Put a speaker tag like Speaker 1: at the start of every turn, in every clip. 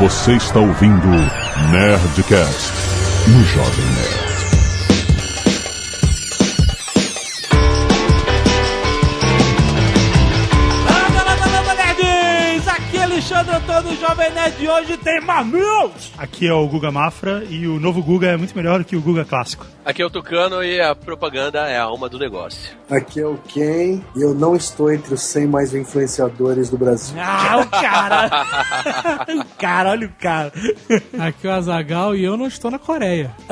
Speaker 1: Você está ouvindo Nerdcast no Jovem Nerd.
Speaker 2: Landa, landa, landa, nerds! Aqui é Alexandre Antônio, Jovem Nerd, e hoje tem Mamilos!
Speaker 3: Aqui é o Guga Mafra e o novo Guga é muito melhor que o Guga clássico.
Speaker 4: Aqui é o Tucano e a propaganda é a alma do negócio.
Speaker 5: Aqui é o Ken e eu não estou entre os 100 mais influenciadores do Brasil.
Speaker 2: Ah, o cara! o cara, olha o cara.
Speaker 6: Aqui é o Azagal e eu não estou na Coreia.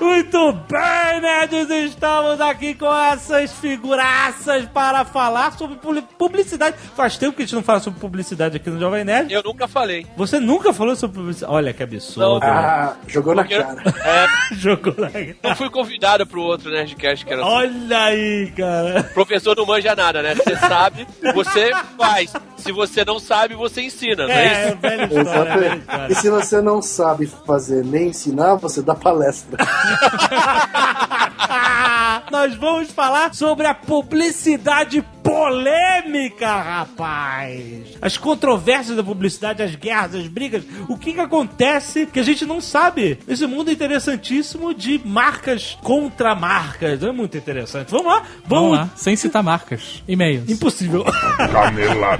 Speaker 2: Muito bem, nerds, estamos aqui com essas figuraças para falar sobre publi- publicidade. Faz tempo que a gente não fala sobre publicidade aqui no Jovem Nerd.
Speaker 4: Eu nunca falei.
Speaker 2: Você nunca falou sobre publicidade. Olha que absurdo.
Speaker 5: Ah, jogou na
Speaker 4: Porque eu,
Speaker 5: cara.
Speaker 4: é,
Speaker 2: Jogou na
Speaker 4: eu fui convidado pro outro Nerdcast que era assim.
Speaker 2: Olha aí, cara.
Speaker 4: Professor não manja nada, né? Você sabe, você faz. Se você não sabe, você ensina, não é isso?
Speaker 2: É, velha história, né, velha história.
Speaker 5: Exatamente. E se você não sabe fazer nem ensinar, você dá palestra.
Speaker 2: Ah, Nós vamos falar sobre a publicidade polêmica, rapaz. As controvérsias da publicidade, as guerras, as brigas, o que que acontece que a gente não sabe nesse mundo é interessantíssimo de marcas contra marcas. É muito interessante. Vamos lá, vamos,
Speaker 6: Vamos lá, sem citar marcas. E-mails.
Speaker 2: Impossível.
Speaker 1: Canelada.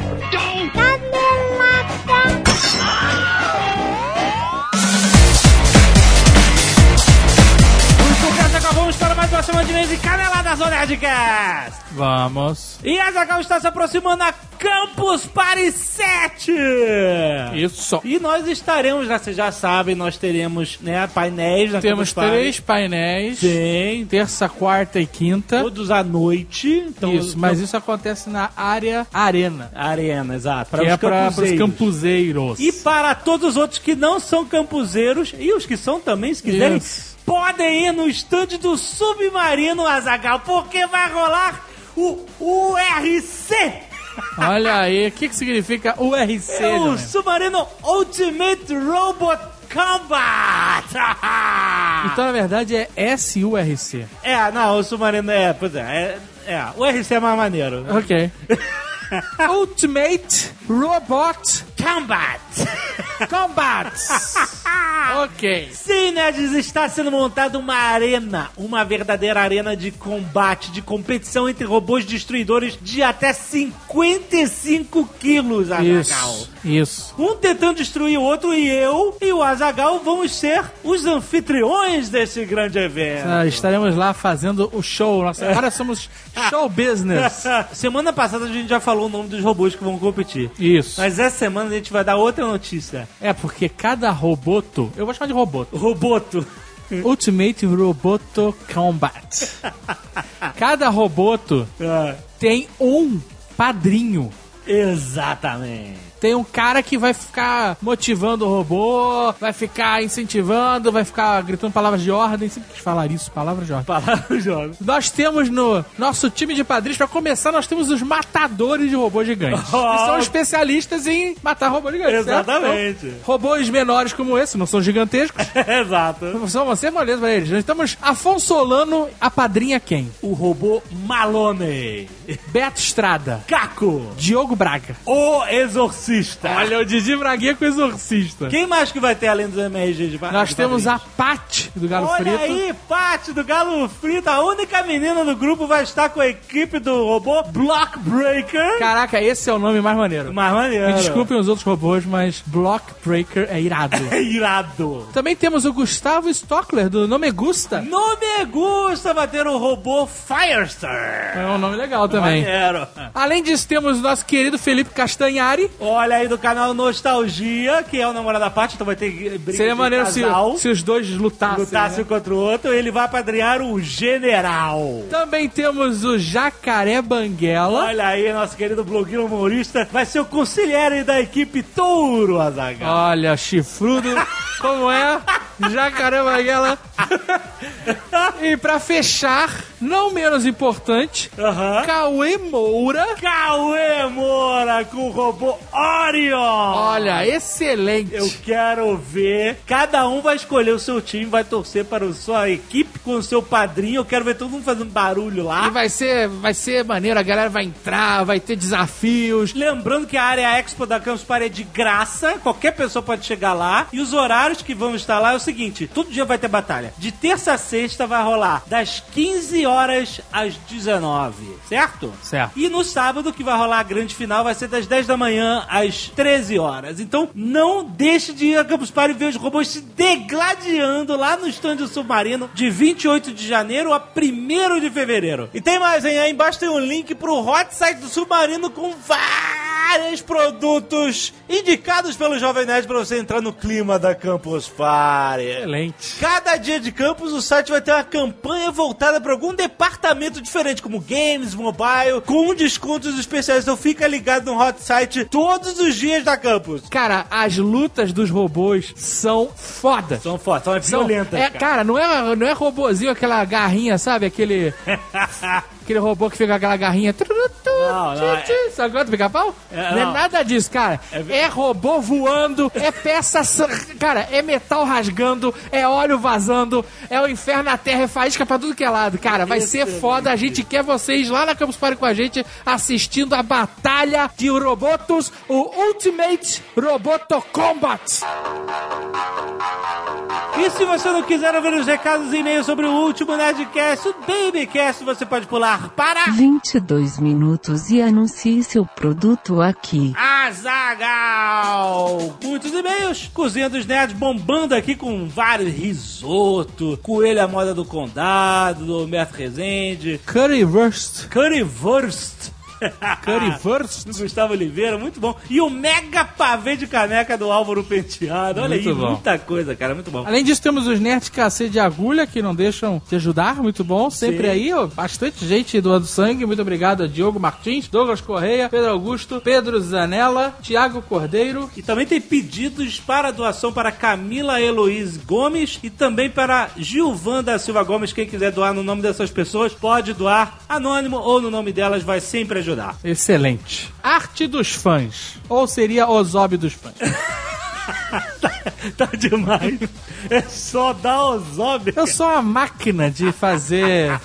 Speaker 2: Muito obrigado, Zagal. Vamos para mais uma semana de mês e caneladas no Nerdcast.
Speaker 6: Vamos.
Speaker 2: E a Zagal está se aproximando a Campus Party 7.
Speaker 6: Isso.
Speaker 2: E nós estaremos, né, vocês já sabem, nós teremos né, painéis na
Speaker 6: Temos
Speaker 2: Campus Party.
Speaker 6: três painéis.
Speaker 2: Sim,
Speaker 6: Terça, quarta e quinta.
Speaker 2: todos à noite. Então,
Speaker 6: isso, mas isso acontece na área arena.
Speaker 2: Arena, exato.
Speaker 6: que é Ah, para os
Speaker 2: campuseiros.
Speaker 6: campuseiros.
Speaker 2: E para todos os outros que não são campuseiros, e os que são também, se quiserem,
Speaker 6: Isso.
Speaker 2: podem ir no estande do Submarino Azagal, porque vai rolar o URC!
Speaker 6: Olha aí, o que, que significa URC?
Speaker 2: É o
Speaker 6: Leonardo?
Speaker 2: Submarino Ultimate Robot Combat!
Speaker 6: Então, na verdade, é SURC.
Speaker 2: É, não, o Submarino é, pois é, é, é, o URC é mais maneiro.
Speaker 6: Ok. Ultimate Robot
Speaker 2: Combat!
Speaker 6: Combat. ok.
Speaker 2: Sim, Nerds, está sendo montada uma arena, uma verdadeira arena de combate, de competição entre robôs destruidores de até 55 quilos, Azagal.
Speaker 6: Isso, isso.
Speaker 2: Um tentando destruir o outro e eu e o Azagal vamos ser os anfitriões desse grande evento.
Speaker 6: Ah, estaremos lá fazendo o show. Nossa, agora somos show business.
Speaker 2: Semana passada a gente já falou o nome dos robôs que vão competir.
Speaker 6: Isso.
Speaker 2: Mas essa semana a gente vai dar outra notícia.
Speaker 6: É porque cada roboto. Eu vou chamar de roboto.
Speaker 2: Roboto.
Speaker 6: Ultimate Roboto Combat. Cada roboto
Speaker 2: Ah,
Speaker 6: tem um padrinho.
Speaker 2: exatamente.
Speaker 6: Tem um cara que vai ficar motivando o robô, vai ficar incentivando, vai ficar gritando palavras de ordem. Sempre quis falar isso, palavras de ordem.
Speaker 2: Palavra jovem.
Speaker 6: Nós temos no nosso time de padrinhos, pra começar, nós temos os matadores de robôs gigantes. que
Speaker 2: Oh.
Speaker 6: são especialistas em matar robôs gigantes. certo?
Speaker 2: Exatamente.
Speaker 6: Então, robôs menores como esse, não são gigantescos.
Speaker 2: É, Exato.
Speaker 6: São você moleza pra eles. Nós estamos Afonsolano, a padrinha quem?
Speaker 2: O robô Malone.
Speaker 6: Beto Estrada,
Speaker 2: Caco.
Speaker 6: Diogo Braga.
Speaker 2: O Exorcista.
Speaker 6: Olha, o Didi Braguinha com exorcista.
Speaker 2: Quem mais que vai ter além dos MRG de
Speaker 6: Nós temos a Pat do Galo
Speaker 2: Olha
Speaker 6: Frito.
Speaker 2: aí, Paty do Galo Frito, a única menina do grupo vai estar com a equipe do robô Block Breaker.
Speaker 6: Caraca, esse é o nome mais maneiro.
Speaker 2: Mas maneiro.
Speaker 6: Me desculpem os outros robôs, mas Block Breaker é irado.
Speaker 2: É irado.
Speaker 6: Também temos o Gustavo Stockler, do Nome Gusta.
Speaker 2: Não me gusta bater o robô Firestar.
Speaker 6: É um nome legal também.
Speaker 2: Maneiro.
Speaker 6: Além disso, temos o nosso querido Felipe Castanhari.
Speaker 2: Olha aí do canal Nostalgia, que é o namorado da Paty, então vai ter briga
Speaker 6: Seria
Speaker 2: de
Speaker 6: maneiro se,
Speaker 2: casal.
Speaker 6: se os dois lutassem.
Speaker 2: Lutasse um
Speaker 6: né?
Speaker 2: contra o outro, ele vai apadrinhar o general.
Speaker 6: Também temos o Jacaré Banguela.
Speaker 2: Olha aí, nosso querido blogueiro humorista, vai ser o conselheiro da equipe Touro, Azaghal.
Speaker 6: Olha, chifrudo, como é? Jacaré Banguela. e pra fechar, não menos importante,
Speaker 2: Aham.
Speaker 6: Cauê Moura.
Speaker 2: Cauê Moura com o robô Orion!
Speaker 6: Olha, excelente.
Speaker 2: Eu quero ver. Cada um vai escolher o seu time, vai torcer para a sua equipe com o seu padrinho. Eu quero ver todo mundo fazendo barulho lá.
Speaker 6: E vai ser, vai ser maneiro, a galera vai entrar, vai ter desafios.
Speaker 2: Lembrando que a área Expo da Campus Party é de graça, qualquer pessoa pode chegar lá. E os horários que vamos estar lá é o seguinte: todo dia vai ter batalha. De terça a sexta vai rolar das 15 horas às 19, certo?
Speaker 6: Certo.
Speaker 2: E no sábado, que vai rolar a grande final, vai ser das 10 da manhã às 13 horas. Então não deixe de ir a Campus Party ver os robôs se degladiando lá no stand do Submarino de 28 de janeiro a 1 de fevereiro. E tem mais, hein? Aí embaixo tem um link pro hot site do Submarino com vários produtos indicados pelo Jovem Nerd pra você entrar no clima da Campus Party.
Speaker 6: Excelente.
Speaker 2: Cada dia de campus, o site vai ter uma campanha voltada para algum departamento diferente, como games, mobile, com descontos especiais. Então fica ligado no hot site todos os dias da campus.
Speaker 6: Cara, as lutas dos robôs são foda.
Speaker 2: São fotos, são,
Speaker 6: São-
Speaker 2: violentas.
Speaker 6: é, cara. não é, não é robozinho aquela garrinha, sabe? Aquele, aquele robô que fica com aquela garrinha. Tu, tu, tu,
Speaker 2: Não,
Speaker 6: tu,
Speaker 2: não,
Speaker 6: tu. Sabe quanto pica-pau?
Speaker 2: É,
Speaker 6: não é
Speaker 2: não.
Speaker 6: nada disso, cara.
Speaker 2: É ver-
Speaker 6: É, robô voando, é peça. sa- Cara, é metal rasgando, é óleo vazando, é o inferno na terra, é faísca pra tudo que é lado. Cara, vai ser foda. A gente quer vocês lá na Campus Party com a gente assistindo a batalha de Robotos, o Ultimate Roboto Combat.
Speaker 2: E se você não quiser ouvir os recados e e-mails sobre o último Nerdcast, o Babycast, você pode pular para...
Speaker 7: 22 minutos e anuncie seu produto aqui.
Speaker 2: Azagal! Muitos e-mails, Cozinha dos Nerds bombando aqui com vários risoto, coelho à moda do condado, do Humberto Rezende,
Speaker 6: Currywurst.
Speaker 2: currywurst. Ah,
Speaker 6: Currywurst?
Speaker 2: Do Gustavo Oliveira, muito bom. E o mega pavê de caneca do Álvaro Penteado. Olha
Speaker 6: Muito
Speaker 2: aí,
Speaker 6: bom.
Speaker 2: muita coisa, cara, muito bom.
Speaker 6: Além disso, temos os nerds cacete de agulha que não deixam te ajudar, muito bom. Sempre
Speaker 2: Sim.
Speaker 6: aí, ó, bastante gente doando sangue. Muito obrigado a Diogo Martins, Douglas Correia, Pedro Augusto, Pedro Zanella, Tiago Cordeiro.
Speaker 2: E também tem pedidos para doação para Camila Heloíse Gomes e também para Gilvanda Silva Gomes. Quem quiser doar no nome dessas pessoas, pode doar anônimo ou no nome delas, vai sempre ajudar.
Speaker 6: Excelente. Arte dos fãs. Ou seria Ozob dos fãs.
Speaker 2: Tá demais. É só dar o zob.
Speaker 6: Eu sou uma máquina de fazer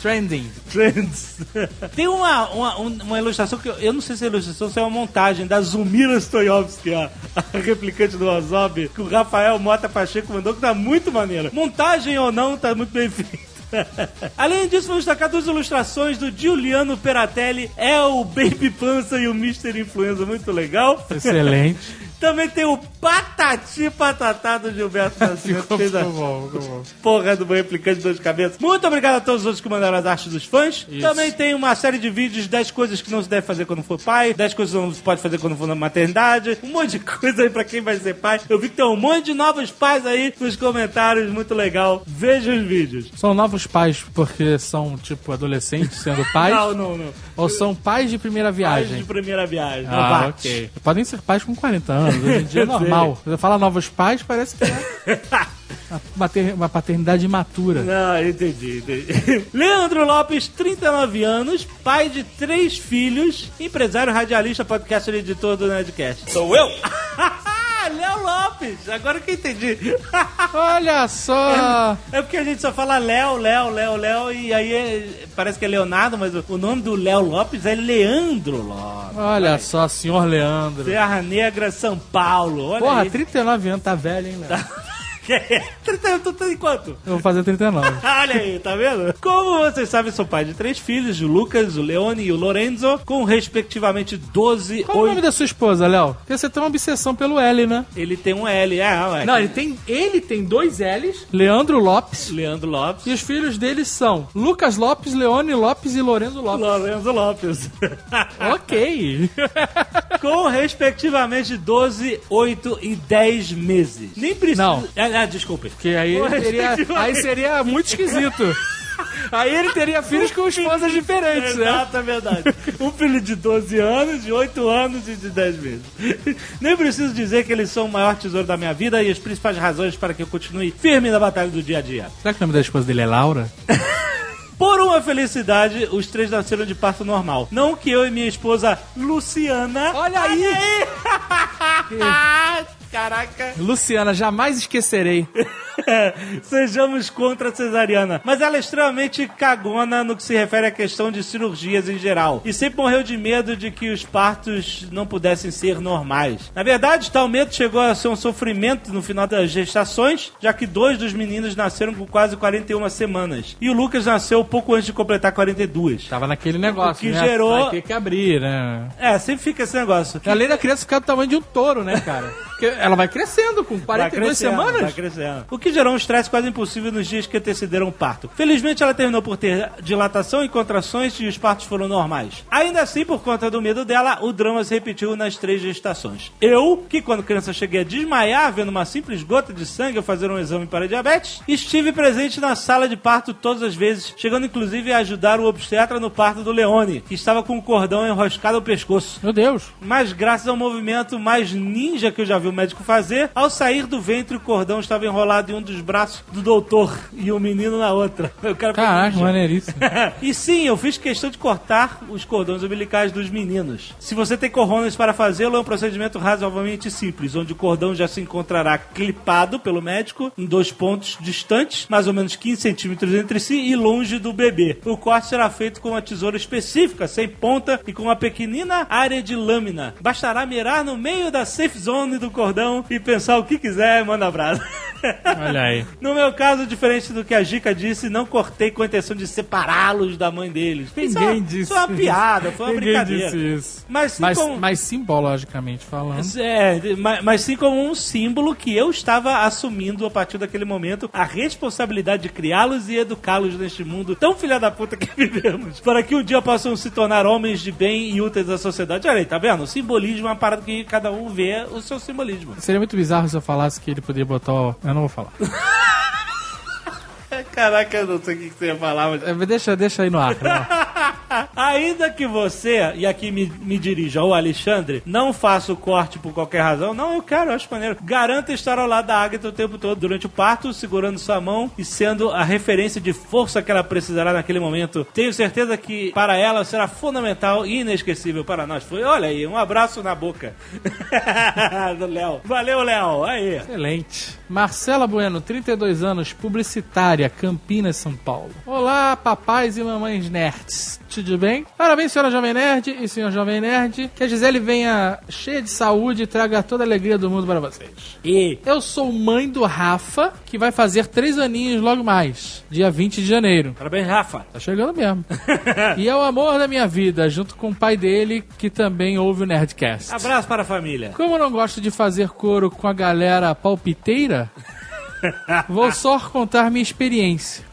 Speaker 6: trending.
Speaker 2: Friends. Tem uma, uma, um- uma ilustração que eu, eu não sei se é ilustração, se é uma montagem da Zumira Stoyovski, a, a replicante do Ozob, que o Rafael Mota Pacheco mandou, que tá muito maneira. Montagem ou não, tá muito bem feita. Além disso, vamos destacar duas ilustrações do Giuliano Peratelli, é o Baby Pança e o Mr. Influenza, muito legal.
Speaker 6: Excelente.
Speaker 2: Também tem o Patati Patatá do Gilberto Nascimento, que fez a porra do meu implicante dois cabeças. Muito obrigado a todos os outros que mandaram as artes dos fãs. Também tem uma série de vídeos, 10 coisas que não se deve fazer quando for pai, 10 coisas que não se pode fazer quando for na maternidade, um monte de coisa aí pra quem vai ser pai. Eu vi que tem um monte de novos pais aí nos comentários, muito legal. Veja os vídeos.
Speaker 6: São novos pais, porque são, tipo, adolescentes sendo pais.
Speaker 2: Não, não, não.
Speaker 6: Ou são pais de primeira
Speaker 2: Pais
Speaker 6: viagem?
Speaker 2: de primeira viagem.
Speaker 6: Ah,
Speaker 2: novatos.
Speaker 6: ok. Podem ser pais com 40 anos, hoje em dia é normal. Você fala novos pais, parece que é uma mater- uma paternidade imatura.
Speaker 2: Não, Ah, entendi, entendi. Leandro Lopes, 39 anos, pai de três filhos, empresário, radialista, podcaster e editor do Nerdcast. Sou eu? Léo Lopes, agora que eu entendi.
Speaker 6: Olha só!
Speaker 2: É porque a gente só fala Léo, Léo, Léo, Léo, e aí é- parece que é Leonardo, mas o o nome do Léo Lopes é Leandro Lopes.
Speaker 6: Olha só, senhor Leandro.
Speaker 2: Serra Negra, São Paulo. Olha
Speaker 6: Porra,
Speaker 2: aí. É,
Speaker 6: 39 anos, tá velho, hein, Leandro?
Speaker 2: 30... tu tem quanto?
Speaker 6: Eu vou fazer 39.
Speaker 2: Olha aí, tá vendo? Como vocês sabem, sou pai de três filhos, o Lucas, o Leone e o Lorenzo, com respectivamente 12,
Speaker 6: Qual o nome
Speaker 2: 8...
Speaker 6: da sua esposa, Léo? Porque você tem uma obsessão pelo L, né?
Speaker 2: Ele tem um L, é, ué.
Speaker 6: ele tem, ele tem dois L's. Leandro Lopes.
Speaker 2: Leandro Lopes.
Speaker 6: E os filhos deles são Lucas Lopes, Leone Lopes e Lorenzo Lopes.
Speaker 2: Lorenzo Lopes.
Speaker 6: Ok.
Speaker 2: com respectivamente 12, 8 e 10 meses. Nem precisa.
Speaker 6: Não.
Speaker 2: Ah, ah, desculpe.
Speaker 6: Porque aí ele teria, aí seria muito esquisito. Aí ele teria filhos com esposas diferentes, né?
Speaker 2: Exato, é verdade. Um filho de 12 anos, de 8 anos e de 10 meses. Nem preciso dizer que eles são o maior tesouro da minha vida e as principais razões para que eu continue firme na batalha do dia a dia.
Speaker 6: Será que o nome da esposa dele é Laura?
Speaker 2: Por uma felicidade, os três nasceram de parto normal. Não que eu e minha esposa Luciana.
Speaker 6: Olha aí!
Speaker 2: aí! Caraca!
Speaker 6: Luciana, jamais esquecerei.
Speaker 2: Sejamos contra a cesariana. Mas ela é extremamente cagona no que se refere à questão de cirurgias em geral. E sempre morreu de medo de que os partos não pudessem ser normais. Na verdade, tal medo chegou a ser um sofrimento no final das gestações, já que dois dos meninos nasceram com quase 41 semanas. E o Lucas nasceu pouco antes de completar 42.
Speaker 6: Tava naquele negócio,
Speaker 2: que
Speaker 6: né?
Speaker 2: gerou-
Speaker 6: Vai ter que abrir, né?
Speaker 2: É, sempre fica esse negócio.
Speaker 6: Além da criança ficar do tamanho de um touro, né, cara? Porque ela vai crescendo com
Speaker 2: Vai
Speaker 6: 42
Speaker 2: Tá crescendo, Vai
Speaker 6: semanas.
Speaker 2: crescendo. O que gerou um estresse quase impossível nos dias que antecederam o parto. Felizmente, ela terminou por ter dilatação e contrações e os partos foram normais. Ainda assim, por conta do medo dela, o drama se repetiu nas três gestações. Eu, que quando criança cheguei a desmaiar vendo uma simples gota de sangue ao fazer um exame para diabetes, estive presente na sala de parto todas as vezes, chegando inclusive a ajudar o obstetra no parto do Leone, que estava com o cordão enroscado ao pescoço.
Speaker 6: Meu Deus.
Speaker 2: Mas graças ao movimento mais ninja que eu já vi o médico fazer, ao sair do ventre o cordão estava enrolado em um dos braços do doutor e o menino na outra. Eu quero
Speaker 6: Caraca, maneiríssimo.
Speaker 2: e sim, eu fiz questão de cortar os cordões umbilicais dos meninos. Se você tem coronas para fazê-lo, é um procedimento razoavelmente simples, onde o cordão já se encontrará clipado pelo médico em dois pontos distantes, mais ou menos 15 centímetros entre si e longe do bebê. O corte será feito com uma tesoura específica, sem ponta e com uma pequenina área de lâmina. Bastará mirar no meio da safe zone do cordão e pensar o que quiser, manda um abraço.
Speaker 6: Olha aí.
Speaker 2: No meu caso, diferente do que a Gica disse, não cortei com a intenção de separá-los da mãe deles. Foi só-
Speaker 6: Ninguém disse
Speaker 2: Foi uma piada, foi uma
Speaker 6: Ninguém
Speaker 2: brincadeira.
Speaker 6: disse isso.
Speaker 2: Mas sim
Speaker 6: Mas,
Speaker 2: como...
Speaker 6: mas simbologicamente falando.
Speaker 2: É, de- ma- mas, sim como um símbolo que eu estava assumindo a partir daquele momento a responsabilidade de criá-los e educá-los neste mundo tão filha da puta que vivemos, para que um dia possam se tornar homens de bem e úteis à sociedade. Olha aí, tá vendo? O simbolismo é uma parada que cada um vê o seu simbolismo.
Speaker 6: Seria muito bizarro se eu falasse que ele poderia botar. o- Eu não vou falar.
Speaker 2: Caraca, eu não sei o que você ia falar, mas...
Speaker 6: É, Deixa, deixa aí no ar. né?
Speaker 2: Ainda que você, e aqui me, me dirija ao Alexandre, não faça o corte por qualquer razão, não, eu quero, eu acho maneiro. Garanta estar ao lado da Agatha o tempo todo durante o parto, segurando sua mão e sendo a referência de força que ela precisará naquele momento. Tenho certeza que para ela será fundamental e inesquecível para nós. Foi, olha aí, um abraço na boca do Léo. Valeu, Léo. Aí.
Speaker 6: Excelente. Marcela Bueno, 32 anos, publicitária, Campinas, São Paulo. Olá, papais e mamães nerds. Tudo bem? Parabéns, senhora Jovem Nerd e senhor Jovem Nerd. Que a Gisele venha cheia de saúde e traga toda a alegria do mundo para vocês.
Speaker 2: E
Speaker 6: Eu sou mãe do Rafa, que vai fazer três aninhos logo mais, dia 20 de janeiro.
Speaker 2: parabéns, Rafa.
Speaker 6: Tá chegando mesmo. e é o amor da minha vida, junto com o pai dele, que também ouve o Nerdcast.
Speaker 2: Abraço para a família.
Speaker 6: Como eu não gosto de fazer coro com a galera palpiteira, vou só contar minha experiência.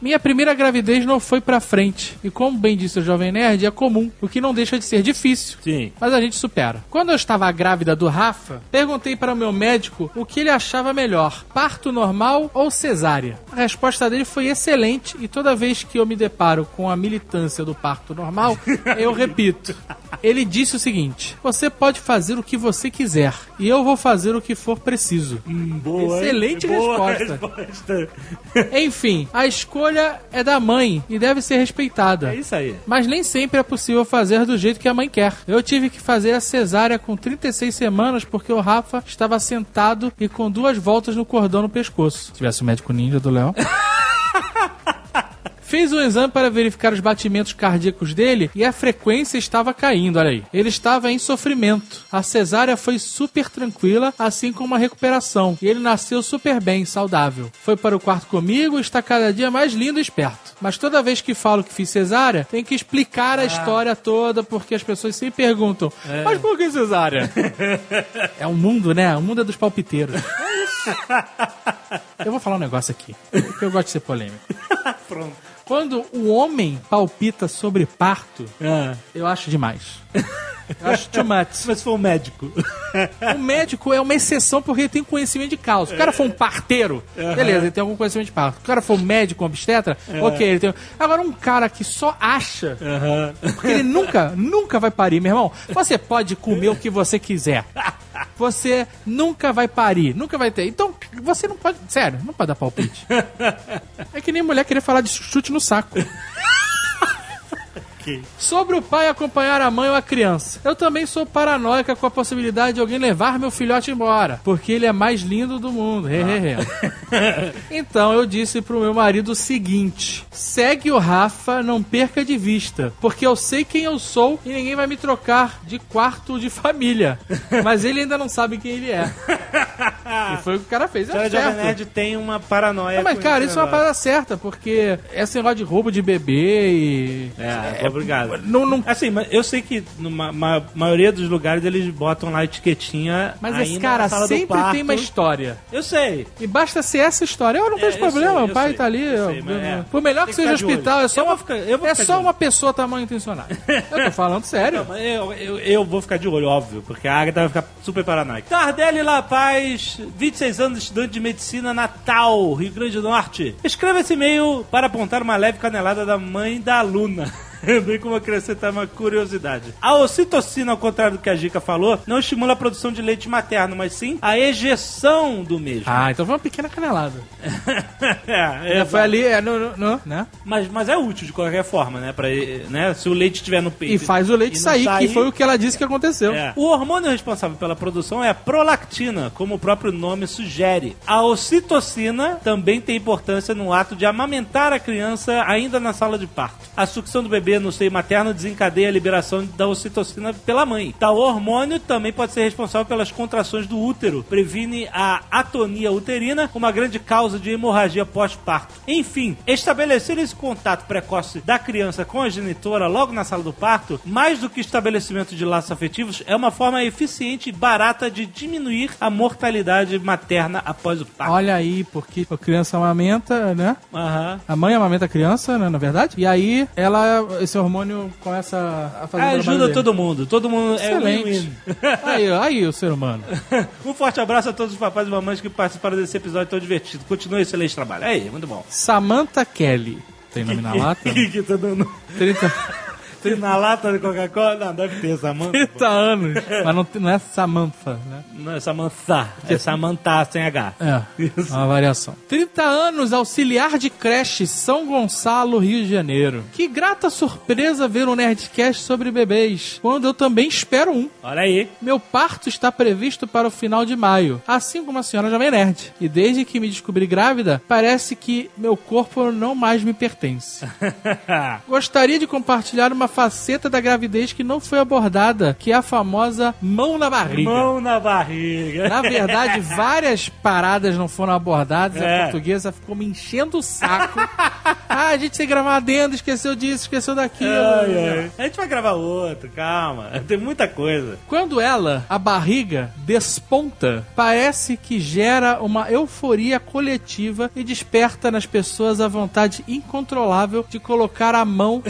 Speaker 6: Minha primeira gravidez não foi pra frente. E como bem disse o Jovem Nerd, é comum, o que não deixa de ser difícil.
Speaker 2: Sim.
Speaker 6: Mas a gente supera. Quando eu estava grávida do Rafa, perguntei para o meu médico o que ele achava melhor: parto normal ou cesárea? A resposta dele foi excelente e toda vez que eu me deparo com a militância do parto normal, eu repito. Ele disse o seguinte: você pode fazer o que você quiser e eu vou fazer o que for preciso.
Speaker 2: Hum, Boa, hein?
Speaker 6: Excelente
Speaker 2: Boa
Speaker 6: resposta.
Speaker 2: resposta.
Speaker 6: Enfim, a escolha é da mãe e deve ser respeitada.
Speaker 2: É isso aí.
Speaker 6: Mas nem sempre é possível fazer do jeito que a mãe quer. Eu tive que fazer a cesárea com 36 semanas porque o Rafa estava sentado e com duas voltas no cordão no pescoço. Se tivesse o médico ninja do Léo. Fiz um exame para verificar os batimentos cardíacos dele e a frequência estava caindo, olha aí. Ele estava em sofrimento. A cesárea foi super tranquila, assim como a recuperação. E ele nasceu super bem, saudável. Foi para o quarto comigo e está cada dia mais lindo e esperto. Mas toda vez que falo que fiz cesárea, tem que explicar a história toda, porque as pessoas sempre perguntam: Mas por que cesárea? é o mundo, né? O mundo é dos palpiteiros. Eu vou falar um negócio aqui, porque eu gosto de ser polêmico. Quando o homem palpita sobre parto,
Speaker 2: Ah,
Speaker 6: eu acho demais. Eu acho too much.
Speaker 2: mas foi um médico.
Speaker 6: O médico é uma exceção porque ele tem conhecimento de causa. Se o cara for um parteiro, beleza, ele tem algum conhecimento de parto. Se o cara for um médico, um obstetra,
Speaker 2: É.
Speaker 6: ok, ele tem. Agora, um cara que só acha, porque ele nunca, nunca vai parir, meu irmão. Você pode comer o que você quiser. Você nunca vai parir, nunca vai ter. Então, Você não pode. Sério, não pode dar palpite. é que nem mulher querer falar de chute no saco. Sobre o pai acompanhar a mãe ou a criança. Eu também sou paranoica com a possibilidade de alguém levar meu filhote embora, porque ele é mais lindo do mundo. He, he,
Speaker 2: Ah.
Speaker 6: he. então eu disse pro meu marido o seguinte: segue o Rafa, não perca de vista, porque eu sei quem eu sou e ninguém vai me trocar de quarto ou de família. Mas ele ainda não sabe quem ele é. e foi o que o cara fez. É
Speaker 2: Senhora Jovem
Speaker 6: certo.
Speaker 2: Nerd tem uma paranoia.
Speaker 6: Não, mas,
Speaker 2: com
Speaker 6: cara, isso é uma
Speaker 2: né?
Speaker 6: parada certa, porque esse negócio de roubo de bebê e.
Speaker 2: É, obrigado.
Speaker 6: Não, não
Speaker 2: Assim, mas eu sei que na maioria dos lugares eles botam lá a etiquetinha.
Speaker 6: Mas
Speaker 2: ainda
Speaker 6: esse
Speaker 2: na
Speaker 6: cara
Speaker 2: sala do
Speaker 6: sempre
Speaker 2: parto.
Speaker 6: tem uma história.
Speaker 2: Eu sei.
Speaker 6: E basta ser essa história. Eu não vejo
Speaker 2: É, eu
Speaker 6: problema,
Speaker 2: sei,
Speaker 6: o
Speaker 2: eu
Speaker 6: pai
Speaker 2: sei,
Speaker 6: tá ali.
Speaker 2: eu sei,
Speaker 6: eu-
Speaker 2: mas é.
Speaker 6: Por melhor
Speaker 2: Tem
Speaker 6: que
Speaker 2: que
Speaker 6: seja
Speaker 2: ficar de
Speaker 6: hospital,
Speaker 2: olho.
Speaker 6: é só,
Speaker 2: Eu
Speaker 6: uma,
Speaker 2: vou ficar- eu vou
Speaker 6: é
Speaker 2: ficar de
Speaker 6: só
Speaker 2: olho.
Speaker 6: uma pessoa tá mal intencionada. Eu tô falando sério.
Speaker 2: Mas Eu, eu, eu vou ficar de olho, óbvio, porque a Agatha vai ficar super paranoica. Tardelli La Paz, 26 anos, estudante de medicina, Natal, Rio Grande do Norte. Escreva esse e-mail para apontar uma leve canelada da mãe da aluna. Bem como acrescentar uma curiosidade. A ocitocina, ao contrário do que a Gica falou, não estimula a produção de leite materno, mas sim a ejeção do mesmo.
Speaker 6: Ah, então foi uma pequena canelada.
Speaker 2: é, é,
Speaker 6: foi ali, é, no, no- no- né?
Speaker 2: mas, mas é útil de qualquer forma, né? Pra, né? Se o leite estiver no peito.
Speaker 6: E faz o leite
Speaker 2: e não
Speaker 6: sair, que foi o que ela disse que aconteceu.
Speaker 2: É. O hormônio responsável pela produção é a prolactina, como o próprio nome sugere. A ocitocina também tem importância no ato de amamentar a criança ainda na sala de parto. A sucção do bebê no seio materno desencadeia a liberação da ocitocina pela mãe. Tal hormônio também pode ser responsável pelas contrações do útero, previne a atonia uterina, uma grande causa de hemorragia pós-parto. Enfim, estabelecer esse contato precoce da criança com a genitora logo na sala do parto, mais do que estabelecimento de laços afetivos, é uma forma eficiente e barata de diminuir a mortalidade materna após o parto.
Speaker 6: Olha aí, porque a criança amamenta, né?
Speaker 2: Aham.
Speaker 6: A mãe amamenta a criança, né, na verdade? E aí, ela, esse hormônio começa a fazer o trabalho
Speaker 2: Ajuda
Speaker 6: dele.
Speaker 2: todo mundo, todo mundo é
Speaker 6: Excelente.
Speaker 2: win-win.
Speaker 6: aí, ó, aí o ser humano.
Speaker 2: Um forte abraço a todos os papais e mamães que participaram desse episódio tão divertido. Continue esse excelente trabalho. É Aí, muito bom.
Speaker 6: Samantha Kelly. Tem nome na lata? né?
Speaker 2: que tá dando
Speaker 6: 30,
Speaker 2: na lata de Coca-Cola? Não, deve ter essa manta.
Speaker 6: 30 anos. Mas não, tem- não é Samantha, né?
Speaker 2: Não, é Samantha. É Samantha sem H.
Speaker 6: É, uma variação. 30 anos, auxiliar de creche, São Gonçalo, Rio de Janeiro. Que grata surpresa ver um Nerdcast sobre bebês, quando eu também espero um.
Speaker 2: Olha aí.
Speaker 6: Meu parto está previsto para o final de maio, assim como a senhora Jovem Nerd. E desde que me descobri grávida, parece que meu corpo não mais me pertence. Gostaria de compartilhar uma faceta da gravidez que não foi abordada, que é a famosa mão na barriga.
Speaker 2: Mão na barriga.
Speaker 6: Na verdade, várias paradas não foram abordadas.
Speaker 2: É.
Speaker 6: A portuguesa ficou me enchendo o saco. ah, a gente sem gravar adendo, esqueceu disso, esqueceu daquilo.
Speaker 2: Ai, ai. A gente vai gravar outro, calma. Tem muita coisa.
Speaker 6: Quando ela, a barriga, desponta, parece que gera uma euforia coletiva e desperta nas pessoas a vontade incontrolável de colocar a mão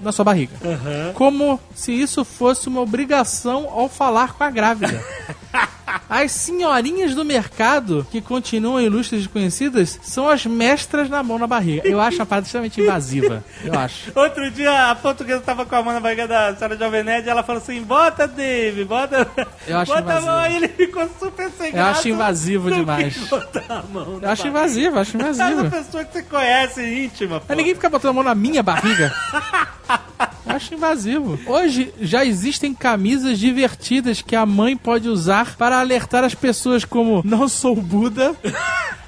Speaker 6: na sua barriga. Como se isso fosse uma obrigação ao falar com a grávida. As senhorinhas do mercado, que continuam ilustres e conhecidas, são as mestras na mão na barriga. Eu acho a parada extremamente invasiva. Eu acho.
Speaker 2: Outro dia a portuguesa tava com a mão na barriga da senhora Jovem Nerd e ela falou assim: bota, Dave, bota.
Speaker 6: Eu acho
Speaker 2: bota
Speaker 6: invasivo.
Speaker 2: a mão. Aí ele ficou super sem
Speaker 6: Eu
Speaker 2: graça.
Speaker 6: acho invasivo
Speaker 2: Não
Speaker 6: demais.
Speaker 2: quis botar a mão.
Speaker 6: Eu acho invasivo, acho
Speaker 2: É
Speaker 6: invasivo.
Speaker 2: uma pessoa que você conhece íntima. Pô.
Speaker 6: Mas ninguém fica botando a mão na minha barriga. Eu Acho invasivo. Hoje já existem camisas divertidas que a mãe pode usar para alertar as pessoas como não sou Buda,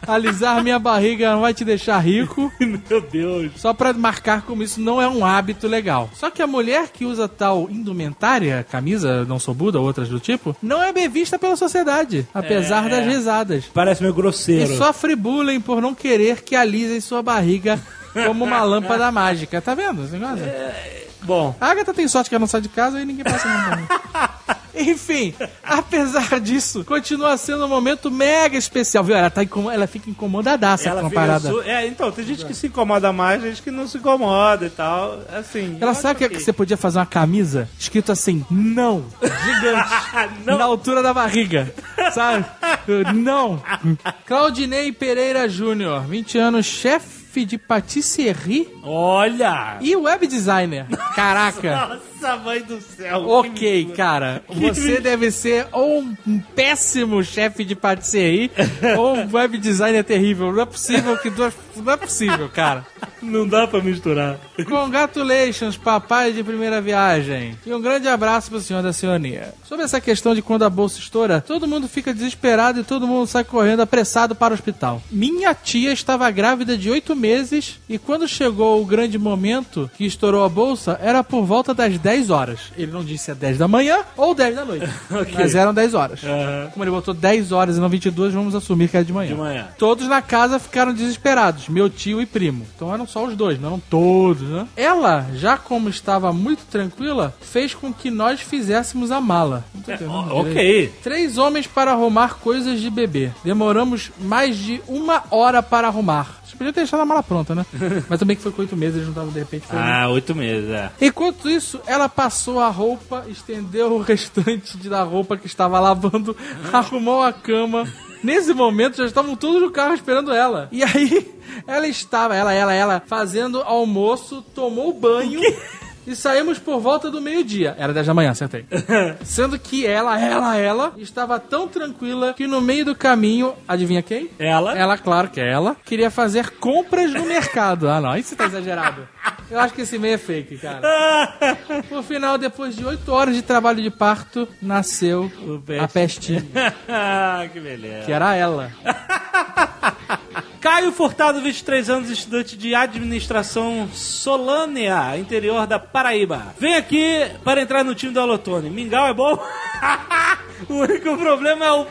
Speaker 6: alisar minha barriga não vai te deixar rico.
Speaker 2: Meu Deus.
Speaker 6: Só pra marcar como isso não é um hábito legal. Só que a mulher que usa tal indumentária, camisa, não sou Buda, outras do tipo, não é bem vista pela sociedade, apesar das risadas.
Speaker 2: Parece meio
Speaker 6: E
Speaker 2: grosseiro.
Speaker 6: sofre bullying por não querer que alisem sua barriga como uma lâmpada mágica. Tá vendo esse negócio?
Speaker 2: Bom.
Speaker 6: A Agatha tem sorte que ela não sai de casa e ninguém passa nada. pra mim. Enfim, apesar disso, continua sendo um momento mega especial, viu? Ela, tá incom... ela fica incomodadaça
Speaker 2: Ela
Speaker 6: com a
Speaker 2: fica
Speaker 6: parada.
Speaker 2: su- É, então, tem gente que se incomoda mais, gente que não se incomoda e tal. Assim. eu
Speaker 6: Ela
Speaker 2: acho
Speaker 6: sabe que,
Speaker 2: ok.
Speaker 6: que você podia fazer uma camisa escrito assim, não, gigante, na altura da barriga, sabe? Eu, Não. Claudinei Pereira Júnior, 20 anos, chefe de patisserie
Speaker 2: Olha!
Speaker 6: E web designer. Caraca.
Speaker 2: Nossa, mãe do céu!
Speaker 6: Ok, cara. Você
Speaker 2: mistura.
Speaker 6: deve ser ou um péssimo chefe de patisserie ou um web designer terrível. Não é possível que duas. Não é possível, cara.
Speaker 2: Não dá pra misturar.
Speaker 6: Congratulations, papai de primeira viagem. E um grande abraço pro senhor da senhoria. Sobre essa questão de quando a bolsa estoura, todo mundo fica desesperado e todo mundo sai correndo apressado para o hospital. Minha tia estava grávida de oito meses e quando chegou o grande momento que estourou a bolsa, era por volta das 10 horas. Ele não disse a 10 da manhã ou 10 da noite, mas eram 10 horas. Como ele botou 10 horas e não 22, vamos assumir que era de manhã.
Speaker 2: De manhã.
Speaker 6: Todos na casa ficaram desesperados, meu tio e primo. Então eram só os dois, não eram todos, né? Ela, já como estava muito tranquila, fez com que nós fizéssemos a mala. Não tô entendendo
Speaker 2: o-
Speaker 6: direito.
Speaker 2: É, ok.
Speaker 6: Três homens para arrumar coisas de bebê. Demoramos mais de uma hora para arrumar. Vocês podiam ter deixado a mala pronta, né? Mas também que foi com oito meses, eles não estavam de repente. foi-
Speaker 2: Ah, oito meses, é.
Speaker 6: Enquanto isso, ela passou a roupa, estendeu o restante de- da roupa que estava lavando, arrumou a cama. Nesse momento, já estavam todos no carro esperando ela. E aí, ela estava, ela, ela, ela, fazendo almoço, tomou banho. E saímos por volta do meio-dia. Era 10 da manhã, acertei. Sendo que ela, ela, ela, estava tão tranquila que no meio do caminho, adivinha quem?
Speaker 2: Ela?
Speaker 6: Ela, claro que é ela, queria fazer compras no mercado. Ah, não, isso tá exagerado. Eu acho que esse meio é fake, cara. Por final, depois de oito horas de trabalho de parto, nasceu
Speaker 2: peste.
Speaker 6: a pestinha,
Speaker 2: Ah, que beleza.
Speaker 6: que era ela.
Speaker 2: Caio Furtado, 23 anos, estudante de administração Solânia, interior da Paraíba. Vem aqui para entrar no time do Alotone. Mingau é bom? o único problema é o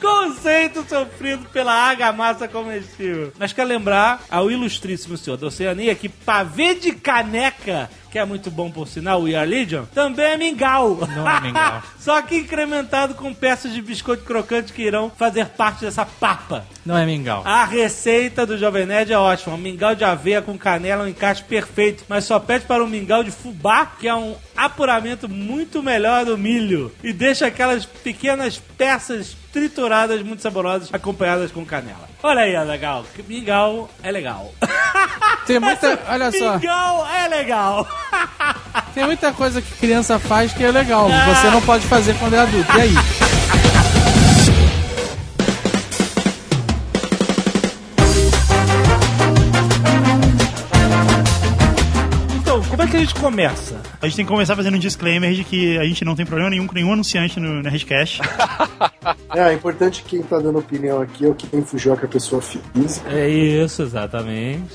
Speaker 2: preconceito sofrido pela argamassa comestível. Mas quero lembrar ao ilustríssimo senhor da Oceania que pavê de caneca, que é muito bom por sinal, We Are Legion, também é mingau.
Speaker 6: Não é mingau.
Speaker 2: Só que incrementado com peças de biscoito crocante que irão fazer parte dessa papa.
Speaker 6: Não é mingau.
Speaker 2: A receita do Jovem Nerd é ótima. Mingau de aveia com canela é um encaixe perfeito, mas só pede para um mingau de fubá, que é um apuramento muito melhor do milho. E deixa aquelas pequenas peças trituradas muito saborosas, acompanhadas com canela. Olha aí, é legal. Mingau é legal.
Speaker 6: Tem muita, olha só,
Speaker 2: Mingau é legal.
Speaker 6: tem muita coisa que criança faz que é legal. Você não pode fazer quando é adulto. E aí?
Speaker 2: Então, como é que a gente começa?
Speaker 3: A gente tem que começar fazendo um disclaimer de que a gente não tem problema nenhum com nenhum anunciante no Nerdcast.
Speaker 5: É, é importante que quem tá dando opinião aqui é o que tem fujoca a pessoa física.
Speaker 2: É isso, exatamente.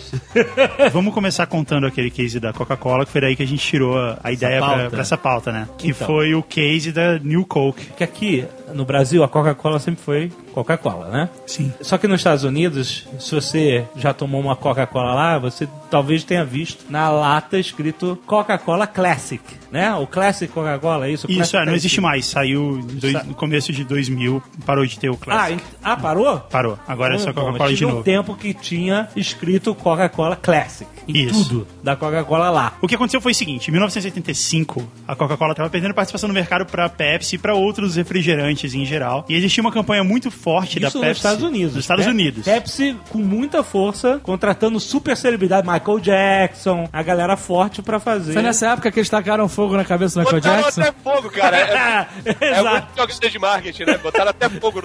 Speaker 3: Vamos começar contando aquele case da Coca-Cola, que foi daí que a gente tirou a a ideia
Speaker 2: pauta.
Speaker 3: pra, pra essa pauta, né? Que
Speaker 2: Então.
Speaker 3: foi o case da New Coke.
Speaker 2: Porque aqui, no Brasil, a Coca-Cola sempre foi Coca-Cola, né?
Speaker 3: Sim.
Speaker 2: Só que nos Estados Unidos, se você já tomou uma Coca-Cola lá, você talvez tenha visto na lata escrito Coca-Cola Classic, né? O Classic Coca-Cola, é isso? O
Speaker 3: Isso,
Speaker 2: Classic
Speaker 3: é, não
Speaker 2: tá
Speaker 3: existe mais. Saiu em dois- no começo de 2000, parou de ter o
Speaker 2: escrito. Ah,
Speaker 3: Classic.
Speaker 2: ent- ah, parou?
Speaker 3: Parou. Agora é só
Speaker 2: Então,
Speaker 3: Coca-Cola de
Speaker 2: tinha
Speaker 3: novo.
Speaker 2: um tempo que tinha escrito Coca-Cola Classic. Em
Speaker 3: Isso.
Speaker 2: tudo da Coca-Cola lá.
Speaker 3: O que aconteceu foi o seguinte, em 1985, a Coca-Cola estava perdendo participação no mercado para Pepsi e para outros refrigerantes em geral. E existia uma campanha muito forte da
Speaker 2: Isso
Speaker 3: Pepsi
Speaker 2: nos Estados Unidos.
Speaker 3: Nos Estados
Speaker 2: Pe-
Speaker 3: Unidos.
Speaker 2: Pepsi com muita força, contratando super celebridade, Michael Jackson, a galera forte pra fazer.
Speaker 6: Foi nessa época que eles tacaram fogo na cabeça do Michael
Speaker 4: Botaram
Speaker 6: Jackson?
Speaker 4: até fogo, cara. É, é
Speaker 2: Ah, Exato.
Speaker 4: muito jogada de marketing, né? Botaram até fogo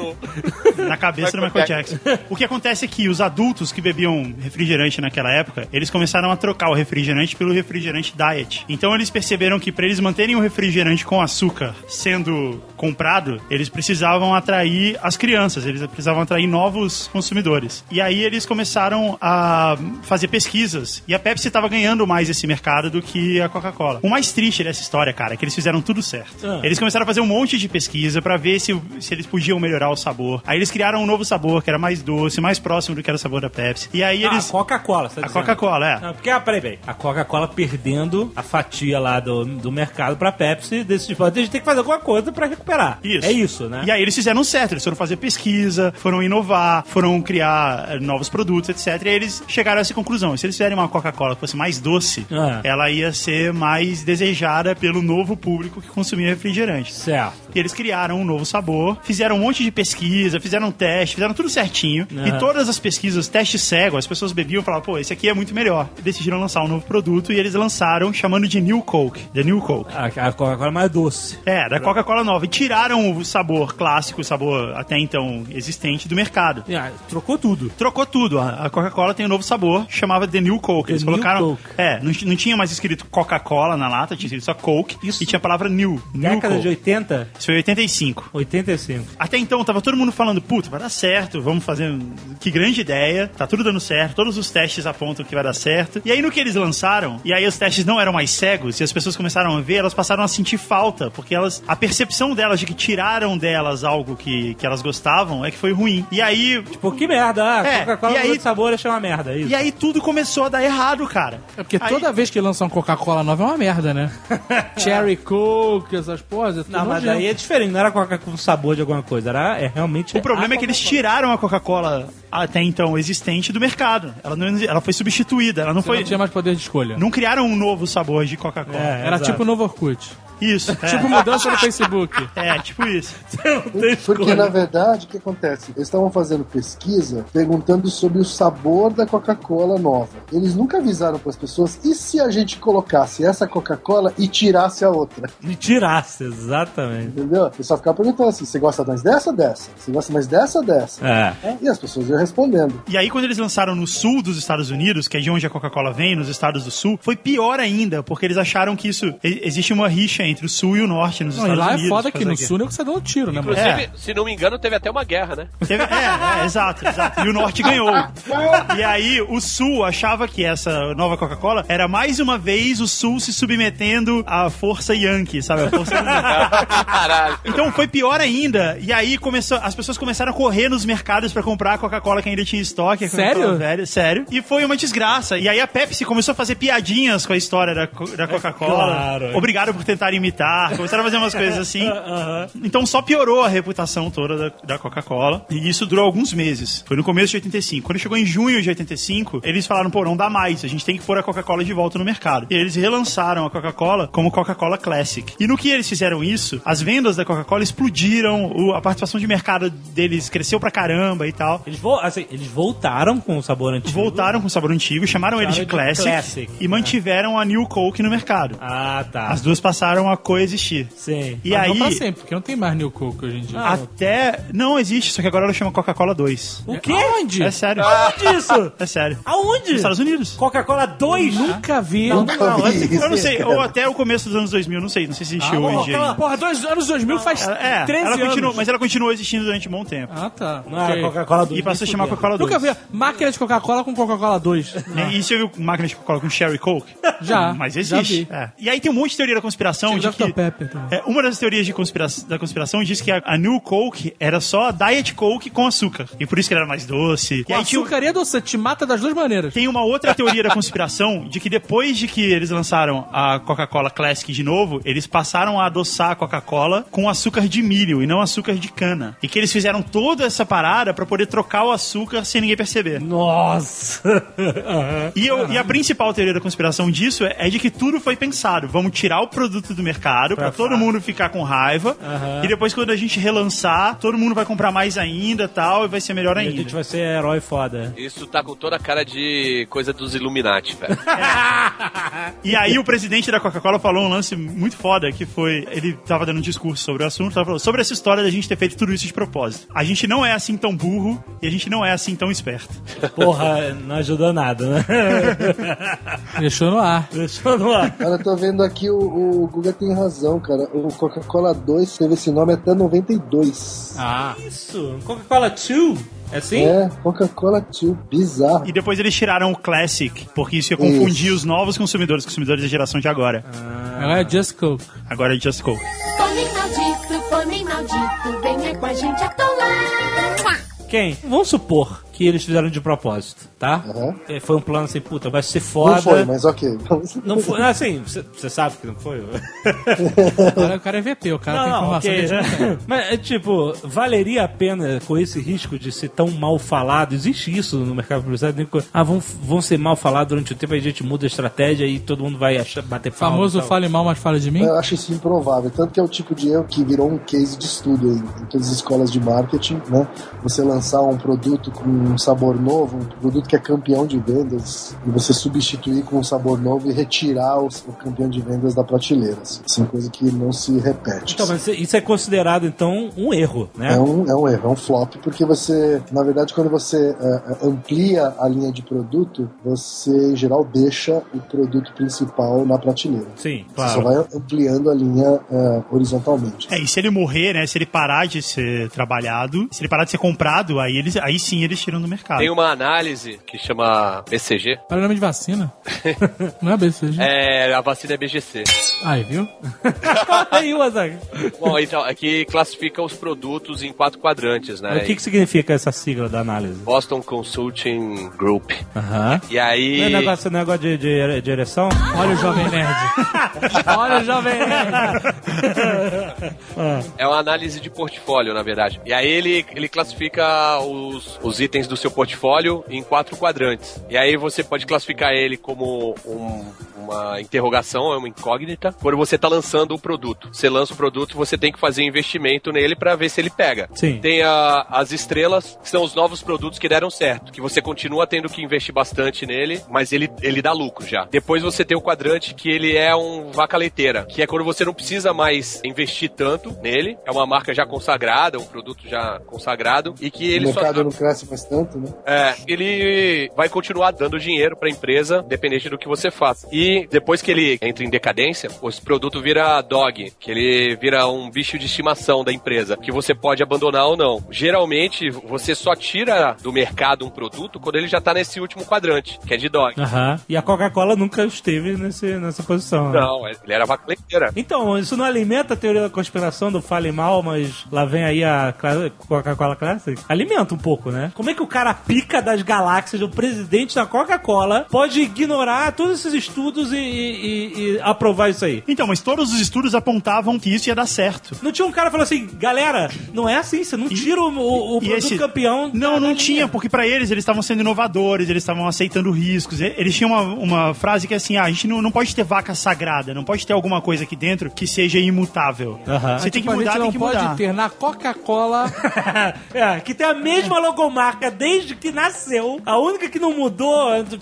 Speaker 4: no.
Speaker 3: na cabeça do Michael
Speaker 4: Michael
Speaker 3: Jackson. O que acontece é que os adultos que bebiam refrigerante naquela época, eles começaram a trocar o refrigerante pelo refrigerante diet. Então eles perceberam que para eles manterem o refrigerante com açúcar sendo comprado, eles precisavam atrair as crianças, eles precisavam atrair novos consumidores. E aí eles começaram a fazer pesquisas e a Pepsi estava ganhando mais esse mercado do que a Coca-Cola. O mais triste dessa história, cara, é que eles fizeram tudo certo.
Speaker 2: Ah.
Speaker 3: Eles começaram a fazer um monte de pesquisa pra ver se, se eles podiam melhorar o sabor. Aí eles criaram um novo sabor que era mais doce, mais próximo do que era o sabor da Pepsi. E aí
Speaker 2: Ah,
Speaker 3: eles.
Speaker 2: a Coca-Cola, você tá
Speaker 3: a
Speaker 2: dizendo?
Speaker 3: Coca-Cola, é.
Speaker 2: Não, porque, ah, peraí, peraí. A Coca-Cola perdendo a fatia lá do, do mercado pra Pepsi, desse tipo, a gente tem que fazer alguma coisa pra recuperar.
Speaker 3: Isso.
Speaker 2: É isso, né?
Speaker 3: E aí eles fizeram um certo, eles foram fazer pesquisa, foram inovar, foram criar eh, novos produtos, etc. E aí eles chegaram a essa conclusão. Se eles fizerem fizerem uma Coca-Cola que fosse mais doce,
Speaker 2: Ah.
Speaker 3: ela ia ser mais desejada pelo novo público que consumia refrigerante.
Speaker 2: Certo.
Speaker 3: E eles criaram um novo sabor, fizeram um monte de pesquisa, fizeram um teste, fizeram tudo certinho. E todas as pesquisas, teste cego, as pessoas bebiam e falavam, pô, esse aqui é muito melhor. E decidiram lançar um novo produto e eles lançaram chamando de New Coke. The New Coke.
Speaker 2: A, a Coca-Cola é mais doce.
Speaker 3: É, da Coca-Cola nova. E tiraram o sabor clássico, o sabor até então existente do mercado.
Speaker 2: Ah, trocou tudo.
Speaker 3: Trocou tudo. A a Coca-Cola tem um novo sabor, chamava The New Coke. Eles
Speaker 2: The New
Speaker 3: colocaram.
Speaker 2: Coke.
Speaker 3: É, não, ti- não tinha mais escrito Coca-Cola na lata, tinha escrito só Coke.
Speaker 2: Isso.
Speaker 3: E tinha a palavra New. New
Speaker 2: Década de
Speaker 3: Coke.
Speaker 2: 80?
Speaker 3: Isso foi em 85.
Speaker 2: 85.
Speaker 3: Até então tava todo mundo falando, puta, vai dar certo, vamos fazer. um- Que grande ideia, tá tudo dando certo, todos os testes apontam que vai dar certo. E aí no que eles lançaram, e aí os testes não eram mais cegos, e as pessoas começaram a ver, elas passaram a sentir falta, porque elas. A percepção delas de que tiraram delas algo que, que elas gostavam é que foi ruim. E aí.
Speaker 2: Pô, que merda. Ah,
Speaker 3: É,
Speaker 2: Coca-Cola
Speaker 3: e aí-
Speaker 2: mudou de sabor, achei uma merda. É Isso.
Speaker 3: E aí tudo começou a dar errado, cara.
Speaker 6: É porque
Speaker 3: Aí-
Speaker 6: toda vez que lançam Coca-Cola nova é uma merda, né? Cherry Coke, essas porras. É tudo
Speaker 2: Não, mas
Speaker 6: nojento.
Speaker 2: aí é diferente. Não era Coca com sabor de alguma coisa. Era é, realmente...
Speaker 3: O problema é que eles tiraram a Coca-Cola até então existente do mercado. Ela, não, ela foi substituída, ela não
Speaker 6: Você
Speaker 3: foi.
Speaker 6: não tinha mais poder de escolha.
Speaker 3: Não criaram um novo sabor de Coca-Cola.
Speaker 2: É,
Speaker 6: Era
Speaker 2: exato.
Speaker 6: tipo o novo Orkut.
Speaker 3: Isso. é.
Speaker 6: Tipo mudança no Facebook.
Speaker 3: É, tipo isso.
Speaker 5: Porque, na verdade, o que acontece? Eles estavam fazendo pesquisa perguntando sobre o sabor da Coca-Cola nova. Eles nunca avisaram para as pessoas e se a gente colocasse essa Coca-Cola e tirasse a outra,
Speaker 2: Me tirasse, exatamente.
Speaker 5: entendeu? Eu só ficava perguntando assim: você gosta mais dessa ou dessa? Você gosta mais dessa ou dessa?
Speaker 2: É.
Speaker 5: E as pessoas iam respondendo.
Speaker 3: E aí, quando eles lançaram no sul dos Estados Unidos, que é de onde a Coca-Cola vem, nos estados do sul, foi pior ainda, porque eles acharam que isso. e- Existe uma rixa entre o sul e o norte nos
Speaker 6: Não, e
Speaker 3: Estados
Speaker 6: lá é
Speaker 3: Unidos.
Speaker 6: foda que
Speaker 3: fazer
Speaker 6: no
Speaker 3: guerra.
Speaker 6: sul nem você dá um tiro, né, mano?
Speaker 4: Inclusive, se não me engano, teve até uma guerra, né?
Speaker 3: Teve- é, é, exato, exato. E o norte ganhou. E aí, o sul achava que essa nova Coca-Cola era mais uma vez o sul se submetendo à força Yankee, sabe? A força
Speaker 4: Caralho.
Speaker 3: Então foi pior ainda. E aí começou, as pessoas começaram a correr nos mercados pra comprar a Coca-Cola que ainda tinha estoque. a Coca-Cola
Speaker 6: Sério?
Speaker 3: Velha, sério. E foi uma desgraça. E aí a Pepsi começou a fazer piadinhas com a história da, co- da Coca-Cola.
Speaker 2: claro.
Speaker 3: Obrigado por tentar imitar. Começaram a fazer umas coisas assim. Então só piorou a reputação toda da, da Coca-Cola. E isso durou alguns meses. Foi no começo de 85. Quando chegou em junho de 85, eles falaram, pô, não dá mais. A gente tem que pôr a Coca-Cola de volta no mercado. E eles relançaram a Coca-Cola como Coca-Cola Classic. E no que eles fizeram isso, as vendas da Coca-Cola explodiram. o- a participação de mercado deles cresceu pra caramba e tal.
Speaker 2: Eles, vo- assim, eles voltaram com o sabor antigo.
Speaker 3: Voltaram com o sabor antigo, chamaram eles de
Speaker 2: de
Speaker 3: Classic,
Speaker 2: Classic,
Speaker 3: e mantiveram a New Coke no mercado.
Speaker 2: Ah, tá.
Speaker 3: As duas passaram a coexistir.
Speaker 2: Sim.
Speaker 3: E
Speaker 6: Mas
Speaker 3: aí, Ah,
Speaker 6: Não pra sempre, porque não tem mais New Coke hoje em dia.
Speaker 3: até. Não existe, só que agora ela chama Coca-Cola 2.
Speaker 2: O quê?
Speaker 6: Aonde?
Speaker 3: É sério.
Speaker 2: Aonde isso?
Speaker 3: É sério.
Speaker 2: Aonde?
Speaker 3: Nos Estados Unidos.
Speaker 2: Coca-Cola 2?
Speaker 6: Nunca vi.
Speaker 5: Nunca vi isso,
Speaker 3: Eu não sei,
Speaker 5: cara.
Speaker 3: ou até o começo dos anos 2000, não sei, não sei se existiu
Speaker 6: Ah,
Speaker 3: hoje ainda.
Speaker 6: Porra, dois anos 2000 faz
Speaker 3: Ela- É,
Speaker 6: 13
Speaker 3: ela continuou,
Speaker 6: anos.
Speaker 3: mas ela continuou existindo durante um bom tempo.
Speaker 6: Ah, tá.
Speaker 2: Não, era
Speaker 6: Ok.
Speaker 2: Coca-Cola 2.
Speaker 3: E passou a chamar Coca-Cola 2.
Speaker 6: Nunca vi máquina de Coca-Cola com Coca-Cola 2.
Speaker 3: E e você viu máquina de Coca-Cola com Sherry Coke?
Speaker 6: Já,
Speaker 3: Mas
Speaker 6: já
Speaker 3: existe.
Speaker 6: vi.
Speaker 3: É. E aí tem um monte de teoria da conspiração
Speaker 6: Tinha
Speaker 3: de
Speaker 6: Dr.
Speaker 3: que...
Speaker 6: Pepper tá também.
Speaker 3: É, uma das teorias de conspira- da conspiração diz que a, a New Coke era só a Diet Coke com açúcar. E por isso que ela era mais doce.
Speaker 6: Com
Speaker 3: e aí tinha- um
Speaker 6: açúcar e adoçante, te mata das duas maneiras.
Speaker 3: Tem uma outra teoria da conspiração de que depois de que eles lançaram a Coca-Cola Classic de novo, eles passaram a adoçar a Coca-Cola com açúcar de milho e não açúcar de cana. E que eles fizeram toda essa parada pra poder trocar o açúcar sem ninguém perceber.
Speaker 2: Nossa! Aham.
Speaker 3: E, eu- e a principal teoria da conspiração disso é, é de que tudo foi pensado. Vamos tirar o produto do mercado pra todo mundo ficar com raiva. E depois, quando a gente relançar, todo mundo vai comprar mais ainda tal, e vai ser melhor
Speaker 2: A
Speaker 3: ainda.
Speaker 2: gente vai ser herói foda.
Speaker 4: Isso tá com toda a cara de coisa dos Illuminati, velho.
Speaker 3: E aí o presidente da Coca-Cola falou um lance muito foda, que foi, ele tava dando um discurso sobre o assunto, tava falando sobre essa história da gente ter feito tudo isso de propósito. A gente não é assim tão burro e a gente não é assim tão esperto.
Speaker 2: Porra, não ajudou nada, né?
Speaker 6: Deixou no ar.
Speaker 2: Deixou no ar.
Speaker 5: Cara, eu tô vendo aqui, o, o Guga tem razão, cara. O Coca-Cola 2 teve esse nome até 92.
Speaker 6: Ah.
Speaker 2: Isso, Coca-Cola 2? É assim?
Speaker 5: É, Coca-Cola 2, bizarro.
Speaker 3: E depois eles tiraram o Classic, porque isso ia confundir os novos consumidores, os consumidores da geração de agora.
Speaker 6: Agora é Just Coke.
Speaker 3: Agora é Just Coke.
Speaker 8: Fone maldito, fone maldito, venha com a gente atolar.
Speaker 2: Quem? Vamos supor que que eles fizeram de propósito, tá?
Speaker 5: Aham.
Speaker 2: É, Foi um plano assim, puta, vai ser foda.
Speaker 5: Não foi, mas ok.
Speaker 2: Não foi, não, assim, você- você sabe que não foi?
Speaker 6: Agora o cara é VT, o cara tem informação.
Speaker 2: ok,
Speaker 6: que a gente não tem.
Speaker 2: né? Mas, é, tipo, valeria a pena com esse risco de ser tão mal falado? Existe isso no mercado publicitário? né? Ah, vão, vão ser mal falados durante o tempo, aí a gente muda a estratégia e todo mundo vai achar- bater palma. e
Speaker 6: Famoso
Speaker 2: tal.
Speaker 6: fale mal, mas fala de mim.
Speaker 5: Eu acho isso improvável, tanto que é o tipo de erro que virou um case de estudo em, em todas as escolas de marketing, né? Você lançar um produto com um sabor novo, um produto que é campeão de vendas, e você substituir com um sabor novo e retirar o, o campeão de vendas da prateleira. Assim, Isso é uma coisa que não se repete.
Speaker 2: Então, mas isso é considerado, então, um erro, né?
Speaker 5: É um, é um erro, é um flop, porque você, na verdade, quando você eh, amplia a linha de produto, você, em geral, deixa o produto principal na prateleira.
Speaker 2: Sim,
Speaker 5: Você
Speaker 2: claro.
Speaker 5: só vai ampliando a linha eh, horizontalmente.
Speaker 3: É, e se ele morrer, né? Se ele parar de ser trabalhado, se ele parar de ser comprado, aí, eles, aí sim eles tiram do
Speaker 6: Ah.
Speaker 3: mercado.
Speaker 4: Tem um uma análise que chama BCG.
Speaker 6: Programa de vacina. não é BCG.
Speaker 4: É, a vacina é BGC.
Speaker 6: Aí, viu?
Speaker 2: aí, Wazag.
Speaker 4: Bom, então, aqui classifica os produtos em quatro quadrantes, né?
Speaker 2: O que, que significa essa sigla da análise?
Speaker 4: Boston Consulting Group.
Speaker 2: Aham.
Speaker 4: E aí.
Speaker 2: Não é negócio, negócio de, de, de ereção?
Speaker 6: Olha o jovem nerd. Olha o jovem nerd.
Speaker 4: É uma análise de portfólio, na verdade. E aí ele, ele classifica os, os itens do seu portfólio em quatro quadrantes. E aí você pode classificar ele como um- uma interrogação, é uma incógnita. Quando você está lançando o produto, você lança o produto, você tem que fazer investimento nele para ver se ele pega.
Speaker 2: Sim.
Speaker 4: Tem a- as estrelas, que são os novos produtos que deram certo, que você continua tendo que investir bastante nele, mas ele, ele dá lucro já. Depois você tem o quadrante, que ele é um vaca leiteira, que é quando você não precisa mais investir tanto nele, é uma marca já consagrada, um produto já consagrado, e que ele
Speaker 5: o mercado
Speaker 4: só... tá-
Speaker 5: não cresce mais tanto, né?
Speaker 4: É, ele vai continuar dando dinheiro pra empresa, dependente do que você faça. E depois que ele entra em decadência, esse produto vira dog, que ele vira um bicho de estimação da empresa, que você pode abandonar ou não. Geralmente, você só tira do mercado um produto quando ele já tá nesse último quadrante, que é de dog.
Speaker 2: Aham. E a Coca-Cola nunca esteve nesse, nessa posição, né?
Speaker 4: Não, ele era vaca leiteira.
Speaker 2: Então, isso não alimenta a teoria da conspiração do fale mal, mas lá vem aí a cla- Coca-Cola Classic? Alimenta um pouco, né? Como é que o cara pica das galáxias, o presidente da Coca-Cola, pode ignorar todos esses estudos e, e- e- e aprovar isso aí?
Speaker 3: Então, mas todos os estudos apontavam que isso ia dar certo.
Speaker 2: Não tinha um cara falando assim, galera, não é assim, você não tira o, o, o
Speaker 3: E
Speaker 2: produto
Speaker 3: esse-
Speaker 2: campeão. é da-
Speaker 3: Não,
Speaker 2: da
Speaker 3: não
Speaker 2: linha."
Speaker 3: tinha, porque pra eles eles estavam sendo inovadores, eles estavam aceitando riscos. E- Eles tinham uma, uma frase que é assim: ah, a gente não, não pode ter vaca sagrada, não pode ter alguma coisa aqui dentro que seja imutável.
Speaker 2: Aham.
Speaker 3: Você tem que
Speaker 6: Tipo, a
Speaker 3: mudar,
Speaker 6: gente
Speaker 3: tem
Speaker 6: não
Speaker 3: que
Speaker 6: pode
Speaker 3: mudar.
Speaker 6: ter na Coca-Cola
Speaker 2: é, que tem a mesma logomarca desde que nasceu. A única que não mudou,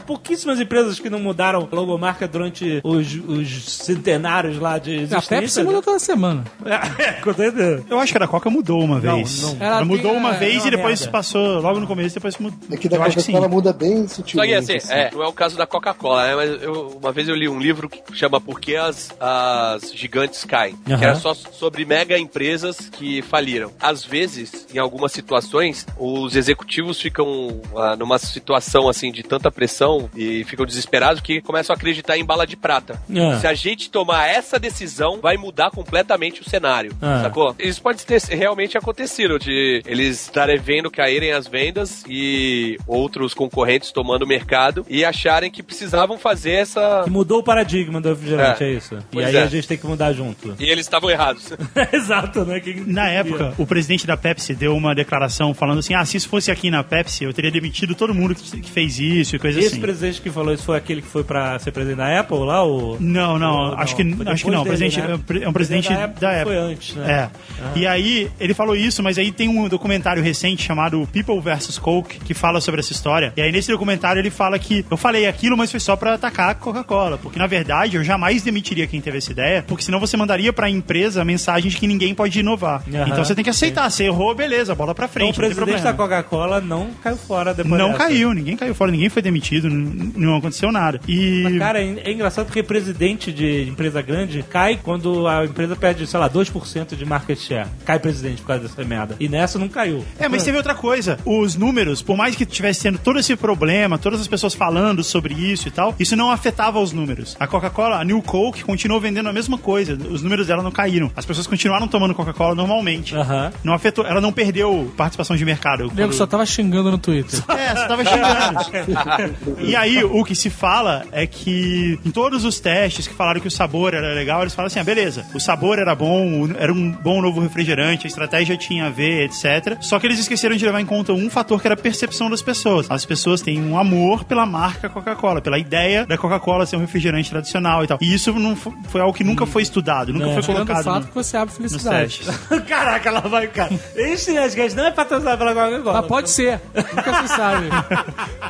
Speaker 2: pouquíssimas empresas que não mudaram logomarca durante os, os centenários lá de
Speaker 6: a
Speaker 2: existência.
Speaker 6: Pepsi muda toda semana.
Speaker 2: É, com certeza.
Speaker 3: Eu acho que a da Coca mudou uma
Speaker 2: Não,
Speaker 3: vez.
Speaker 2: não.
Speaker 6: Ela
Speaker 3: Ela mudou
Speaker 6: tem-
Speaker 3: uma
Speaker 6: é,
Speaker 3: vez
Speaker 2: é
Speaker 3: e
Speaker 2: uma
Speaker 3: depois
Speaker 2: merda.
Speaker 3: passou logo no começo, depois mudou.
Speaker 5: É que da
Speaker 3: eu acho que sim.
Speaker 5: Coca-Cola muda bem
Speaker 4: Só que
Speaker 5: sutilmente.
Speaker 4: assim,
Speaker 5: assim.
Speaker 4: é, não é o caso da Coca-Cola, né? Mas eu, uma vez eu li um livro que chama Por que as, as Gigantes Caem?
Speaker 2: Aham.
Speaker 4: Que era só sobre mega empresas que faliram. Às vezes, em algumas situações, os executivos ficam ah, numa situação assim de tanta pressão e ficam desesperados que começam a acreditar em bala de prata.
Speaker 2: Ah.
Speaker 4: Se a gente tomar essa decisão, vai mudar completamente o cenário.
Speaker 2: Ah.
Speaker 4: Sacou? Isso pode ter realmente acontecido, de eles estarem vendo caírem as vendas e outros concorrentes tomando o mercado e acharem que precisavam fazer essa.
Speaker 2: Que mudou o paradigma do refrigerante, é,
Speaker 4: É.
Speaker 2: isso.
Speaker 4: Pois
Speaker 2: e aí
Speaker 4: é.
Speaker 2: a gente tem que mudar junto.
Speaker 4: E eles estavam errados.
Speaker 2: Exato, né? Quem-
Speaker 3: Na época, o presidente da Pepsi deu uma declaração falando assim: ah, se isso fosse aqui na Pepsi, eu teria demitido todo mundo que, que fez isso e coisa
Speaker 2: Esse
Speaker 3: assim.
Speaker 2: presidente que falou isso foi aquele que foi pra ser presidente da Apple lá? O...
Speaker 3: Não, não,
Speaker 2: Não,
Speaker 3: acho
Speaker 2: não.
Speaker 3: que,
Speaker 2: Foi
Speaker 3: acho que não. O
Speaker 2: depois dele,
Speaker 3: presidente,
Speaker 2: né?
Speaker 3: é um pre- é um
Speaker 2: O presidente
Speaker 3: presidente
Speaker 2: da
Speaker 3: da
Speaker 2: época
Speaker 3: época.
Speaker 2: foi antes, né?
Speaker 3: É. E aí, ele falou isso, mas aí tem um documentário recente chamado People vs. Coke que fala sobre essa história. E aí, nesse documentário, ele fala que eu falei aquilo, mas foi só pra atacar a Coca-Cola. Porque, na verdade, eu jamais demitiria quem teve essa ideia, porque senão você mandaria pra empresa a mensagem de que ninguém pode inovar.
Speaker 2: Aham.
Speaker 3: Então você tem que aceitar. Você errou, beleza, bola pra
Speaker 2: Então,
Speaker 3: frente.
Speaker 2: o
Speaker 3: não tem
Speaker 2: presidente da
Speaker 3: problema.
Speaker 2: Coca-Cola não caiu fora depois
Speaker 3: Não
Speaker 2: dessa.
Speaker 3: caiu, ninguém caiu fora, ninguém foi demitido, n- não aconteceu nada. E.
Speaker 2: Mas, cara, é é engraçado porque presidente de empresa grande cai quando a empresa perde, sei lá, 2% de market share. Cai presidente por causa dessa merda. E nessa não caiu.
Speaker 3: É, mas teve outra coisa. Os números, por mais que tivesse tendo todo esse problema, todas as pessoas falando sobre isso e tal, isso não afetava os números. A Coca-Cola, a New Coke, continuou vendendo a mesma coisa. Os números dela não caíram. As pessoas continuaram tomando Coca-Cola normalmente.
Speaker 2: Aham.
Speaker 3: Não afetou, ela não perdeu participação de mercado.
Speaker 6: O nego
Speaker 3: Quando-
Speaker 6: só tava xingando no Twitter.
Speaker 3: É, você tava xingando. e aí, o que se fala é que em todos os testes que falaram que o sabor era legal, eles falam assim: ah, beleza, o sabor era bom, o- era um bom novo refrigerante, a estratégia tinha a ver, etc. Só que eles esqueceram de levar em conta um fator que era a percepção das pessoas. As pessoas têm um amor pela marca Coca-Cola, pela ideia da Coca-Cola ser um refrigerante tradicional e tal. E isso não fo- foi, algo que
Speaker 2: Hum.
Speaker 3: nunca foi estudado,
Speaker 2: É.
Speaker 3: nunca foi
Speaker 6: Tirando o
Speaker 3: colocado
Speaker 6: fato
Speaker 3: no-
Speaker 6: que você abre
Speaker 3: nos
Speaker 6: felicidade.
Speaker 3: testes.
Speaker 2: Caraca, lá vai o cara. Esse Nerdcast não é patrocinado pela Coca-Cola.
Speaker 6: Mas pode ser. Nunca se sabe.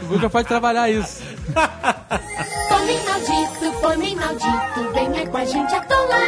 Speaker 6: Nunca pode trabalhar isso.
Speaker 8: Fome maldito, fome maldito, venha com a gente atolar.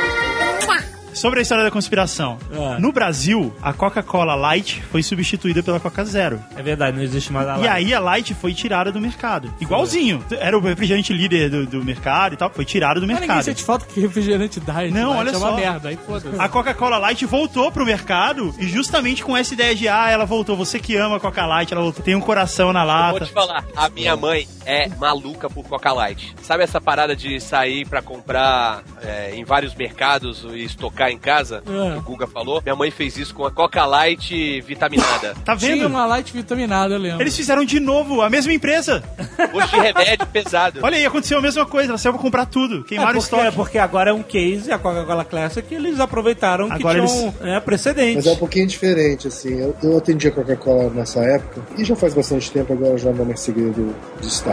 Speaker 3: Sobre a história da conspiração.
Speaker 2: Ah.
Speaker 3: No Brasil, a Coca-Cola Light foi substituída pela Coca Zero.
Speaker 2: É verdade, não existe
Speaker 6: Ah,
Speaker 2: mais a
Speaker 3: E
Speaker 2: Light.
Speaker 3: aí a Light foi tirada do mercado. Igualzinho. Era o refrigerante líder do, do mercado e tal. Foi tirado do
Speaker 6: Mas ninguém
Speaker 3: mercado.
Speaker 6: sente falta que refrigerante diet.
Speaker 3: Não,
Speaker 6: Light
Speaker 3: olha
Speaker 6: é
Speaker 3: só. Tá
Speaker 6: uma merda. Aí foda-se.
Speaker 3: A Coca-Cola Light voltou pro mercado e justamente com essa ideia de ah, ela voltou, você que ama a Coca Light, ela voltou, tem um coração na
Speaker 4: Eu vou
Speaker 3: lata.
Speaker 4: te falar, a minha mãe é maluca por Coca Light. Sabe essa parada de sair pra comprar é, em vários mercados e estocar em casa? Que o Guga falou. Minha mãe fez isso com a Coca Light vitaminada.
Speaker 3: Tá
Speaker 6: Tinha
Speaker 3: vendo?
Speaker 6: uma light vitaminada, eu lembro.
Speaker 3: Eles fizeram de novo a mesma empresa.
Speaker 4: Gosto de remédio pesado.
Speaker 3: Olha aí, aconteceu a mesma coisa. Ela saiu pra comprar tudo.
Speaker 2: É
Speaker 3: Queimaram o
Speaker 2: porque, é
Speaker 3: estoque.
Speaker 2: porque agora é um case, a Coca-Cola Classic, que eles aproveitaram que
Speaker 3: Agora
Speaker 2: tinham
Speaker 3: eles-
Speaker 2: né, precedentes.
Speaker 5: Mas é um pouquinho diferente, assim. Eu, eu atendi a Coca-Cola nessa época, e já faz bastante tempo, agora já não é mais segredo de Estado.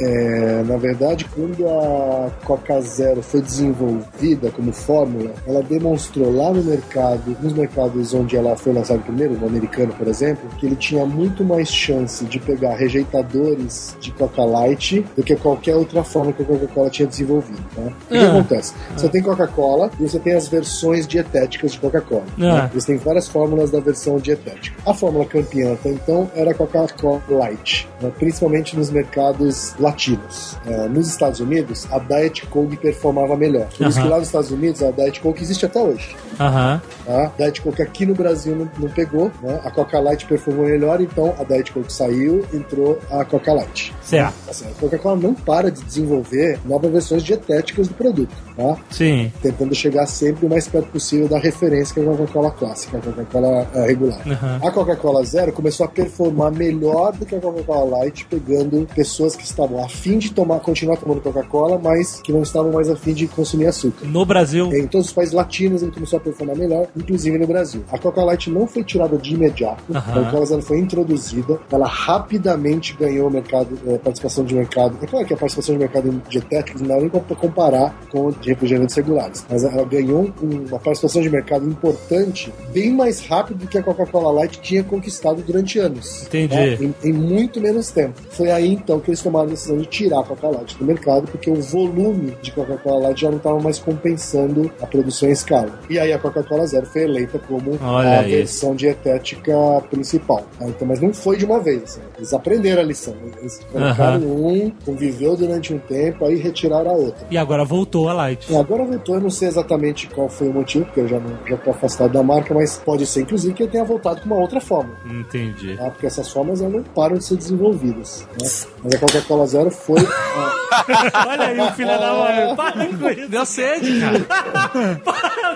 Speaker 5: É, na verdade, quando a Coca Zero foi desenvolvida como fórmula, ela demonstrou lá no mercado, nos mercados onde ela foi lançada primeiro, no americano, por exemplo, que ele tinha muito mais chance de pegar rejeitadores de Coca Light do que qualquer outra forma que a Coca-Cola tinha desenvolvido. Né? O que
Speaker 2: Ah.
Speaker 5: acontece? Você tem Coca-Cola e você tem as versões dietéticas de Coca-Cola.
Speaker 2: Ah.
Speaker 5: né? Eles têm várias fórmulas da versão dietética. A fórmula campeã até então era a Coca-Cola Light, né? principalmente nos mercados latinos. É, nos Estados Unidos, a Diet Coke performava melhor. Por isso que
Speaker 2: Aham.
Speaker 5: lá nos Estados Unidos, a Diet Coke existe até hoje.
Speaker 2: Aham.
Speaker 5: Tá? A Diet Coke aqui no Brasil não, não pegou. né? A Coca Light performou melhor, então a Diet Coke saiu, entrou a Coca Light.
Speaker 2: Certo.
Speaker 5: Assim, a Coca-Cola não para de desenvolver novas versões dietéticas do produto. Tá?
Speaker 2: Sim.
Speaker 5: tentando chegar sempre o mais perto possível da referência que é a Coca-Cola clássica, a Coca-Cola eh, regular.
Speaker 2: Aham.
Speaker 5: A Coca-Cola Zero começou a performar melhor do que a Coca-Cola Light, pegando pessoas que estavam afim de tomar, continuar tomando Coca-Cola, mas que não estavam mais afim de consumir açúcar.
Speaker 2: No Brasil.
Speaker 5: Em todos os países latinos ele começou a performar melhor, inclusive no Brasil. A Coca Light não foi tirada de imediato, a
Speaker 2: Aham.
Speaker 5: Coca Zero foi introduzida, ela rapidamente ganhou o mercado, eh, participação de mercado. É claro que a participação de mercado em dietéticos não dá nem para comparar com de refrigerantes regulares, mas ela ganhou um- uma participação de mercado importante, bem mais rápido do que a Coca-Cola Light tinha conquistado durante anos.
Speaker 2: Entendi.
Speaker 5: Né? Em, em muito menos tempo. Foi aí então que eles tomaram a decisão de tirar a Coca-Cola Light do mercado, porque o volume de Coca-Cola Light já não estava mais compensando a produção em escala. E aí a Coca-Cola Zero foi eleita como
Speaker 2: Olha
Speaker 5: a
Speaker 2: aí.
Speaker 5: versão dietética principal. tá? Então, mas não foi de uma vez. assim. Eles aprenderam a lição. Eles colocaram um, conviveu durante um tempo, aí retiraram a outra.
Speaker 2: E agora voltou a Light.
Speaker 5: E É, agora voltou, eu não sei exatamente qual foi o motivo, porque eu já, não, já tô afastado da marca, mas pode ser, inclusive, que ele tenha voltado com uma outra forma
Speaker 2: Entendi.
Speaker 5: tá? Porque essas formas elas não param de ser desenvolvidas. né? Mas a Coca-Cola Zero foi. ah,
Speaker 2: Olha aí o filho da mãe. Para com isso.
Speaker 6: Deu sede, cara.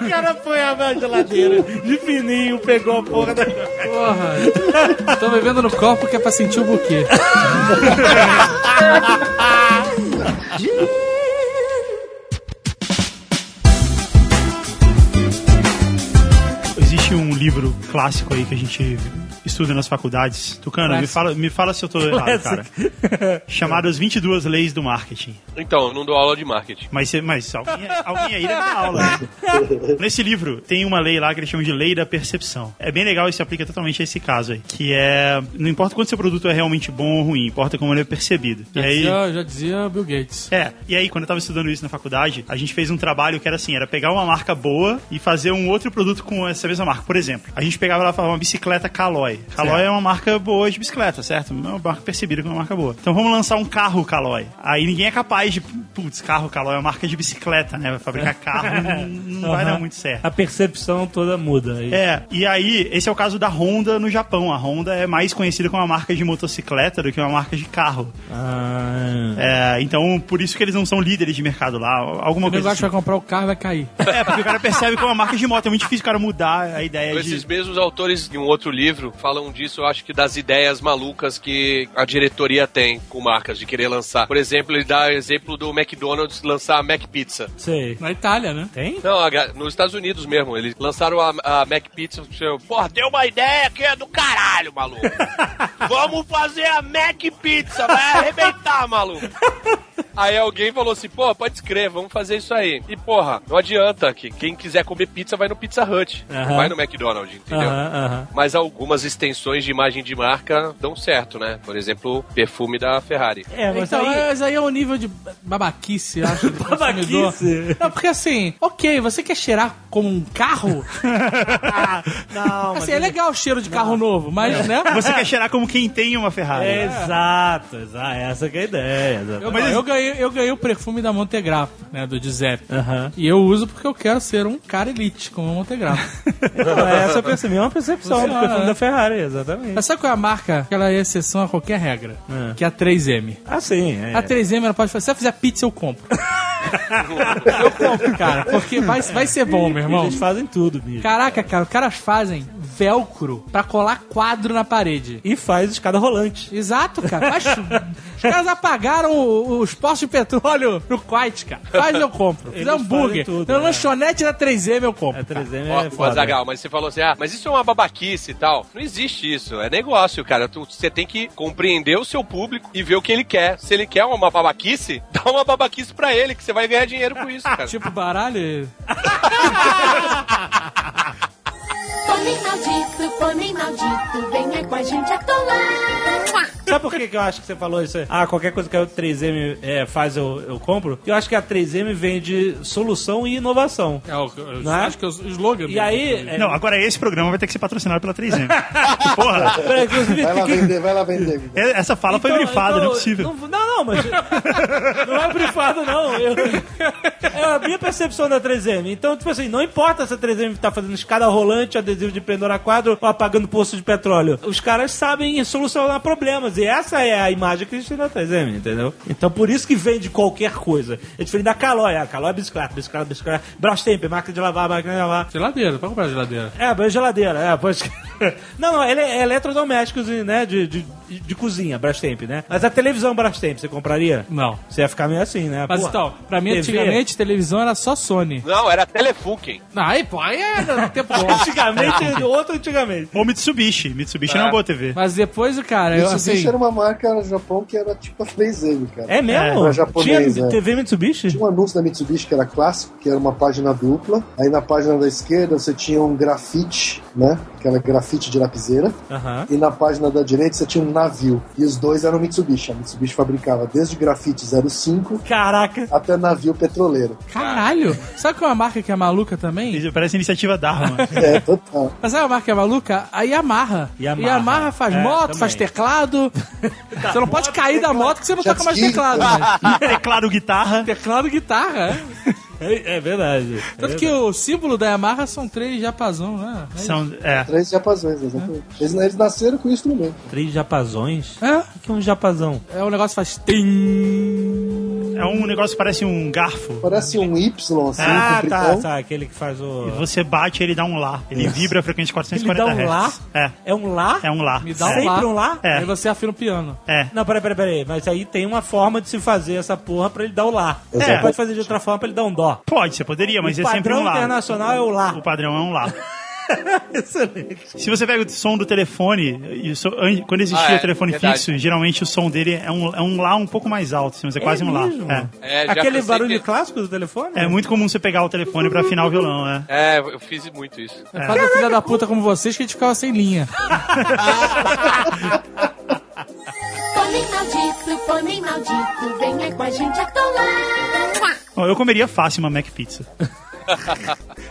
Speaker 2: O cara foi a geladeira de fininho, pegou a porra da.
Speaker 6: Porra. Tô bebendo no copo que é pra sentir o buquê.
Speaker 3: Existe um livro clássico aí que a gente estuda nas faculdades. Tucano, me
Speaker 6: Clássico.
Speaker 3: fala, me fala se eu tô errado, cara.
Speaker 2: Clássico.
Speaker 3: Chamado As 22 Leis do Marketing.
Speaker 4: Então, eu não dou aula de marketing.
Speaker 3: Mas, você- mas alguém, alguém aí deve dar aula. né? Nesse livro tem uma lei lá que eles chamam de lei da percepção. É bem legal e se aplica totalmente a esse caso aí. Que é. Não importa quanto seu produto é realmente bom ou ruim, importa como ele é percebido. E
Speaker 6: Já
Speaker 3: aí.
Speaker 6: dizia, já dizia Bill Gates.
Speaker 3: É, e aí quando eu tava estudando isso na faculdade, a gente fez um trabalho que era assim, era pegar uma marca boa e fazer um outro produto com essa mesma marca. Por exemplo, a gente pegava lá e falava uma bicicleta Caloi. Caloi é uma marca boa de bicicleta, certo? Uma marca percebida como uma marca boa. Então vamos lançar um carro Caloi. Aí ninguém é capaz de, putz, carro Caloi é uma marca de bicicleta, né? Vai fabricar carro, não, não vai dar
Speaker 2: Aham.
Speaker 3: muito certo.
Speaker 2: A percepção toda muda. aí.
Speaker 3: É, e aí, esse é o caso da Honda no Japão. A Honda é mais conhecida como uma marca de motocicleta do que uma marca de carro.
Speaker 2: Ah.
Speaker 3: É, então, por isso que eles não são líderes de mercado lá. Alguma coisa
Speaker 6: O negócio
Speaker 3: assim.
Speaker 6: vai comprar o carro e vai cair.
Speaker 3: É, porque o cara percebe que é uma marca de moto. É muito difícil o cara mudar a a ideia
Speaker 4: Esses
Speaker 3: de.
Speaker 4: mesmos autores de um outro livro falam disso, eu acho que das ideias malucas que a diretoria tem com marcas de querer lançar. Por exemplo, ele dá o exemplo do McDonald's lançar a Mac Pizza.
Speaker 2: Sei.
Speaker 6: Na Itália, né?
Speaker 2: Tem?
Speaker 4: Não, a ga- nos Estados Unidos mesmo, eles lançaram a, a Mac Pizza. tipo, Porra, deu uma ideia que é do caralho, maluco. Vamos fazer a Mac Pizza, vai arrebentar, maluco. Aí alguém falou assim, pô, pode escrever, vamos fazer isso aí. E porra, não adianta que quem quiser comer pizza vai no Pizza Hut,
Speaker 2: Aham.
Speaker 4: não vai no McDonald's, entendeu?
Speaker 2: Aham, aham.
Speaker 4: Mas algumas extensões de imagem de marca dão certo, né? Por exemplo, o perfume da Ferrari.
Speaker 2: É, mas
Speaker 6: então,
Speaker 2: aí...
Speaker 6: mas aí é um nível de babaquice, eu acho. do
Speaker 2: Babaquice.
Speaker 6: consumidor. Não, porque assim, ok, você quer cheirar como um carro?
Speaker 2: Ah, não, mas...
Speaker 6: assim, é legal o cheiro de carro novo, mas, né?
Speaker 3: Você quer cheirar como quem tem uma Ferrari.
Speaker 2: É, Exato, exato. Essa que é a ideia. exato.
Speaker 6: Eu, eu ganhei, eu ganhei o perfume da Montegrappo, né, do Giuseppe.
Speaker 2: Aham.
Speaker 6: E eu uso porque eu quero ser um cara elite, como a Montegrappo.
Speaker 2: Não, essa eu percebi, é uma percepção do
Speaker 6: Funciona,
Speaker 2: perfume
Speaker 6: né?
Speaker 2: da Ferrari, exatamente.
Speaker 6: Mas sabe qual é a marca? Que ela é exceção a qualquer regra.
Speaker 2: É.
Speaker 6: Que é a 3M.
Speaker 2: Ah, sim. É.
Speaker 6: A 3M ela pode fazer, se ela fizer pizza, eu compro. eu compro, cara, porque vai, vai ser bom, meu irmão.
Speaker 2: Eles fazem tudo, bicho.
Speaker 6: Caraca, cara, os caras fazem velcro pra colar quadro na parede.
Speaker 2: E faz escada rolante.
Speaker 6: Exato, cara. Mas os caras apagaram o- os postos de petróleo no Kuwait, cara. Faz eu compro. Fiz
Speaker 2: Eles fazem
Speaker 6: hambúrguer.
Speaker 2: tudo,
Speaker 6: na
Speaker 2: né?
Speaker 6: lanchonete da 3M eu compro.
Speaker 2: A 3M
Speaker 4: Ó,
Speaker 2: é
Speaker 4: Ô,
Speaker 2: foda.
Speaker 4: Azagal, mas você falou assim, ah, mas isso é uma babaquice e tal. Não existe isso, é negócio, cara. Tu- Você tem que compreender o seu público e ver o que ele quer. Se ele quer uma babaquice, dá uma babaquice pra ele, que você vai ganhar dinheiro com isso, cara.
Speaker 6: Tipo baralho.
Speaker 8: Pomem maldito, pomem maldito, venha com a gente atolar.
Speaker 2: Sabe por que, que eu acho que você falou isso aí? Ah, qualquer coisa que a 3M é, faz eu, eu compro? Eu acho que a 3M vende solução e inovação.
Speaker 6: É, o- eu
Speaker 2: Né?
Speaker 6: acho que é o slogan.
Speaker 2: E
Speaker 6: mesmo.
Speaker 2: aí... é,
Speaker 3: Não, agora esse programa vai ter que ser patrocinado pela 3M. Porra,
Speaker 2: peraí, inclusive,
Speaker 5: Vai lá
Speaker 2: fiquei-
Speaker 5: vender, vai lá vender. Gugu.
Speaker 3: é- essa fala foi
Speaker 2: Então,
Speaker 3: brifada,
Speaker 2: então,
Speaker 3: não é possível.
Speaker 2: Não, não, não, mas. não é brifado, não. Eu, é a minha percepção da 3M. Então, tipo assim, não importa se a 3M tá fazendo escada rolante, adesivo de pendurar quadro ou apagando poço de petróleo. Os caras sabem solucionar problemas. E essa é a imagem que a gente tem da 3M, entendeu? Então, por isso que vende qualquer coisa. É diferente da Calói. A Calói é bicicleta, bicicleta, bicicleta. Brastemp, máquina de lavar, máquina de lavar.
Speaker 6: Geladeira, pra comprar geladeira.
Speaker 2: É, mas geladeira, é, pois. Não, não, ele é eletrodomésticos, né? De, de, de cozinha, Brastemp, né? Mas a televisão Brastemp, você compraria?
Speaker 6: Não.
Speaker 2: Você ia ficar meio assim, né?
Speaker 6: Mas
Speaker 2: Porra,
Speaker 6: então, pra mim
Speaker 2: TV?
Speaker 6: antigamente televisão era só Sony.
Speaker 4: Não, era Telefunken.
Speaker 6: Não, aí, pô, aí
Speaker 2: é,
Speaker 6: era tempo bom.
Speaker 2: Antigamente, é outro antigamente.
Speaker 3: Ou Mitsubishi. Mitsubishi não é uma boa TV.
Speaker 6: Mas depois o
Speaker 2: É,
Speaker 6: cara, eu
Speaker 5: Mitsubishi
Speaker 6: assim.
Speaker 5: era uma marca no Japão que era tipo a 3M, cara.
Speaker 2: É mesmo?
Speaker 5: É, japonês,
Speaker 2: Tinha
Speaker 5: é.
Speaker 2: TV Mitsubishi?
Speaker 5: Tinha um anúncio da Mitsubishi que era clássico, que era uma página dupla. Aí na página da esquerda você tinha um grafite, né? Aquela grafite de lapiseira.
Speaker 2: Aham.
Speaker 5: E na página da direita você tinha um navio. E os dois eram Mitsubishi. A Mitsubishi fabricava desde grafite 05
Speaker 2: Caraca.
Speaker 5: até navio petroleiro.
Speaker 6: Caralho! Sabe qual é uma marca que é maluca também?
Speaker 3: Isso Parece iniciativa Dharma.
Speaker 5: É, total.
Speaker 6: Mas sabe uma marca que é maluca? A Yamaha.
Speaker 2: Yamaha.
Speaker 6: faz
Speaker 2: É,
Speaker 6: moto,
Speaker 2: também. Tá,
Speaker 6: faz teclado. você não pode cair da moto que você não
Speaker 5: Jet
Speaker 6: toca mais
Speaker 5: ski.
Speaker 6: teclado. né?
Speaker 3: Teclado guitarra.
Speaker 6: teclado e guitarra, é.
Speaker 2: É, é verdade.
Speaker 6: Tanto que o símbolo da Yamaha são três japazão, né?
Speaker 3: São, é.
Speaker 5: Três japazões, exatamente. Eles, eles nasceram com o instrumento.
Speaker 2: Três japazões?
Speaker 6: É,
Speaker 2: O que é um japazão?
Speaker 6: é um negócio que faz tim.
Speaker 3: é um negócio que parece um garfo.
Speaker 5: Parece um Y, assim,
Speaker 2: Ah, tá,
Speaker 5: compridão.
Speaker 2: tá. Aquele que faz o.
Speaker 3: E você bate ele dá um lá. Ele vibra a frequência de
Speaker 2: Ele
Speaker 3: 440
Speaker 2: dá um lá?
Speaker 3: Hz. É.
Speaker 2: É um lá?
Speaker 3: É um lá.
Speaker 6: Me dá um
Speaker 3: é.
Speaker 2: Sempre
Speaker 6: lá.
Speaker 2: um lá?
Speaker 3: É.
Speaker 6: Aí você afina o piano.
Speaker 3: É.
Speaker 2: Não, peraí, peraí, peraí. Mas aí tem uma forma de se fazer essa porra pra ele dar o lá.
Speaker 5: É.
Speaker 2: Você pode fazer de outra forma pra ele dar um dó.
Speaker 3: Pode, você poderia, mas
Speaker 2: o
Speaker 3: é sempre
Speaker 2: padrão
Speaker 3: um lá.
Speaker 2: internacional é o lá.
Speaker 3: O padrão é um lá.
Speaker 2: Excelente.
Speaker 3: Se você pega o som do telefone, e o som- an- quando existia
Speaker 4: Ah, é,
Speaker 3: o telefone
Speaker 4: verdade.
Speaker 3: fixo, geralmente o som dele é um, é um lá um pouco mais alto, assim, mas é, quase um lá.
Speaker 2: mesmo?
Speaker 3: É.
Speaker 4: É, já
Speaker 2: Aquele
Speaker 4: pensei
Speaker 2: barulho
Speaker 4: que-
Speaker 2: clássico do telefone?
Speaker 3: É muito comum você pegar o telefone pra afinar o violão, é.
Speaker 4: É, eu fiz muito isso.
Speaker 6: É quase filha da puta como vocês que a gente ficava sem linha.
Speaker 8: Pomem maldito, pomem maldito, venha com a gente atolar.
Speaker 3: Bom, eu comeria fácil uma Mac Pizza.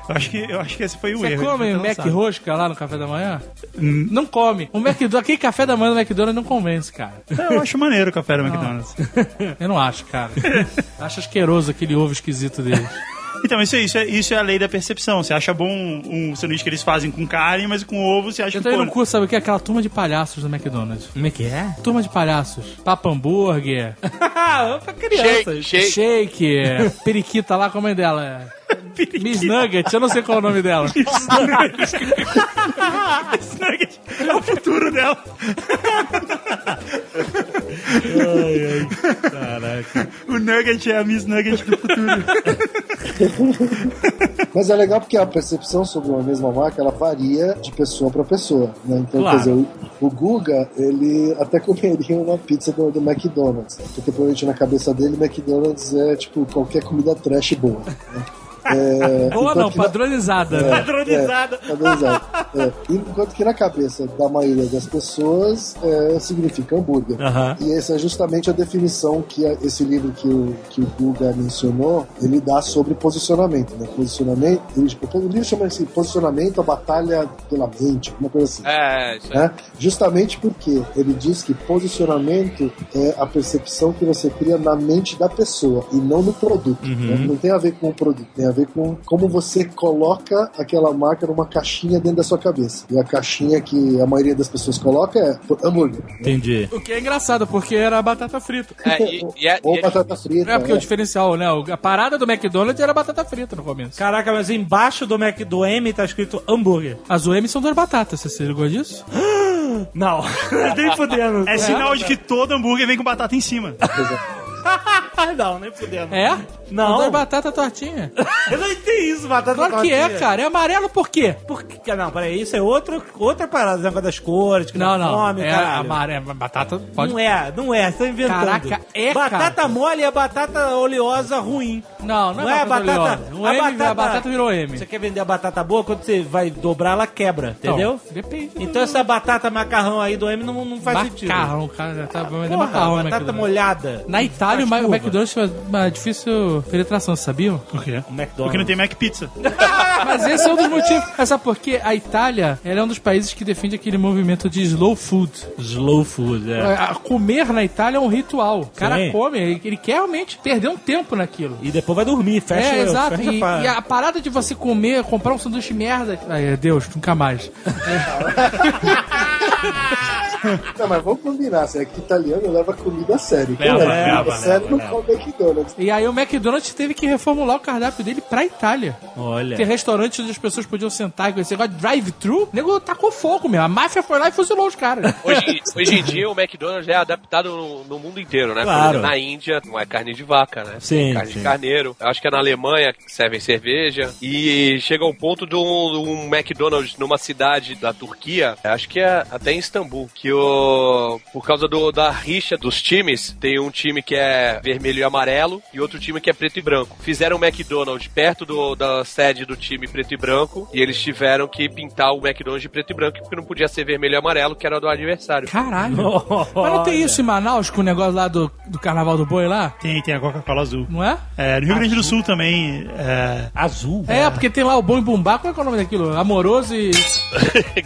Speaker 3: eu, acho que, eu acho que esse foi o
Speaker 6: Você
Speaker 3: erro.
Speaker 6: come
Speaker 3: ele não Hum.
Speaker 6: Mac
Speaker 3: sabe.
Speaker 6: rosca lá no café da manhã? Não come. O McDonald's, aquele café da manhã do McDonald's não convence, cara.
Speaker 3: Eu acho maneiro o café do McDonald's.
Speaker 6: Eu não acho, cara. acho asqueroso aquele ovo esquisito deles.
Speaker 3: Então, isso é, isso, é, isso é a lei da percepção. Você acha bom um sanduíche que eles fazem com carne, mas com ovo você acha
Speaker 6: Eu
Speaker 3: que
Speaker 6: também
Speaker 3: pô,
Speaker 6: não curto, sabe o que? Aquela turma de palhaços do McDonald's.
Speaker 2: Como é que é?
Speaker 6: Turma de palhaços. Papa hambúrguer,
Speaker 2: pra crianças.
Speaker 4: Shake, shake.
Speaker 6: shake, periquita lá, como é dela?
Speaker 3: Periquita.
Speaker 6: Miss Nugget, eu não sei qual é o nome dela.
Speaker 3: Miss Nugget. Miss Nugget é o futuro dela. O Nugget é a Miss Nugget do futuro.
Speaker 5: Mas é legal porque a percepção sobre uma mesma marca ela varia de pessoa pra pessoa. Né? Então,
Speaker 2: Claro.
Speaker 5: quer dizer, o, o Guga, ele até comeria uma pizza do, do McDonald's. né? Porque provavelmente na cabeça dele, McDonald's é tipo qualquer comida trash boa. né? É,
Speaker 6: Boa
Speaker 5: enquanto
Speaker 6: não,
Speaker 5: que na-
Speaker 6: padronizada. né?
Speaker 3: É.
Speaker 2: Padronizada.
Speaker 5: Padronizado. É. Enquanto que na cabeça da maioria das pessoas é, significa hambúrguer.
Speaker 2: Aham.
Speaker 5: E essa é justamente a definição que a- esse livro que o, que o Guga mencionou, ele dá sobre posicionamento. Né? Posicionamento, ele, o livro chama assim, posicionamento, a batalha pela mente, uma coisa assim.
Speaker 4: É, isso aí.
Speaker 5: né? Justamente porque ele diz que posicionamento é a percepção que você cria na mente da pessoa e não no produto. né? Não tem a ver com o produto, tem a ver com como você coloca aquela marca numa caixinha dentro da sua cabeça. E a caixinha que a maioria das pessoas coloca é hambúrguer. né?
Speaker 2: Entendi.
Speaker 6: O que é engraçado, porque era batata frita.
Speaker 4: É, e, e é-
Speaker 5: Ou
Speaker 4: e é-
Speaker 5: batata frita.
Speaker 6: É porque
Speaker 5: né?
Speaker 6: o diferencial, né? o- A parada do McDonald's era batata frita no começo.
Speaker 2: Caraca, mas embaixo do Mac do M tá escrito hambúrguer.
Speaker 6: As OM são duas batatas, você ligou disso?
Speaker 2: Não, nem fudendo.
Speaker 3: É sinal de que todo hambúrguer vem com batata em cima.
Speaker 6: Ah,
Speaker 2: não, nem fudendo.
Speaker 6: É?
Speaker 2: Não.
Speaker 6: São duas batatas tortinhas.
Speaker 2: Eu não entendi isso, batata
Speaker 6: Claro que é,
Speaker 2: tortinha.
Speaker 6: cara. É amarelo por quê?
Speaker 2: Por que, não, peraí, isso é outro, outra parada, esse negócio das cores, que
Speaker 6: Não, não.
Speaker 2: Nome,
Speaker 6: é
Speaker 2: caralho.
Speaker 6: amarelo. Batata pode.
Speaker 2: Não é, não é, você tá inventando.
Speaker 6: Caraca, é,
Speaker 2: Batata
Speaker 6: cara.
Speaker 2: mole é batata oleosa ruim.
Speaker 6: Não, não, é batata. oleosa. O
Speaker 2: a
Speaker 6: M,
Speaker 2: batata-
Speaker 6: a batata virou M.
Speaker 2: Você quer vender a batata boa, quando você vai dobrar, ela quebra,
Speaker 6: Então,
Speaker 2: entendeu?
Speaker 6: Depende. do-
Speaker 2: Então essa batata macarrão aí do M não, não faz sentido.
Speaker 6: Macarrão, cara. já Tá,
Speaker 2: Porra,
Speaker 6: vendendo macarrão, né,
Speaker 2: batata
Speaker 6: McDonald's?
Speaker 2: molhada.
Speaker 6: Na Itália, o Ma-
Speaker 2: Faz
Speaker 6: o
Speaker 2: curva.
Speaker 6: McDonald's tinha uma difícil penetração, sabiam?
Speaker 3: Por quê?
Speaker 2: O McDonald's.
Speaker 3: Porque não tem Mac Pizza.
Speaker 6: Mas esse é um dos motivos. Mas sabe por quê? A Itália ela é um dos países que defende aquele movimento de slow food.
Speaker 2: Slow food, é.
Speaker 6: A- a- Comer na Itália é um ritual. O cara
Speaker 2: Sim.
Speaker 6: come, ele, ele quer realmente perder um tempo naquilo.
Speaker 2: É. E depois vai dormir, fecha
Speaker 6: é, exato.
Speaker 2: fecha
Speaker 6: E,
Speaker 2: pa-
Speaker 6: e a parada de você comer, comprar um sanduíche merda. Ai, Deus, nunca mais.
Speaker 5: Não, mas vamos combinar, assim, é que italiano leva comida a sério. Quem
Speaker 3: Leva,
Speaker 5: leva
Speaker 3: leva,
Speaker 5: comida a
Speaker 3: leva,
Speaker 5: sério não come McDonald's.
Speaker 6: E aí o McDonald's teve que reformular o cardápio dele pra Itália.
Speaker 2: Olha.
Speaker 6: Tem restaurantes onde as pessoas podiam sentar com esse negócio de drive-thru. O nego tacou fogo mesmo. A máfia foi lá e fuzilou os caras.
Speaker 4: Hoje, hoje em dia o McDonald's é adaptado no, no mundo inteiro, né?
Speaker 2: Claro.
Speaker 4: Na Índia não é carne de vaca, né?
Speaker 2: Sim,
Speaker 4: carne
Speaker 2: sim.
Speaker 4: de carneiro. Eu acho que é na Alemanha que servem cerveja. E chega ao ponto de um, de um McDonald's numa cidade da Turquia, eu acho que é até em Istambul, que o, por causa do, da rixa dos times, tem um time que é vermelho e amarelo e outro time que é preto e branco. Fizeram um McDonald's perto do- da sede do time preto e branco e eles tiveram que pintar o McDonald's de preto e branco porque não podia ser vermelho e amarelo, que era do aniversário.
Speaker 6: Caralho. Mas não tem isso em Manaus com o negócio lá do, do Carnaval do Boi lá?
Speaker 3: Tem, tem a Coca-Cola azul.
Speaker 6: Não é?
Speaker 3: É, no Rio Grande do Sul também. É,
Speaker 2: Azul.
Speaker 6: É, porque tem lá o Boi Bumbá. Como é que é o nome daquilo? Amoroso e,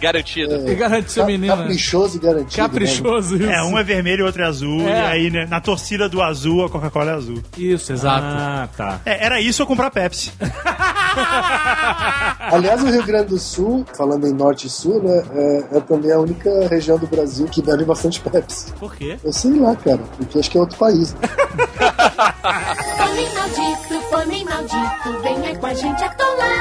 Speaker 4: Garantido.
Speaker 6: e garante seu
Speaker 5: Ca-
Speaker 6: menino. né?
Speaker 5: Caprichoso e garantido. né?
Speaker 6: Caprichoso. Isso,
Speaker 3: é, um é vermelho, outro é azul.
Speaker 6: É.
Speaker 3: E aí, né, na torcida do azul, a Coca-Cola é azul.
Speaker 6: Isso, exato.
Speaker 2: Ah, tá.
Speaker 3: É, era isso ou comprar Pepsi.
Speaker 5: Aliás, o Rio Grande do Sul, falando em Norte e Sul, né, é, é também a única região do Brasil que bebe bastante Pepsi.
Speaker 2: Por quê?
Speaker 5: Eu sei lá, cara, porque acho que é outro país.
Speaker 8: Fome maldito, fome maldito, venha com a gente atolar.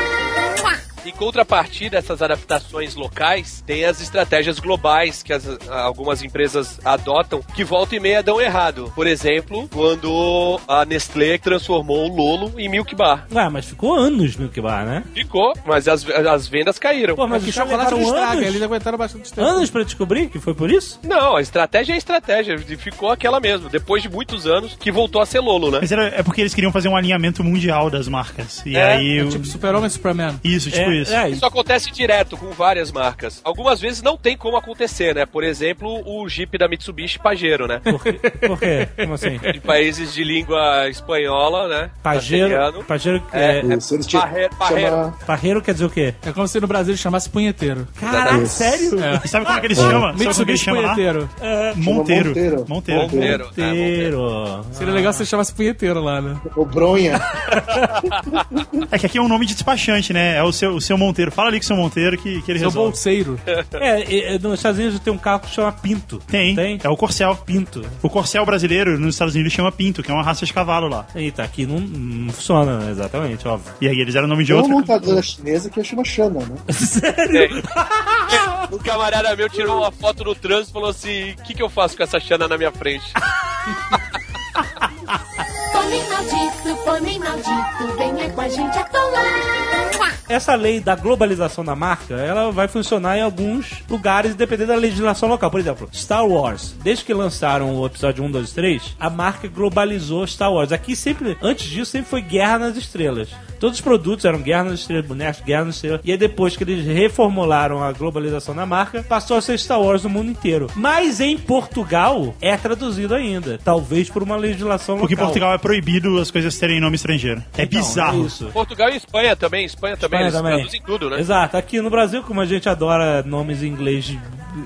Speaker 4: Em contrapartida, essas adaptações locais têm as estratégias globais que as- algumas empresas adotam, que volta e meia dão errado. Por exemplo, quando a Nestlé transformou o Lolo em Milk Bar.
Speaker 2: Ah, mas ficou anos Milk Bar, né?
Speaker 4: Ficou, mas as, as vendas caíram.
Speaker 2: Pô, mas
Speaker 6: Porque
Speaker 2: os caras
Speaker 6: chocolate não
Speaker 2: levaram
Speaker 6: estraga,
Speaker 2: anos,
Speaker 6: eles aguentaram bastante tempo.
Speaker 2: anos pra descobrir que foi por isso?
Speaker 4: Não, a estratégia é estratégia. e Ficou aquela mesmo, depois de muitos anos, que voltou a ser Lolo, né?
Speaker 3: Mas era, é porque eles queriam fazer um alinhamento mundial das marcas. E
Speaker 4: É,
Speaker 3: aí.
Speaker 6: É
Speaker 3: o-
Speaker 6: tipo Super-Homem e Superman.
Speaker 3: Isso,
Speaker 2: é,
Speaker 3: tipo isso.
Speaker 2: é,
Speaker 4: Isso acontece direto com várias marcas. Algumas vezes não tem como acontecer, né? Por exemplo, o Jeep da Mitsubishi Pajero, né?
Speaker 2: Por quê? Por quê? Como assim?
Speaker 4: De países de língua espanhola, né?
Speaker 2: Pajero,
Speaker 4: Castelhano.
Speaker 2: pajero,
Speaker 4: É,
Speaker 2: é,
Speaker 4: é,
Speaker 5: Se eles tinham-
Speaker 4: Barreiro- Barreiro.
Speaker 5: chamar-
Speaker 2: pajero quer dizer o quê?
Speaker 6: É como se no Brasil ele chamasse punheteiro.
Speaker 2: Caraca, sério?
Speaker 3: E sabe como é que eles chamam? Sabe como é que eles
Speaker 6: Mitsubishi
Speaker 3: chamam lá?
Speaker 6: punheteiro.
Speaker 2: Ah.
Speaker 3: Monteiro.
Speaker 5: Monteiro.
Speaker 3: Monteiro.
Speaker 4: Bombeiro. né? Bombeiro.
Speaker 2: Inteiro.
Speaker 6: Seria legal se ele chamasse punheteiro lá, né?
Speaker 5: O Bronha.
Speaker 3: É que aqui é um nome de despachante, né? É o seu, o seu Monteiro. Fala ali com o seu Monteiro que, que ele
Speaker 6: Seu
Speaker 3: resolve.
Speaker 6: bolseiro.
Speaker 2: É, e- e nos Estados Unidos tem um carro que chama Pinto.
Speaker 3: Tem,
Speaker 2: Tem?
Speaker 3: É o Corcel.
Speaker 2: Pinto.
Speaker 3: O Corcel brasileiro nos Estados Unidos chama Pinto, que é uma raça de cavalo lá.
Speaker 2: Eita, aqui não, não funciona, né? exatamente, óbvio.
Speaker 3: E aí eles eram nome de
Speaker 5: Tem uma
Speaker 3: outro.
Speaker 5: montadora chinesa que chama Xana, né?
Speaker 4: Um camarada meu tirou uma foto no trânsito e falou assim: o que, que eu faço com essa Xana na minha frente?
Speaker 8: Fome maldito, fome maldito, venha com a gente atolar.
Speaker 2: Essa lei da globalização da marca, ela vai funcionar em alguns lugares, dependendo da legislação local. Por exemplo, Star Wars. Desde que lançaram o episódio 1, 2 e 3, a marca globalizou Star Wars. Aqui sempre, antes disso, sempre foi Guerra nas Estrelas. Todos os produtos eram Guerra nas Estrelas, bonecos, Guerra nas Estrelas. E aí depois que eles reformularam a globalização da marca, passou a ser Star Wars no mundo inteiro. Mas em Portugal, é traduzido ainda. Talvez por uma legislação local.
Speaker 3: Porque em Portugal é proibido as coisas terem nome estrangeiro. É
Speaker 2: Então,
Speaker 3: bizarro.
Speaker 2: é isso.
Speaker 4: Portugal e Espanha também. Espanha também,
Speaker 2: Espanha
Speaker 4: eles
Speaker 2: também.
Speaker 4: traduzem tudo, né?
Speaker 2: Exato. Aqui no Brasil, como a gente adora nomes em inglês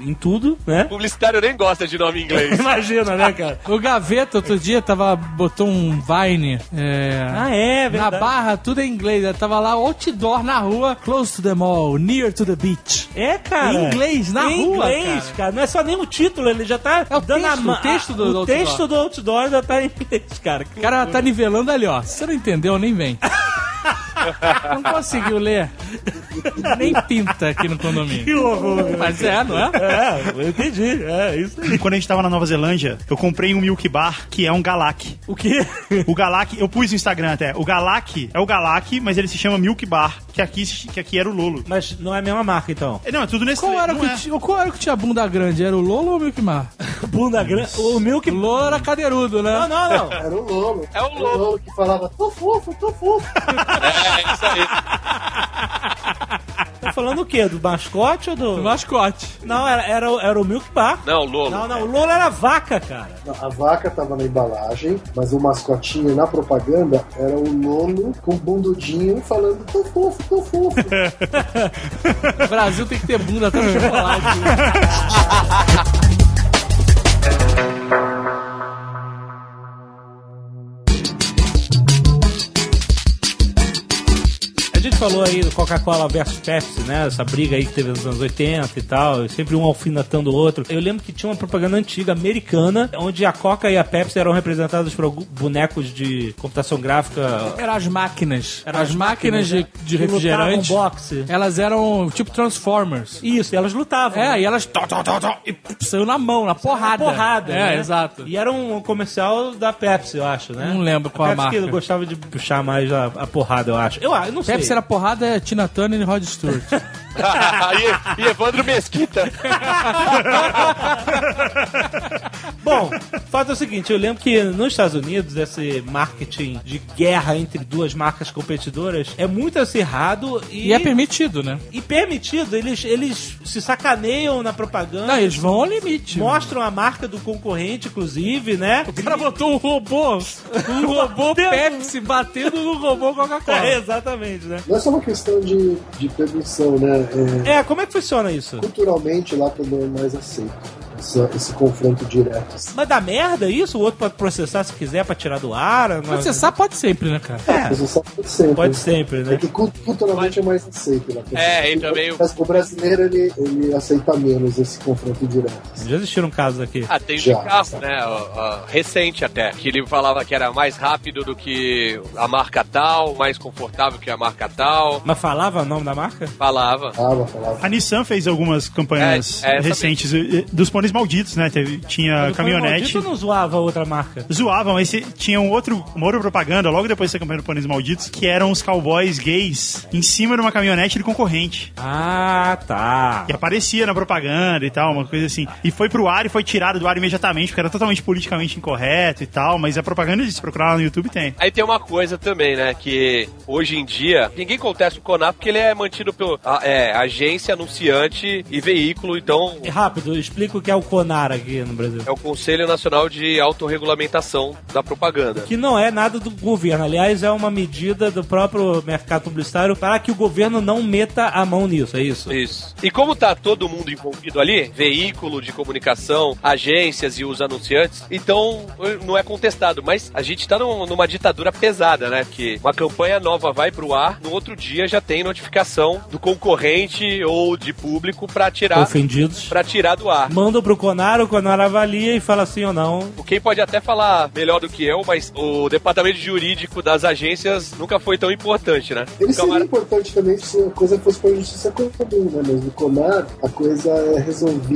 Speaker 2: em tudo, né?
Speaker 4: Publicitário nem gosta de nome em inglês.
Speaker 2: Imagina, né, cara?
Speaker 6: O Gaveta, outro dia, tava, botou um Vine. é,
Speaker 2: Ah, é,
Speaker 6: na
Speaker 2: verdade.
Speaker 6: barra, tudo em inglês. né? Tava lá outdoor na rua, close to the mall, near to the beach.
Speaker 2: É, cara.
Speaker 6: Em inglês, na
Speaker 2: em
Speaker 6: rua,
Speaker 2: inglês, cara. Não é só nem o título, ele já tá
Speaker 6: É o
Speaker 2: dando
Speaker 6: texto,
Speaker 2: a ma-
Speaker 6: o texto do- do
Speaker 2: O texto do outdoor já tá em inglês, cara.
Speaker 6: O cara tá nivelando ali, ó. Se você não entendeu, nem vem. Não conseguiu ler. Nem pinta aqui no condomínio.
Speaker 2: Que horror.
Speaker 6: Mas é, não é?
Speaker 2: É, eu entendi. É, isso aí.
Speaker 3: Quando a gente tava na Nova Zelândia, eu comprei um Milk Bar, que é um Galac.
Speaker 2: O quê?
Speaker 3: O Galac, eu pus no Instagram até. O Galac é o Galac, mas ele se chama Milk Bar, que aqui, se- que aqui era o Lolo.
Speaker 2: Mas não é a mesma marca, então.
Speaker 3: É, Não, é tudo nesse
Speaker 6: Qual era,
Speaker 3: não
Speaker 6: que
Speaker 3: é.
Speaker 6: ti- qual era que tinha bunda grande? Era o Lolo ou o Milk Mar?
Speaker 2: Bunda grande. O Milk...
Speaker 6: O Lolo era cadeirudo, né?
Speaker 2: Não, não, não.
Speaker 5: Era o Lolo.
Speaker 4: É o
Speaker 5: Era
Speaker 4: Lolo.
Speaker 5: que falava, tô fofo, tô fofo.
Speaker 4: é, isso aí.
Speaker 2: Tá falando o quê? Do mascote ou
Speaker 6: O
Speaker 2: do...
Speaker 6: mascote.
Speaker 2: Não, era, era, o- era o Milk Bar.
Speaker 4: Não, Lolo.
Speaker 2: Não, não, o Lolo era vaca, cara.
Speaker 5: A vaca tava na embalagem, mas o mascotinho na propaganda era o Lolo com o bundudinho falando, tô fofo, tô fofo.
Speaker 6: O Brasil tem que ter bunda até no chocolate.
Speaker 2: A gente falou aí do Coca-Cola versus Pepsi, né? Essa briga aí que teve nos anos 80 e tal, e sempre um alfinetando o outro. Eu lembro que tinha uma propaganda antiga americana, onde a Coca e a Pepsi eram representadas por algum- bonecos de computação gráfica.
Speaker 6: Eram as máquinas.
Speaker 2: Eram
Speaker 6: as máquinas né? de, de
Speaker 2: né? que lutavam
Speaker 6: refrigerante.
Speaker 2: boxe.
Speaker 6: Elas eram tipo Transformers.
Speaker 2: Isso, e elas lutavam.
Speaker 6: É,
Speaker 2: né?
Speaker 6: e elas. Tó, tó, tó, tó, e saiu na mão, na porrada.
Speaker 2: Porrada,
Speaker 6: É,
Speaker 2: né?
Speaker 6: exato.
Speaker 2: E era um comercial da Pepsi, eu acho, né?
Speaker 6: Não lembro qual a
Speaker 2: Pepsi que
Speaker 6: marca.
Speaker 2: gostava de puxar mais a, a porrada, eu acho. Eu, ah, eu não sei.
Speaker 6: Pepsi era porrada, é Tina Turner e Rod Stewart.
Speaker 4: e, e Evandro Mesquita.
Speaker 2: Bom, o fato é o seguinte, eu lembro que nos Estados Unidos esse marketing de guerra entre duas marcas competidoras é muito acirrado e,
Speaker 6: e é permitido, né?
Speaker 2: e permitido. Eles, eles se sacaneiam na propaganda.
Speaker 6: Não, eles vão ao limite.
Speaker 2: Mostram a marca do concorrente, inclusive, né?
Speaker 6: O cara botou um robô, um robô Pepsi batendo no robô
Speaker 2: É,
Speaker 6: Coca-Cola.
Speaker 2: exatamente, né?
Speaker 5: Não é só uma questão de, de permissão, né? É,
Speaker 2: É, como é que funciona isso?
Speaker 5: culturalmente lá também é mais aceito essa- esse confronto direto. assim.
Speaker 2: Mas dá merda isso? O outro pode processar se quiser pra tirar do ar? não-
Speaker 6: Processar pode sempre, né, cara?
Speaker 2: É,
Speaker 5: Mas isso pode sempre.
Speaker 2: pode sempre,
Speaker 5: É
Speaker 2: né?
Speaker 5: que cu- culturalmente é mais aceito lá.
Speaker 4: É, e também o-
Speaker 5: Mas o brasileiro ele, ele aceita menos esse confronto direto. assim.
Speaker 2: Já existiram casos aqui.
Speaker 4: Ah, tem um de
Speaker 5: Já.
Speaker 4: carro, né? ó, ó, recente até. Que ele falava que era mais rápido do que a marca tal, mais confortável que a marca tal.
Speaker 2: Mas falava o nome da marca?
Speaker 4: Falava.
Speaker 5: Falava, falava.
Speaker 3: A Nissan fez algumas campanhas
Speaker 4: É, é,
Speaker 3: recentes eh, dos pôneis malditos, né? Teve- tinha
Speaker 2: Quando foi
Speaker 3: caminhonete.
Speaker 2: Maldito não zoava outra marca.
Speaker 3: zoavam, mas se- tinha um outro, uma outra propaganda logo depois dessa campanha do Pôneis Malditos, que eram os cowboys gays em cima de uma caminhonete de concorrente.
Speaker 2: Ah, tá.
Speaker 3: E aparecia na propaganda e tal, uma coisa assim. E foi pro ar e foi tirado do ar imediatamente, porque era totalmente politicamente incorreto e tal, mas a propaganda de se procurar lá no YouTube tem.
Speaker 4: Aí tem uma coisa também, né? Que hoje em dia, ninguém contesta o Conab porque ele é mantido pelo a- é, agência, anunciante e veículo. Então,
Speaker 2: Rápido, explica o que é o o CONAR aqui no Brasil?
Speaker 4: É o Conselho Nacional de Autorregulamentação da Propaganda.
Speaker 2: Que não é nada do governo. Aliás, é uma medida do próprio mercado publicitário para que o governo não meta a mão nisso, é isso?
Speaker 4: Isso. E como tá todo mundo envolvido ali, veículo de comunicação, agências e os anunciantes, então não é contestado. Mas a gente tá num- numa ditadura pesada, né? Que uma campanha nova vai pro ar, no outro dia já tem notificação do concorrente ou de público pra
Speaker 6: Tá.
Speaker 4: tirar,
Speaker 2: Ofendidos.
Speaker 4: pra tirar do ar.
Speaker 2: Mandam pro CONAR, o CONAR avalia e fala sim ou não.
Speaker 4: O Quem pode até falar melhor do que eu, mas o departamento jurídico das agências nunca foi tão importante, né?
Speaker 5: Ele
Speaker 4: Nunca
Speaker 5: seria
Speaker 4: mais-
Speaker 5: importante também se a coisa fosse pra justiça comum, né? Mas no Conar, a coisa é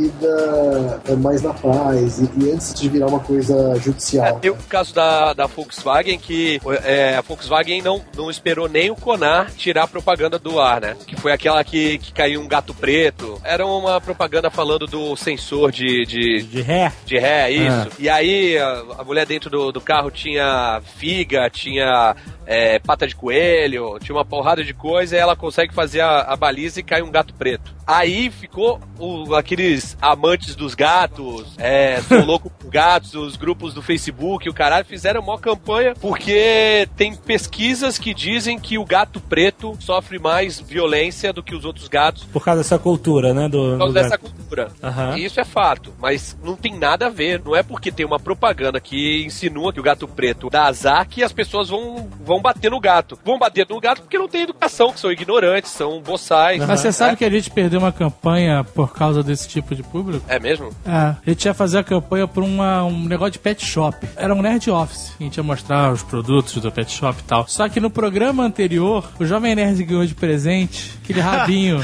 Speaker 5: resolvida é, mais na paz e, e antes de virar uma coisa
Speaker 4: É,
Speaker 5: judicial.
Speaker 4: tem o caso da, da Volkswagen, que é, a Volkswagen não, não esperou nem o Conar tirar a propaganda do ar, né? Que foi aquela que, que caiu um gato preto. Era uma propaganda falando do sensor de, de,
Speaker 2: De ré.
Speaker 4: de ré, isso. E aí a, a mulher dentro do, do carro tinha figa, tinha é, pata de coelho, tinha uma porrada de coisa e ela consegue fazer a, a baliza e cai um gato preto. Aí ficou o- aqueles amantes dos gatos, é, sou louco por gatos, os grupos do Facebook, o caralho, fizeram uma campanha porque tem pesquisas que dizem que o gato preto sofre mais violência do que os outros gatos
Speaker 2: Por causa dessa cultura, né? Do,
Speaker 4: por
Speaker 2: do-
Speaker 4: causa dessa cultura.
Speaker 2: Aham.
Speaker 4: Isso é fato, mas não tem nada a ver. Não é porque tem uma propaganda que insinua que o gato preto dá azar que as pessoas vão, vão bater no gato. Vão bater no gato porque não tem educação, que são ignorantes, são boçais.
Speaker 2: Aham.
Speaker 6: Mas você
Speaker 4: É-
Speaker 6: sabe que a gente perdeu uma campanha por causa desse tipo de público?
Speaker 4: É mesmo?
Speaker 6: É, a gente ia fazer a campanha por uma- um negócio de pet shop. Era um nerd office. A gente ia mostrar os produtos do pet shop e tal. Só que no programa anterior, o Jovem Nerd ganhou de presente aquele rabinho.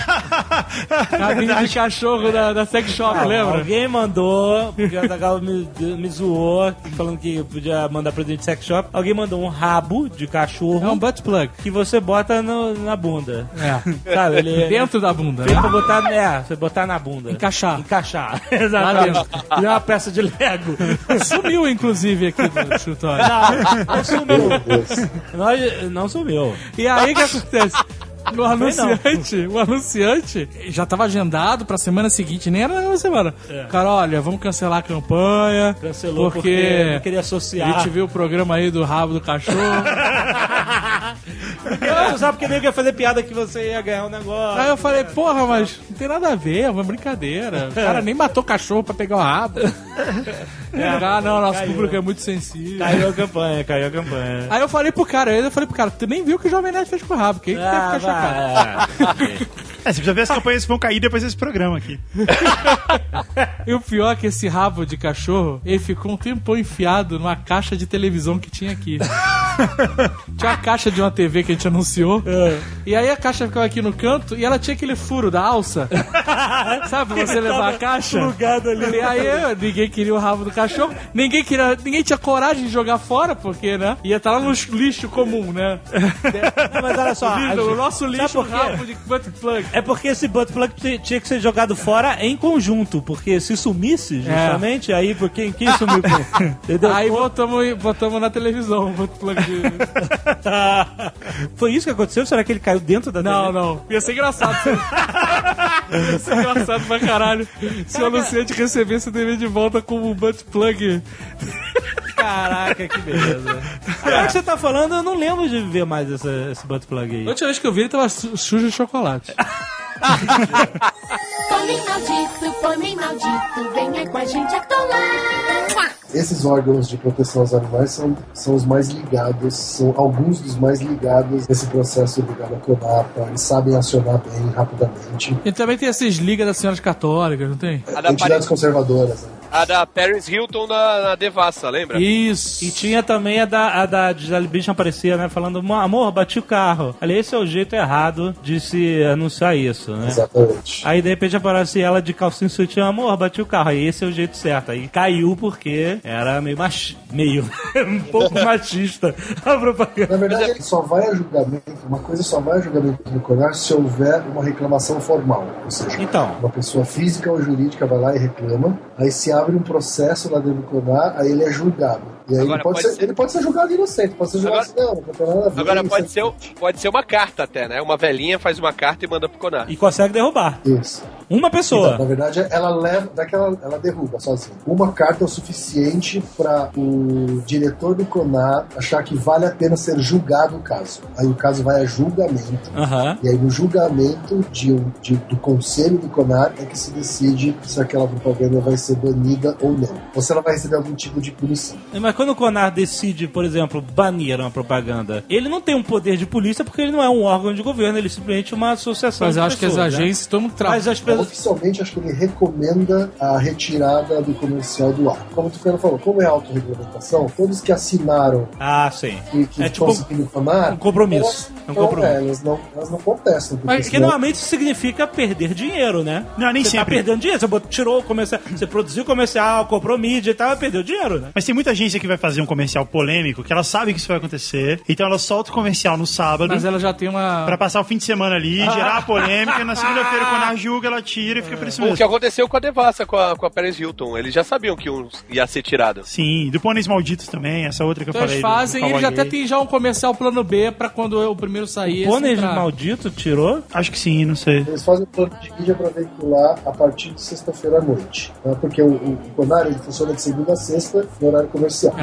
Speaker 6: rabinho de cachorro da, da sex shop,
Speaker 2: Ah,
Speaker 6: lembra?
Speaker 2: Alguém mandou, porque a Zagal me, me zoou, falando que eu podia mandar presente de sex shop. Alguém mandou um rabo de
Speaker 6: É
Speaker 2: cachorro
Speaker 6: um butt plug.
Speaker 2: que você bota no- na bunda.
Speaker 6: É.
Speaker 2: Sabe, ele...
Speaker 6: Dentro da bunda,
Speaker 2: Feito
Speaker 6: né?
Speaker 2: pra botar, é, você botar na bunda.
Speaker 6: Encaixar.
Speaker 2: Encaixar, exatamente. E é uma peça de Lego.
Speaker 6: Sumiu, inclusive, aqui do escritório.
Speaker 2: Não, não sumiu.
Speaker 5: Meu Deus.
Speaker 2: Nós- Não sumiu.
Speaker 6: E aí o que acontece? O anunciante, o anunciante já tava agendado pra semana seguinte, nem era na semana. Cara, olha, vamos cancelar a campanha.
Speaker 2: É. Cancelou porque, não queria
Speaker 6: a
Speaker 2: associar.
Speaker 6: gente viu o programa aí do rabo do cachorro.
Speaker 2: Não, sabe porque nem ia fazer piada que você ia ganhar um negócio.
Speaker 6: aí eu falei, porra, mas não tem nada a ver, é uma brincadeira. O
Speaker 2: É.
Speaker 6: cara nem matou o cachorro pra pegar o rabo. ah, não, nosso
Speaker 2: Caiu.
Speaker 6: público é muito sensível.
Speaker 2: Caiu a campanha, caiu a campanha.
Speaker 6: É. Aí eu falei pro cara, eu falei pro cara, tu nem viu o que o Jovem Nerd fez com o rabo, que aí que tem
Speaker 2: Ah,
Speaker 6: que achar cara.
Speaker 2: vai.
Speaker 3: É, você precisa ver as campanhas que vão cair depois desse programa aqui.
Speaker 6: E o pior é que esse rabo de cachorro, ele ficou um tempão enfiado numa caixa de televisão que tinha aqui. tinha uma caixa de uma TV que a gente anunciou.
Speaker 2: É.
Speaker 6: E aí a caixa ficava aqui no canto e ela tinha aquele furo da alça. Sabe, pra você levar a caixa?
Speaker 2: Plugado ali.
Speaker 6: E aí eu- ninguém queria o rabo do cachorro, ninguém queria, ninguém tinha coragem de jogar fora, porque, né? Ia estar lá no lixo comum, né?
Speaker 2: Não, mas olha só. a
Speaker 6: Lixo,
Speaker 2: gente-
Speaker 6: o nosso
Speaker 2: sabe
Speaker 6: lixo, o
Speaker 2: por quê?
Speaker 6: rabo de butt plug.
Speaker 2: É porque esse butt plug t- tinha que ser jogado fora em conjunto, porque se sumisse, justamente, aí por quem, quem sumiu? com- Entendeu?
Speaker 6: Aí botamos, botamos na televisão o butt plug de,
Speaker 2: Foi isso que aconteceu? Será que ele caiu dentro da
Speaker 6: Não,
Speaker 2: TV?
Speaker 6: não. Ia ser engraçado. Ia ser engraçado pra caralho. Se o anunciante recebesse o TV de volta como um butt plug.
Speaker 2: Caraca, que beleza. Agora que você tá falando, eu não lembro de ver mais essa, esse butt plug
Speaker 6: A
Speaker 2: aí.
Speaker 6: última vez que eu vi ele tava su- sujo de chocolate.
Speaker 8: Homem maldito, homem maldito, venha com a gente atolar.
Speaker 5: Esses órgãos de proteção aos animais são, são os mais ligados, são alguns dos mais ligados nesse processo ligado à Conapa. Eles sabem acionar bem rapidamente.
Speaker 6: E também tem essas ligas das senhoras católicas, não tem?
Speaker 4: A da,
Speaker 5: Entidades
Speaker 4: Paris,
Speaker 5: conservadoras. né?
Speaker 4: a da Paris Hilton na, na Devassa, lembra?
Speaker 6: Isso.
Speaker 2: E tinha também a da, a da Gisele Bündchen aparecia, né? Falando, "Mo- amor, bati o carro. Aliás, esse é o jeito errado de se anunciar isso, né?
Speaker 5: Exatamente.
Speaker 4: Ah,
Speaker 2: Aí de repente aparece ela de calcinha e sutiã, amor, bati o carro. Aí esse é o jeito certo. Aí caiu porque era meio machi... meio um pouco machista a propaganda.
Speaker 5: Na
Speaker 4: é-
Speaker 5: verdade, ele só vai a julgamento, uma coisa só vai a julgamento no Conar se houver uma reclamação formal. Ou seja,
Speaker 2: Então,
Speaker 5: uma pessoa física ou jurídica vai lá e reclama, aí se abre um processo lá dentro do Conar, aí ele é julgado. E aí
Speaker 4: Agora
Speaker 5: ele, pode
Speaker 4: pode
Speaker 5: ser,
Speaker 4: ser-
Speaker 5: ele pode ser julgado inocente, pode ser julgado assim, não, não tem nada a ver,
Speaker 4: Agora
Speaker 5: isso é-
Speaker 4: pode
Speaker 5: aqui.
Speaker 4: ser, pode ser uma carta até, né? Uma velhinha faz uma carta e manda pro Conar.
Speaker 2: E consegue derrubar.
Speaker 5: Isso.
Speaker 2: Uma
Speaker 5: Então, na
Speaker 2: pessoa.
Speaker 5: verdade, ela leva, daquela, ela derruba sozinha. Uma carta é o suficiente para o diretor do CONAR achar que vale a pena ser julgado o caso. Aí o caso vai a julgamento.
Speaker 2: Aham.
Speaker 5: E aí no julgamento de, um- de- do conselho do CONAR é que se decide se aquela propaganda vai ser banida ou não. Ou se ela vai receber algum tipo de punição.
Speaker 2: É, Mas quando o Conar decide, por exemplo, banir uma propaganda, ele não tem um poder de polícia porque ele não é um órgão de governo, ele é simplesmente uma associação.
Speaker 6: Mas
Speaker 2: de
Speaker 6: eu acho que as
Speaker 2: pessoas, né?
Speaker 6: agências, todo mundo trabalha.
Speaker 2: Mas as pessoas.
Speaker 5: Oficialmente, acho que ele recomenda a retirada do comercial do ar. Como o Tucano falou, como é autorregulamentação, todos que assinaram
Speaker 2: Ah, sim.
Speaker 5: que, que
Speaker 2: É
Speaker 5: estão
Speaker 2: tipo
Speaker 5: seguindo o Conar,
Speaker 2: um compromisso.
Speaker 5: elas-
Speaker 2: É um compromisso.
Speaker 5: é, elas, não, elas não contestam. porque
Speaker 2: Mas que é
Speaker 5: senão-
Speaker 2: normalmente isso significa perder dinheiro, né?
Speaker 3: Não, nem
Speaker 2: você tá
Speaker 3: sempre.
Speaker 2: perdendo dinheiro. Você bot- tirou o comercial, você produziu o comercial, comprou mídia e tal, perdeu dinheiro, né?
Speaker 3: Mas tem muita agência que vai fazer um comercial polêmico que ela sabe que isso vai acontecer, então ela solta o comercial no sábado
Speaker 6: Mas ela já tem uma.
Speaker 3: pra passar o fim de semana ali, gerar a polêmica, e na segunda-feira, quando a julga, ela tira e fica por isso
Speaker 4: O que
Speaker 3: mesmo.
Speaker 4: aconteceu com a Devassa, com a, com a Paris Hilton. Eles já sabiam que um ia ser tirado.
Speaker 3: Sim, do Pôneis Malditos também, essa outra que eu
Speaker 6: Então eles
Speaker 3: falei. do-
Speaker 6: fazem
Speaker 3: do
Speaker 6: e eles
Speaker 3: Cowboy
Speaker 6: até
Speaker 3: Gay.
Speaker 6: tem já um comercial plano B pra quando eu- o primeiro sair. assim, esse
Speaker 2: Pôneis
Speaker 6: entrar.
Speaker 2: é maldito tirou.
Speaker 3: Acho que sim, não sei.
Speaker 5: Eles fazem um plano de mídia para veicular a partir de sexta-feira à noite. né? Porque o, o, o Conar ele funciona de segunda a sexta no horário comercial.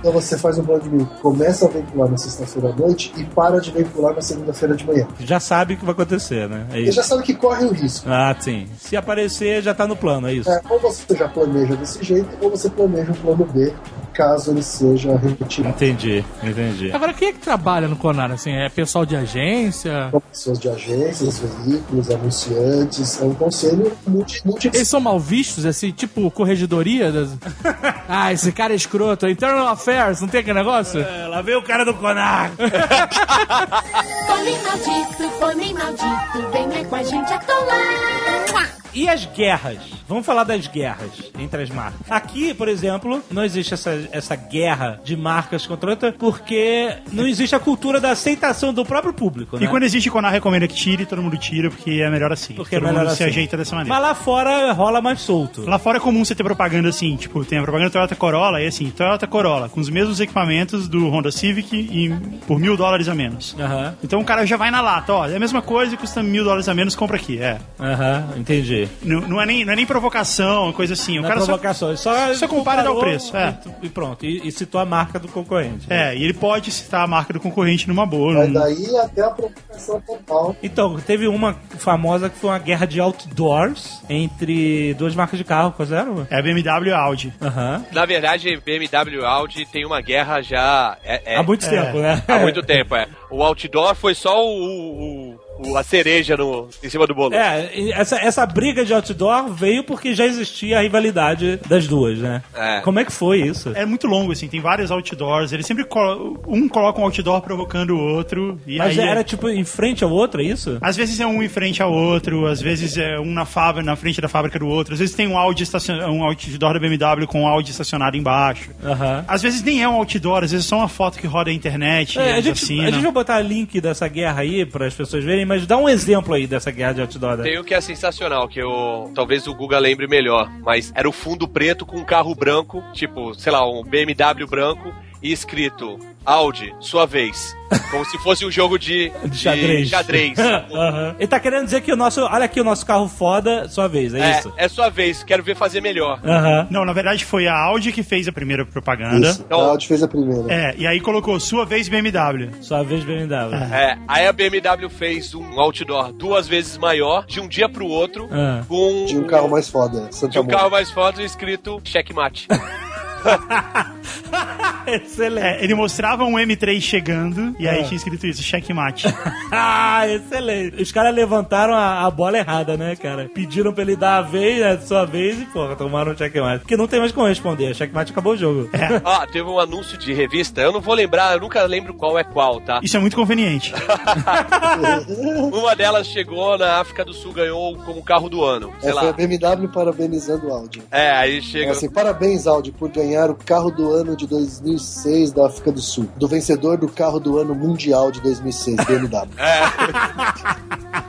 Speaker 5: então você faz um plano de mídia, começa a veicular na sexta-feira à noite e para de veicular na segunda-feira de manhã.
Speaker 2: Já sabe o que vai acontecer, né? É
Speaker 5: Você
Speaker 2: isso.
Speaker 5: já sabe que corre o risco.
Speaker 2: Ah, sim. Se aparecer, já tá no plano, é isso.
Speaker 5: É, ou você já planeja desse jeito, ou você planeja um plano B, caso ele seja retirado.
Speaker 2: Entendi, entendi.
Speaker 6: Agora, quem é que trabalha no Conar? Assim, é pessoal de agência?
Speaker 5: São pessoas de agências, veículos, anunciantes, é um conselho multi, multi
Speaker 6: Eles são mal vistos, assim, tipo corregedoria? das- ah, esse cara é escroto. Internal Affairs, não tem aquele negócio?
Speaker 2: É, Lá veio o cara do Conar.
Speaker 8: Homem maldito, homem maldito, venha com a gente atolar.
Speaker 2: E as guerras? Vamos falar das guerras entre as marcas. Aqui, por exemplo, não existe essa, essa guerra de marcas contra outras porque não existe a cultura da aceitação do próprio público, né?
Speaker 3: E quando existe Conar recomenda que tire, todo mundo tira, porque é melhor assim.
Speaker 2: Porque é
Speaker 3: todo
Speaker 2: melhor
Speaker 3: mundo
Speaker 2: assim.
Speaker 3: se ajeita dessa maneira.
Speaker 2: Mas lá fora rola mais solto.
Speaker 3: Lá fora é comum você ter propaganda assim, tipo, tem a propaganda Toyota Corolla e assim, Toyota Corolla, com os mesmos equipamentos do Honda Civic e por mil dólares a menos.
Speaker 2: Aham,
Speaker 3: Então o cara já vai na lata, ó, é a mesma coisa e custa mil dólares a menos, compra aqui. É.
Speaker 2: aham, entendi.
Speaker 3: Não, não é, nem, não é nem provocação, é coisa assim. O
Speaker 2: Não é
Speaker 3: cara só.
Speaker 2: provocação, ele só,
Speaker 3: só compara e dá o
Speaker 2: comparou
Speaker 3: preço, é.
Speaker 2: E, e pronto, e, e citou a marca do concorrente. né?
Speaker 3: É, e ele pode citar a marca do concorrente numa boa.
Speaker 5: Mas
Speaker 3: num-
Speaker 5: daí até a provocação total.
Speaker 2: Então, teve uma famosa que foi uma guerra de outdoors entre duas marcas de carro, quais eram?
Speaker 3: É a BMW e a Audi.
Speaker 2: Aham.
Speaker 4: Na verdade, BMW e Audi tem uma guerra já. É, é-
Speaker 2: Há muito tempo, né?
Speaker 4: há muito tempo, é. O outdoor foi só o, o- o- a cereja no, em cima do bolo.
Speaker 2: É, e essa, essa briga de outdoor veio porque já existia a rivalidade das duas, né?
Speaker 4: É.
Speaker 2: Como é que foi isso?
Speaker 3: É muito longo, assim, tem vários outdoors. Ele sempre. colo- Um coloca um outdoor provocando o outro. E
Speaker 2: Mas
Speaker 3: aí é
Speaker 2: era tipo em frente ao outro, é isso?
Speaker 3: Às vezes é um em frente ao outro, às vezes é um na fábrica, na frente da fábrica do outro, às vezes tem um Audi estacion... um outdoor da BMW com um Audi estacionado embaixo.
Speaker 2: Aham.
Speaker 3: Às vezes nem é um outdoor, às vezes é só uma foto que roda a internet. né, assim,
Speaker 2: É,
Speaker 3: e
Speaker 2: a,
Speaker 3: eles
Speaker 2: gente,
Speaker 3: assinam.
Speaker 2: a gente vai botar link dessa guerra aí para as pessoas verem, mas dá um exemplo aí dessa guerra de outdoor. né?
Speaker 4: Tem um que é sensacional, que eu. Talvez o Guga lembre melhor, mas era o fundo preto com um carro branco, tipo, sei lá, um BMW branco, e escrito. Audi, sua vez. Como se fosse um jogo de,
Speaker 2: De xadrez.
Speaker 4: xadrez.
Speaker 2: Aham. Ele tá querendo dizer que o nosso. Olha aqui o nosso carro foda, sua vez, é, isso?
Speaker 4: É, é sua vez, quero ver fazer melhor.
Speaker 2: Aham.
Speaker 3: Não, na verdade foi a Audi que fez a primeira propaganda.
Speaker 5: Isso. A Audi fez a primeira.
Speaker 3: É, e aí colocou sua vez BMW.
Speaker 2: Sua vez BMW.
Speaker 4: É, aí a BMW fez um outdoor duas vezes maior, de um dia pro outro,
Speaker 2: Ah.
Speaker 4: com
Speaker 5: De um carro mais foda.
Speaker 4: de
Speaker 5: Santa
Speaker 4: um carro
Speaker 5: Mônica.
Speaker 4: mais foda escrito checkmate.
Speaker 2: excelente.
Speaker 3: É, ele mostrava um M3 chegando e
Speaker 2: É.
Speaker 3: aí tinha escrito isso, checkmate.
Speaker 2: Ah, excelente. Os caras levantaram a, a bola errada, né, cara? Pediram pra ele dar a vez, é a sua vez, e, porra, tomaram o checkmate. Porque não tem mais como responder. O checkmate acabou o jogo.
Speaker 4: ah, teve um anúncio de revista, eu não vou lembrar, eu nunca lembro qual é qual, tá?
Speaker 3: Isso é muito conveniente.
Speaker 4: Uma delas chegou na África do Sul, ganhou um como carro do ano, sei
Speaker 5: É, foi a
Speaker 4: lá.
Speaker 5: BMW parabenizando o Audi.
Speaker 4: É, aí chega.
Speaker 5: Assim, parabéns, Audi, por ganhar o carro do ano de 2006 da África do Sul. Do vencedor do carro do ano mundial de 2006, BMW.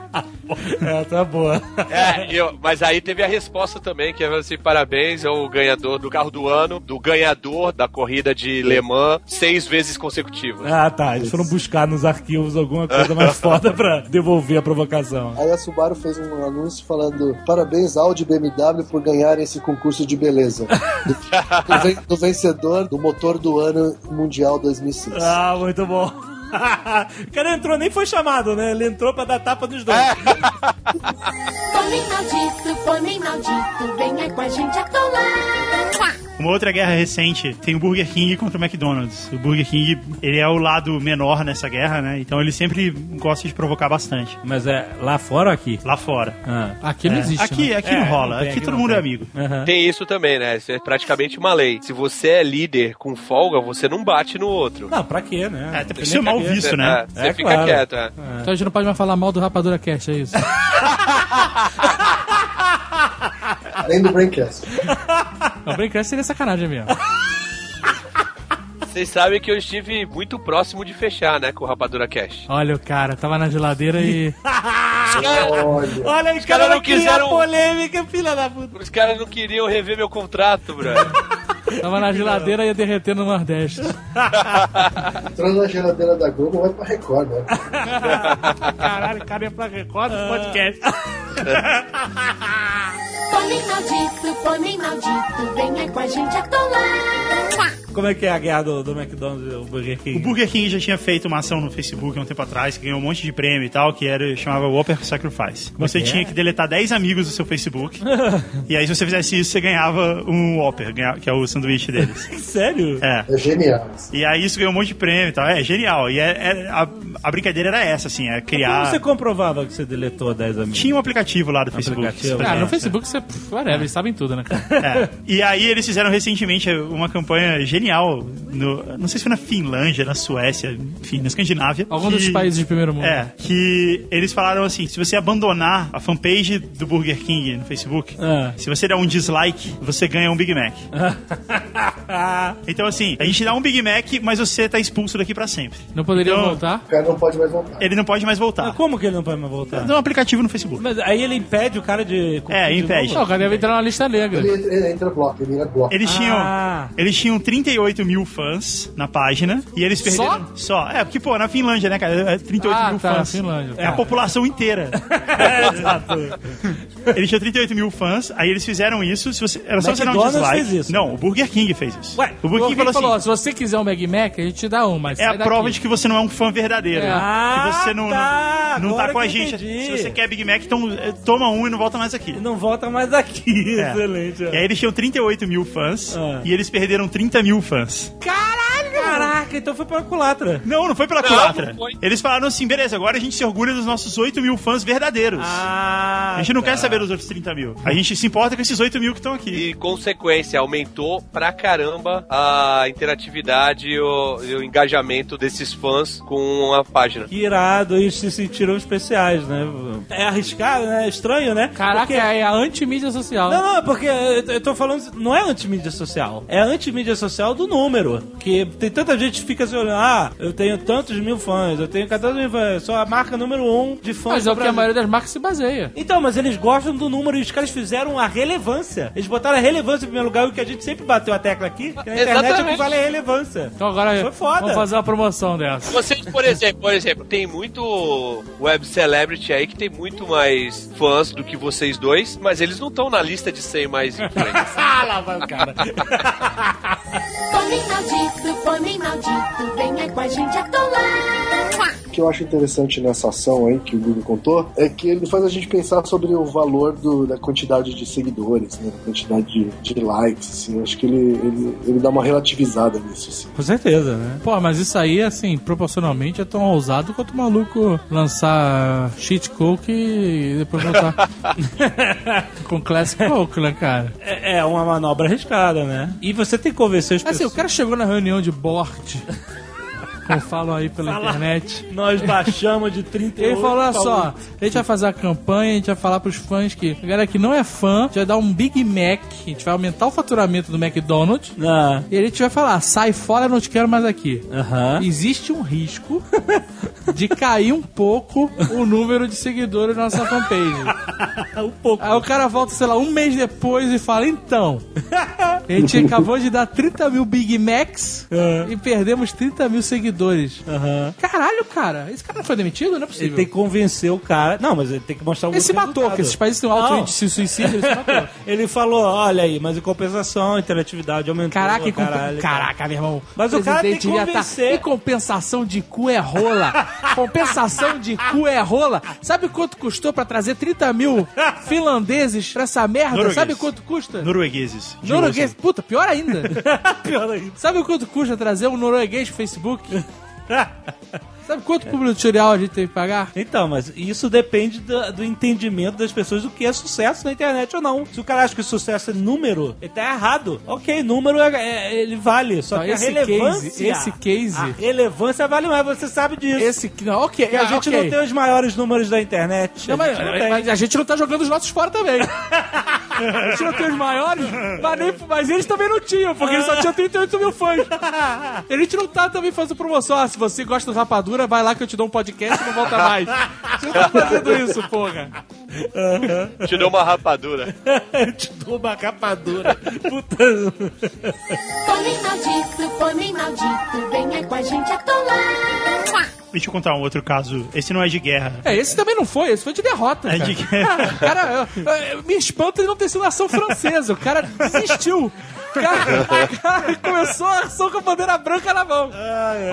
Speaker 2: É, tá boa.
Speaker 4: É, eu- mas aí teve a resposta também, que era assim, parabéns ao ganhador do carro do ano, do ganhador da corrida de Le Mans, seis vezes consecutivas.
Speaker 2: Ah, tá. Eles foram buscar nos arquivos alguma coisa mais foda pra devolver a provocação.
Speaker 5: Aí a Subaru fez um anúncio falando: parabéns, Audi e BMW, por ganharem esse concurso de beleza. Do, do ven- do vencedor do motor do ano mundial 2006.
Speaker 2: Ah, muito bom. O cara entrou, nem foi chamado, né? Ele entrou pra dar tapa nos dois.
Speaker 8: Pônei maldito, pônei maldito, venha com a gente atolar.
Speaker 3: Uma outra guerra recente tem o Burger King contra o McDonald's. O Burger King, ele é o lado menor nessa guerra, né? Então ele sempre gosta de provocar bastante.
Speaker 2: Mas é lá fora ou aqui?
Speaker 3: Lá fora.
Speaker 2: Ah.
Speaker 6: Aqui não existe.
Speaker 3: Aqui,
Speaker 6: né?
Speaker 3: aqui não
Speaker 2: É,
Speaker 3: rola.
Speaker 2: não tem,
Speaker 3: aqui
Speaker 2: aqui
Speaker 3: todo
Speaker 2: não
Speaker 3: mundo é
Speaker 2: tem.
Speaker 3: amigo.
Speaker 4: Tem isso também, né? Isso é praticamente uma lei. Se você é líder com folga, você não bate no outro.
Speaker 2: Não, pra quê, né?
Speaker 3: É, até porque isso é mal
Speaker 2: Fica
Speaker 3: visto,
Speaker 4: É,
Speaker 3: né?
Speaker 4: você
Speaker 2: É,
Speaker 4: fica
Speaker 2: claro.
Speaker 4: quieto, é.
Speaker 6: Então a gente não pode mais falar mal do Rapadura Cast, é isso?
Speaker 5: Nem do Braincast.
Speaker 6: Não, brincando seria sacanagem mesmo.
Speaker 4: Vocês sabem que eu estive muito próximo de fechar, né, com o Rapadura Cash.
Speaker 6: Olha o cara, tava na geladeira e.
Speaker 5: Olha.
Speaker 2: Olha, os
Speaker 4: caras
Speaker 2: caras
Speaker 4: não
Speaker 2: não quiseram
Speaker 4: quiseram-
Speaker 2: polêmica, filha da puta.
Speaker 4: Os caras não queriam rever meu contrato, brother.
Speaker 6: Tava na geladeira e ia derreter no Nordeste.
Speaker 5: Entrou na geladeira da Globo, vai pra Record, né?
Speaker 6: Caralho, o cara ia pra Record
Speaker 2: É.
Speaker 6: do podcast.
Speaker 8: Pônei maldito, pônei maldito, venha com a gente atolar.
Speaker 2: Como é que é a guerra do, do McDonald's o Burger
Speaker 3: O
Speaker 2: King?
Speaker 3: Burger King já tinha feito uma ação no Facebook há um tempo atrás, que ganhou um monte de prêmio e tal, que era, chamava Whopper Sacrifice. Você
Speaker 2: é?
Speaker 3: tinha que deletar 10 amigos do seu Facebook, e aí se você fizesse isso, você ganhava um Whopper, ganha- que é o sanduíche deles.
Speaker 2: Sério?
Speaker 3: É.
Speaker 5: É genial. isso.
Speaker 3: E aí isso ganhou um monte de prêmio e tal. É genial. E é, é- a, a brincadeira era essa, assim, é
Speaker 2: Como
Speaker 3: criar.
Speaker 2: Então você comprovava que você deletou 10 amigos?
Speaker 3: Tinha um aplicativo lá do Facebook.
Speaker 2: Aplicativo.
Speaker 3: Isso pra
Speaker 6: Ah,
Speaker 3: mim.
Speaker 6: no Facebook você. pff, Whatever, eles sabem tudo, né, cara?
Speaker 3: É. E aí eles fizeram recentemente uma campanha genial. no- não sei se foi na Finlândia, na Suécia, enfim, na Escandinávia.
Speaker 6: Algum
Speaker 3: que-
Speaker 6: dos países de primeiro mundo.
Speaker 3: É, que eles falaram assim: se você abandonar a fanpage do Burger King no Facebook,
Speaker 2: Ah.
Speaker 3: se você der um dislike, você ganha um Big Mac. Então, assim, a gente dá um Big Mac, mas você tá expulso daqui pra sempre.
Speaker 6: Não poderia
Speaker 3: Então-
Speaker 6: voltar?
Speaker 5: O cara não pode mais voltar.
Speaker 3: Ele não pode mais voltar.
Speaker 2: Mas como que ele não pode mais voltar?
Speaker 3: Dá um aplicativo no Facebook.
Speaker 2: Mas aí ele impede o cara de...
Speaker 3: É,
Speaker 2: de
Speaker 3: impede.
Speaker 6: Não, o cara deve entrar na lista negra.
Speaker 5: Ele entra, ele entra bloco, ele vira bloco.
Speaker 3: Eles
Speaker 2: Ah.
Speaker 3: tinham, eles tinham 38 mil fãs na página e eles perderam. Só? É, porque, pô, na Finlândia, né, cara? é 38
Speaker 6: Ah,
Speaker 3: mil
Speaker 6: tá,
Speaker 3: fãs.
Speaker 6: Finlândia,
Speaker 3: É a
Speaker 6: tá.
Speaker 3: população inteira.
Speaker 2: É, Exato.
Speaker 3: eles tinham 38 mil fãs, aí eles fizeram isso. Se você, era só você dar um
Speaker 2: McDonald's
Speaker 3: dislike.
Speaker 2: fez isso.
Speaker 3: Não, o Burger King fez isso.
Speaker 2: Ué,
Speaker 3: o Burger King falou assim.
Speaker 6: ó, se você quiser um Big Mac, a gente te dá um, mas
Speaker 3: É a
Speaker 6: sai daqui.
Speaker 3: prova de que você não é um fã verdadeiro.
Speaker 6: É.
Speaker 2: Ah,
Speaker 3: que você não,
Speaker 2: tá,
Speaker 3: não, não tá
Speaker 2: agora
Speaker 3: com a
Speaker 2: que eu
Speaker 3: gente.
Speaker 2: entendi.
Speaker 3: Se você quer Big Mac, então eh, toma um e não volta mais aqui.
Speaker 2: E não volta mais aqui.
Speaker 3: É.
Speaker 2: Excelente. ó.
Speaker 3: E aí eles tinham 38 mil fãs
Speaker 2: Ah.
Speaker 3: e eles perderam 30 mil fãs.
Speaker 2: Caraca, então foi pra culatra.
Speaker 3: Não, não foi pela
Speaker 4: Não,
Speaker 3: culatra.
Speaker 4: não foi.
Speaker 3: Eles falaram assim, beleza, agora a gente se orgulha dos nossos 8 mil fãs verdadeiros.
Speaker 2: Ah,
Speaker 3: a gente não
Speaker 2: tá.
Speaker 3: quer saber dos outros 30 mil. A gente se importa com esses 8 mil que estão aqui.
Speaker 4: E, consequência, aumentou pra caramba a interatividade e o, e o engajamento desses fãs com a página.
Speaker 2: Que irado, e se sentiram especiais, né? É arriscado, né? É estranho, né?
Speaker 6: Caraca,
Speaker 2: Porque-
Speaker 6: é a antimídia social.
Speaker 2: Não, não, é porque eu eu tô falando. Não é antimídia social. É antimídia social do número. Que tem tanta gente que fica se olhando. Ah, eu tenho tantos mil fãs, eu tenho 14 mil fãs. Sou a marca número um de fãs.
Speaker 6: mas é o
Speaker 2: do
Speaker 6: que a
Speaker 2: Brasil.
Speaker 6: maioria das marcas se baseia.
Speaker 2: Então, mas eles gostam do número e os caras fizeram a relevância. Eles botaram a relevância em primeiro lugar, e o que a gente sempre bateu a tecla aqui. Que na internet o que
Speaker 4: Exatamente.
Speaker 2: vale é a relevância.
Speaker 6: Então agora
Speaker 2: Foi foda.
Speaker 6: vamos fazer uma promoção dessa.
Speaker 4: Vocês, por exemplo, por exemplo, tem muito web celebrity aí que tem muito mais fãs do que vocês dois, mas eles não estão na lista de 100 mais influentes.
Speaker 2: Fala, cara.
Speaker 8: Pônei maldito, pônei maldito, venha com a gente atolar.
Speaker 5: O que eu acho interessante nessa ação aí que o Google contou é que ele faz a gente pensar sobre o valor do- da quantidade de seguidores, né? Da quantidade de, de likes, assim. Eu Acho que ele, ele, ele dá uma relativizada nisso, assim.
Speaker 2: Com certeza, né?
Speaker 6: Pô, mas isso aí, assim, proporcionalmente é tão ousado quanto o maluco lançar cheat coke e depois voltar com classic coke, né, cara?
Speaker 2: É, é uma manobra arriscada, né? E você tem que convencer as
Speaker 6: Assim, o
Speaker 2: pessoas.
Speaker 6: cara chegou na reunião de board como falam aí pela
Speaker 2: Fala.
Speaker 6: internet.
Speaker 2: Nós baixamos de 38
Speaker 6: Ele falou, olha
Speaker 2: pra
Speaker 6: só,
Speaker 2: oito.
Speaker 6: a gente vai fazer a campanha, a gente vai falar pros fãs que a galera que não é fã, a gente vai dar um Big Mac, a gente vai aumentar o faturamento do McDonald's,
Speaker 2: Ah,
Speaker 6: e a gente vai falar, sai fora, eu não te quero mais aqui.
Speaker 2: aham.
Speaker 6: Existe um risco de cair um pouco o número de seguidores na nossa fanpage.
Speaker 2: Um pouco.
Speaker 6: Aí o cara volta, sei lá, um mês depois e fala, então, a gente acabou de dar 30 mil Big Macs
Speaker 2: É.
Speaker 6: e perdemos 30 mil seguidores.
Speaker 2: Aham.
Speaker 6: Caralho, cara, esse cara não foi demitido? Não é possível.
Speaker 2: Ele tem que convencer o cara. Não, mas ele tem que mostrar o
Speaker 6: Ele se matou, porque esses países têm um alto
Speaker 2: Não.
Speaker 6: índice de suicídio, ele se matou.
Speaker 2: Ele falou, olha aí, mas em compensação, a interatividade aumentou.
Speaker 6: Caraca, em compen-
Speaker 2: caralho,
Speaker 6: caraca, meu irmão.
Speaker 2: Mas o cara tem que
Speaker 6: presidente devia tá-
Speaker 2: convencer.
Speaker 6: Em compensação de cu é rola. compensação de cu é rola. Sabe quanto custou pra trazer 30 mil finlandeses pra essa merda?
Speaker 3: Norueguês.
Speaker 6: Sabe quanto custa?
Speaker 3: Noruegueses. de
Speaker 6: Norueguês. Puta, pior ainda.
Speaker 2: Pior ainda.
Speaker 6: Sabe quanto custa trazer um norueguês pro Facebook? Sabe quanto público tutorial a gente teve que pagar?
Speaker 2: Então, mas isso depende do, do entendimento das pessoas do que é sucesso na internet ou não. Se o cara acha que sucesso é número, ele tá errado. Ok, número é- é- ele vale, só
Speaker 6: Então,
Speaker 2: que a
Speaker 6: esse
Speaker 2: relevância...
Speaker 6: case- esse case-
Speaker 2: A relevância vale mais, você sabe disso.
Speaker 6: Esse que não, ok. é,
Speaker 2: Porque a gente
Speaker 6: ok.
Speaker 2: não tem os maiores números da internet.
Speaker 6: Não,
Speaker 2: a
Speaker 6: mas,
Speaker 2: gente não tem.
Speaker 6: mas a gente não tá jogando os nossos fora também. A gente não tem os maiores, mas, nem- mas eles também não tinham, porque eles só tinham 38 mil fãs. A gente não tá também fazendo promoção. Ah, se você gosta do Rapadura, vai lá que eu te dou um podcast e não volta mais. A gente não tá fazendo isso, porra.
Speaker 4: Te deu uma rapadura.
Speaker 2: Eu te dou uma capadura. Puta.
Speaker 8: Pomem maldito, pomem maldito, venha com a gente atolar.
Speaker 3: Deixa eu contar um outro caso. Esse não é de guerra.
Speaker 4: Tá.
Speaker 6: É, esse também não foi, esse foi de derrota.
Speaker 3: É
Speaker 6: Cara. Ah,
Speaker 3: de guerra.
Speaker 6: Cara, eu- eu- me espanta ele não ter sido na ação francesa. O cara desistiu. O cara, o cara começou a ação com a bandeira branca na mão.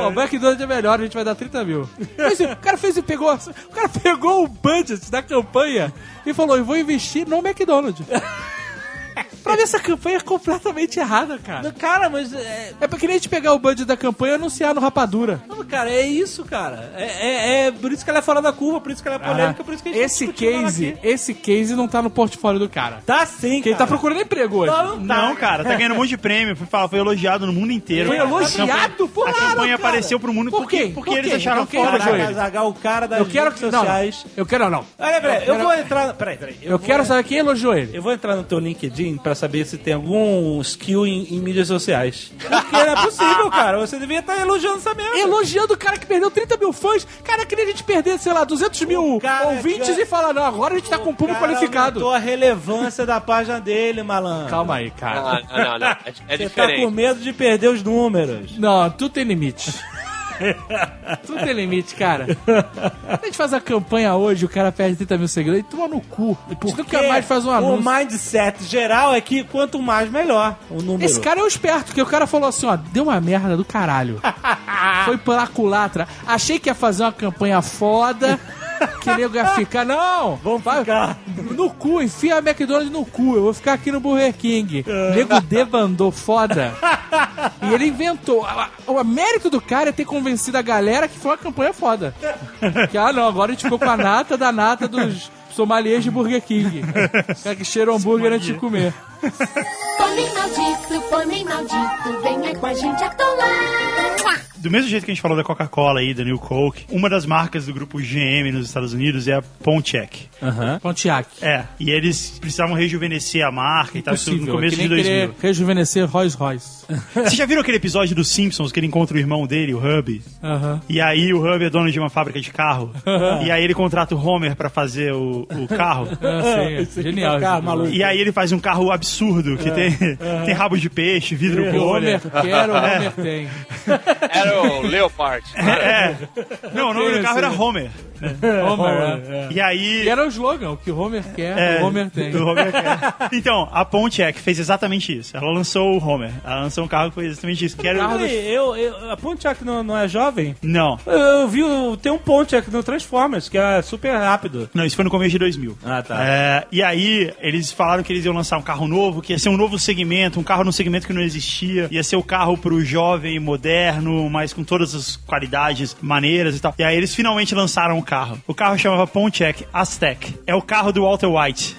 Speaker 6: Ó, o McDonald's é melhor, a gente vai dar 30 mil. Mas, assim, o cara fez e pegou. O cara pegou o budget da campanha e falou: Eu vou investir no McDonald's. pra mim, essa campanha é completamente errada, cara.
Speaker 2: Cara, mas é,
Speaker 6: É pra que nem a gente pegar o budget da campanha e anunciar no Rapadura.
Speaker 2: Não, cara, é isso, cara. É, é- é por isso que ela é fora da curva, por isso que ela é polêmica, por isso que a gente tá
Speaker 6: Ah, esse
Speaker 2: discutindo ela
Speaker 6: case,
Speaker 2: aqui.
Speaker 6: esse case não tá no portfólio do cara.
Speaker 2: Tá sim,
Speaker 6: Porque ele tá
Speaker 2: cara.
Speaker 6: procurando emprego hoje.
Speaker 2: Não, não tá.
Speaker 3: Não, cara, tá ganhando um monte de prêmio. Foi, falar, foi elogiado no mundo inteiro.
Speaker 6: Foi elogiado?
Speaker 3: A campanha,
Speaker 6: Por
Speaker 3: a
Speaker 6: nada,
Speaker 3: campanha
Speaker 6: cara.
Speaker 3: apareceu pro mundo
Speaker 6: Por
Speaker 3: porque,
Speaker 6: quê?
Speaker 3: porque
Speaker 6: Por
Speaker 3: eles
Speaker 6: quê?
Speaker 3: acharam
Speaker 6: Então quem
Speaker 3: fora.
Speaker 6: elogiou
Speaker 2: Caraca,
Speaker 6: ele?
Speaker 3: cara.
Speaker 2: Azaghal, o cara das
Speaker 6: Eu quero
Speaker 2: redes
Speaker 6: que. Não, não.
Speaker 2: sociais.
Speaker 6: Eu quero, não.
Speaker 2: Olha, peraí, eu,
Speaker 6: quero-
Speaker 2: vou entrar. Peraí, peraí. vou-
Speaker 6: Eu quero saber quem elogiou ele.
Speaker 2: Eu vou entrar no teu LinkedIn pra saber se tem algum skill em, em mídias sociais. Porque não é possível, cara. Você devia estar elogiando essa merda.
Speaker 6: Elogiando o cara que perdeu 30 mil fãs. Cara, queria a gente perder, sei lá, 200 mil
Speaker 2: cara
Speaker 6: ouvintes
Speaker 2: ganha-
Speaker 6: e falar, não, agora a gente tá com um público qualificado.
Speaker 2: Aumentou a relevância da página dele, malandro.
Speaker 6: Calma aí, cara.
Speaker 4: Não, não, não. não. É, é
Speaker 2: Você tá com
Speaker 4: diferente.
Speaker 2: medo de perder os números.
Speaker 6: Não, tudo tem limite. tudo tem limite, cara. A gente faz a campanha hoje, o cara perde 30 mil seguidores e toma no cu. a gente nunca
Speaker 2: Porque
Speaker 6: mais faz um anúncio.
Speaker 2: O mindset geral é que quanto mais, melhor o número.
Speaker 6: Esse cara é um esperto, porque o cara falou assim, ó, deu uma merda do caralho. Foi pela culatra. Achei que ia fazer uma campanha foda, que nego ia ficar, não!
Speaker 2: Vamos
Speaker 6: vai-
Speaker 2: ficar.
Speaker 6: No cu, enfia a McDonald's no cu, eu vou ficar aqui no Burger King.
Speaker 2: É.
Speaker 6: Nego debandou foda. E ele inventou. A- a- O mérito do cara é ter convencido a galera que foi uma campanha foda. Que, ah, não, agora a gente ficou com a nata da nata dos somaliês de Burger King. O cara que cheira o hambúrguer antes de comer.
Speaker 8: Pomem maldito, pomem maldito, venha com a gente atolar.
Speaker 3: Do mesmo jeito que a gente falou da Coca-Cola aí, da New Coke, uma das marcas do grupo GM nos Estados Unidos é a Pontiac.
Speaker 6: Pontiac.
Speaker 3: É, e eles precisavam rejuvenescer a marca e tal, isso no
Speaker 6: Possível,
Speaker 3: começo
Speaker 6: é que
Speaker 3: de
Speaker 6: nem
Speaker 3: 2000.
Speaker 6: querer rejuvenescer Rolls Royce.
Speaker 3: Vocês já viram aquele episódio dos Simpsons que ele encontra o irmão dele, o Hub?
Speaker 6: Aham.
Speaker 3: E aí o Hub é dono de uma fábrica de carro. e aí ele contrata o Homer pra fazer o, o carro.
Speaker 6: Ah, sim, é genial.
Speaker 2: cara, maluco.
Speaker 3: E aí ele faz um carro absurdo, que tem, tem rabo de peixe, vidro
Speaker 6: É, O Homer
Speaker 3: bolha.
Speaker 6: quer, o Homer tem.
Speaker 4: Era o Leopard.
Speaker 3: Não, o nome do carro era Homer.
Speaker 6: Homer, é.
Speaker 3: E aí...
Speaker 6: né? E era o slogan, o que o Homer quer,
Speaker 3: É,
Speaker 6: o Homer tem.
Speaker 3: do Homer quer. Então, a Pontiac fez exatamente isso. Ela lançou o Homer. Ela lançou um carro que foi exatamente isso. Que era...
Speaker 2: Peraí, eu, eu, a Pontiac não, não é jovem?
Speaker 3: Não.
Speaker 2: Eu, eu vi, o- tem um Pontiac no Transformers, que é super rápido.
Speaker 3: Não, isso foi no começo de 2000.
Speaker 2: Ah, tá.
Speaker 3: É, e aí, eles falaram que eles iam lançar um carro novo, que ia ser um novo segmento, um carro num segmento que não existia. Ia ser o carro pro jovem, moderno, mas com todas as qualidades, maneiras e tal. E aí, eles finalmente lançaram o carro. O carro chamava Pontiac Aztec. É o carro do Walter White.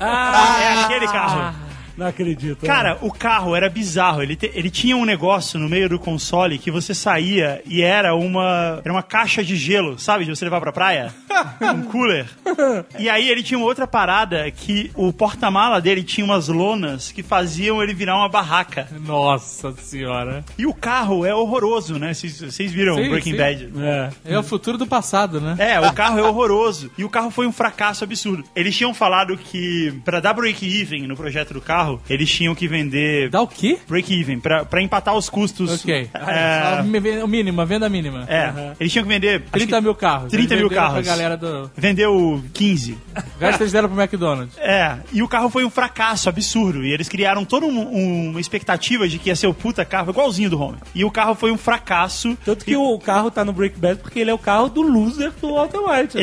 Speaker 3: Ah, é aquele carro.
Speaker 2: Não acredito.
Speaker 3: Cara, o carro era bizarro. Ele, te- ele tinha um negócio no meio do console que você saía e era uma, era uma caixa de gelo, sabe? De você levar pra praia. um cooler. E aí ele tinha uma outra parada que o porta-mala dele tinha umas lonas que faziam ele virar uma barraca.
Speaker 6: Nossa senhora.
Speaker 3: E o carro é horroroso, né? Vocês- Vocês viram
Speaker 6: Sim,
Speaker 3: Breaking
Speaker 6: sim.
Speaker 3: Bad?
Speaker 2: É.
Speaker 6: É o futuro do passado, né?
Speaker 3: É, o carro é horroroso. E o carro foi um fracasso absurdo. Eles tinham falado que pra dar break-even no projeto do carro, eles tinham que vender
Speaker 6: Dá o quê?
Speaker 3: break-even pra, pra empatar os custos.
Speaker 6: Ok. Ah,
Speaker 3: É,
Speaker 6: O mínimo, a venda mínima.
Speaker 3: é, eles tinham que vender acho
Speaker 6: 30
Speaker 3: que
Speaker 6: mil carros.
Speaker 3: 30
Speaker 6: Eles
Speaker 3: mil
Speaker 6: venderam
Speaker 3: carros.
Speaker 6: Pra galera do...
Speaker 3: Vendeu 15.
Speaker 6: O
Speaker 2: Ah.
Speaker 6: resto eles deram pro McDonald's.
Speaker 3: É, e o carro foi um fracasso absurdo. E eles criaram toda um- um- uma expectativa de que ia ser o puta carro igualzinho do Homer. E o carro foi um fracasso.
Speaker 2: Tanto que o carro tá no Break Bad porque ele é o carro do loser do Walter White. né?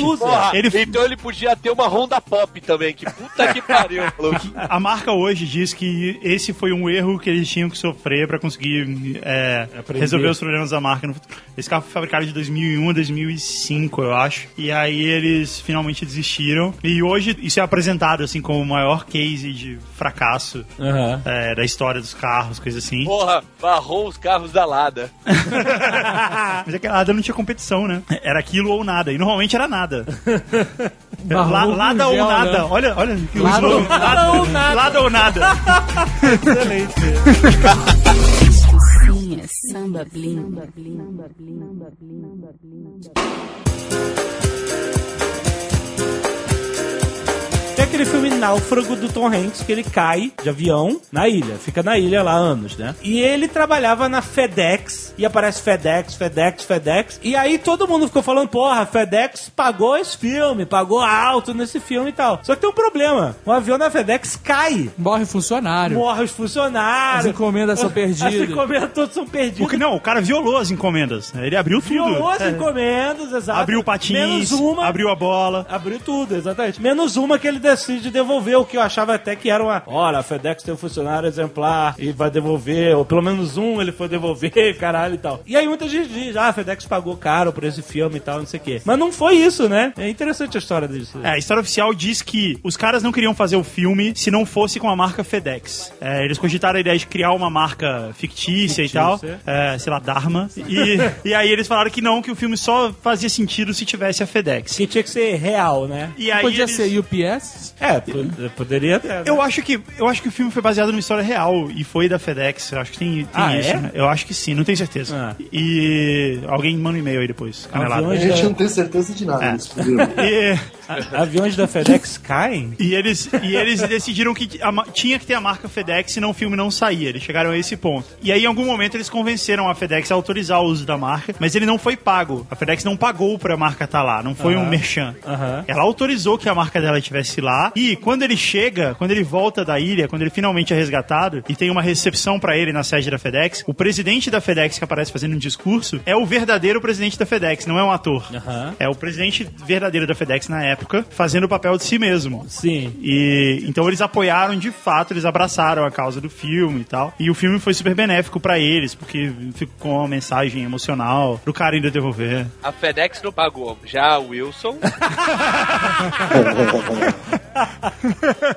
Speaker 2: Ele é o carro de loser.
Speaker 4: Porra,
Speaker 3: Ele-
Speaker 4: então ele podia ter uma Honda Pop também, que puta que pariu, maluco.
Speaker 3: A marca hoje diz que esse foi um erro que eles tinham que sofrer pra conseguir é, resolver os problemas da marca. no futuro. Esse carro foi fabricado de 2001 a 2005, eu acho. E aí eles finalmente desistiram. E hoje isso é apresentado assim como o maior case de fracasso
Speaker 2: Aham.
Speaker 3: é, da história dos carros, coisa assim.
Speaker 4: Porra, barrou os carros da Lada.
Speaker 3: Mas é que a Lada não tinha competição, né? Era aquilo ou nada. E normalmente era nada.
Speaker 6: Barrou
Speaker 3: La-
Speaker 6: com
Speaker 3: Lada ou
Speaker 6: gel, né?
Speaker 3: nada. Olha, olha. que o
Speaker 6: Lada ou-
Speaker 3: slogan. Lada ou nada.
Speaker 7: Cocinha, é samba, blimba, blimba, blimba, blimba, blimba.
Speaker 2: Tem aquele filme Náufrago do Tom Hanks que ele cai de avião na ilha. Fica na ilha lá anos, né? E ele trabalhava na FedEx. E aparece FedEx, FedEx, FedEx. E aí todo mundo ficou falando, porra, FedEx pagou esse filme, pagou alto nesse filme e tal. Só que tem um problema. O avião da FedEx cai.
Speaker 6: Morre funcionário.
Speaker 2: Morre os funcionários.
Speaker 6: As encomendas são perdidas.
Speaker 2: As encomendas todas são perdidas.
Speaker 3: Porque não, o cara violou as encomendas. né? Ele abriu tudo.
Speaker 2: Violou as
Speaker 3: É.
Speaker 2: encomendas, exato.
Speaker 3: Abriu o patins,
Speaker 2: Menos uma.
Speaker 3: abriu a bola.
Speaker 2: Abriu tudo, exatamente. Menos uma que ele decide devolver, o que eu achava até que era uma. Olha, a FedEx tem um funcionário exemplar e vai devolver, ou pelo menos um ele foi devolver, caralho e tal. E aí muita gente diz, ah, a FedEx pagou caro por esse filme e tal, não sei o quê. Mas não foi isso, né? É interessante a história disso.
Speaker 3: É, a história oficial diz que os caras não queriam fazer o filme se não fosse com a marca FedEx. É, eles cogitaram a ideia de criar uma marca fictícia, e tal, é, sei lá, Dharma. E, e aí eles falaram que não, que o filme só fazia sentido se tivesse a FedEx.
Speaker 2: Que tinha que ser real, né?
Speaker 3: E aí
Speaker 6: Podia
Speaker 3: eles-
Speaker 6: ser UPS?
Speaker 2: É, pod- poderia ter. né?
Speaker 3: Eu acho, que, eu acho que o filme foi baseado numa história real e foi da FedEx. Eu acho que tem, tem
Speaker 2: Ah,
Speaker 3: isso.
Speaker 2: é? Ah.
Speaker 3: né? Eu acho que sim, não tenho certeza. E alguém manda um e-mail aí depois. Canelada.
Speaker 5: A
Speaker 2: Aviões
Speaker 5: gente
Speaker 2: da,
Speaker 5: não tem certeza de
Speaker 2: É.
Speaker 5: nada nesse programa.
Speaker 3: E-
Speaker 2: aviões da FedEx caem?
Speaker 3: E eles, e eles decidiram que a ma- tinha que ter a marca FedEx, senão o filme não saía. Eles chegaram a esse ponto. E aí, em algum momento, eles convenceram a FedEx a autorizar o uso da marca, mas ele não foi pago. A FedEx não pagou pra marca estar lá, não foi um merchan.
Speaker 2: Aham.
Speaker 3: Ela autorizou que a marca dela estivesse lá. E quando ele chega, quando ele volta da ilha, quando ele finalmente é resgatado e tem uma recepção pra ele na sede da FedEx, o presidente da FedEx que aparece fazendo um discurso é o verdadeiro presidente da FedEx, não é um ator.
Speaker 2: Aham.
Speaker 3: É o presidente verdadeiro da FedEx na época, fazendo o papel de si mesmo.
Speaker 2: Sim.
Speaker 3: E então eles apoiaram de fato, eles abraçaram a causa do filme e tal. E o filme foi super benéfico pra eles, porque ficou uma mensagem emocional pro cara ainda devolver.
Speaker 4: A FedEx não pagou. Já a Wilson.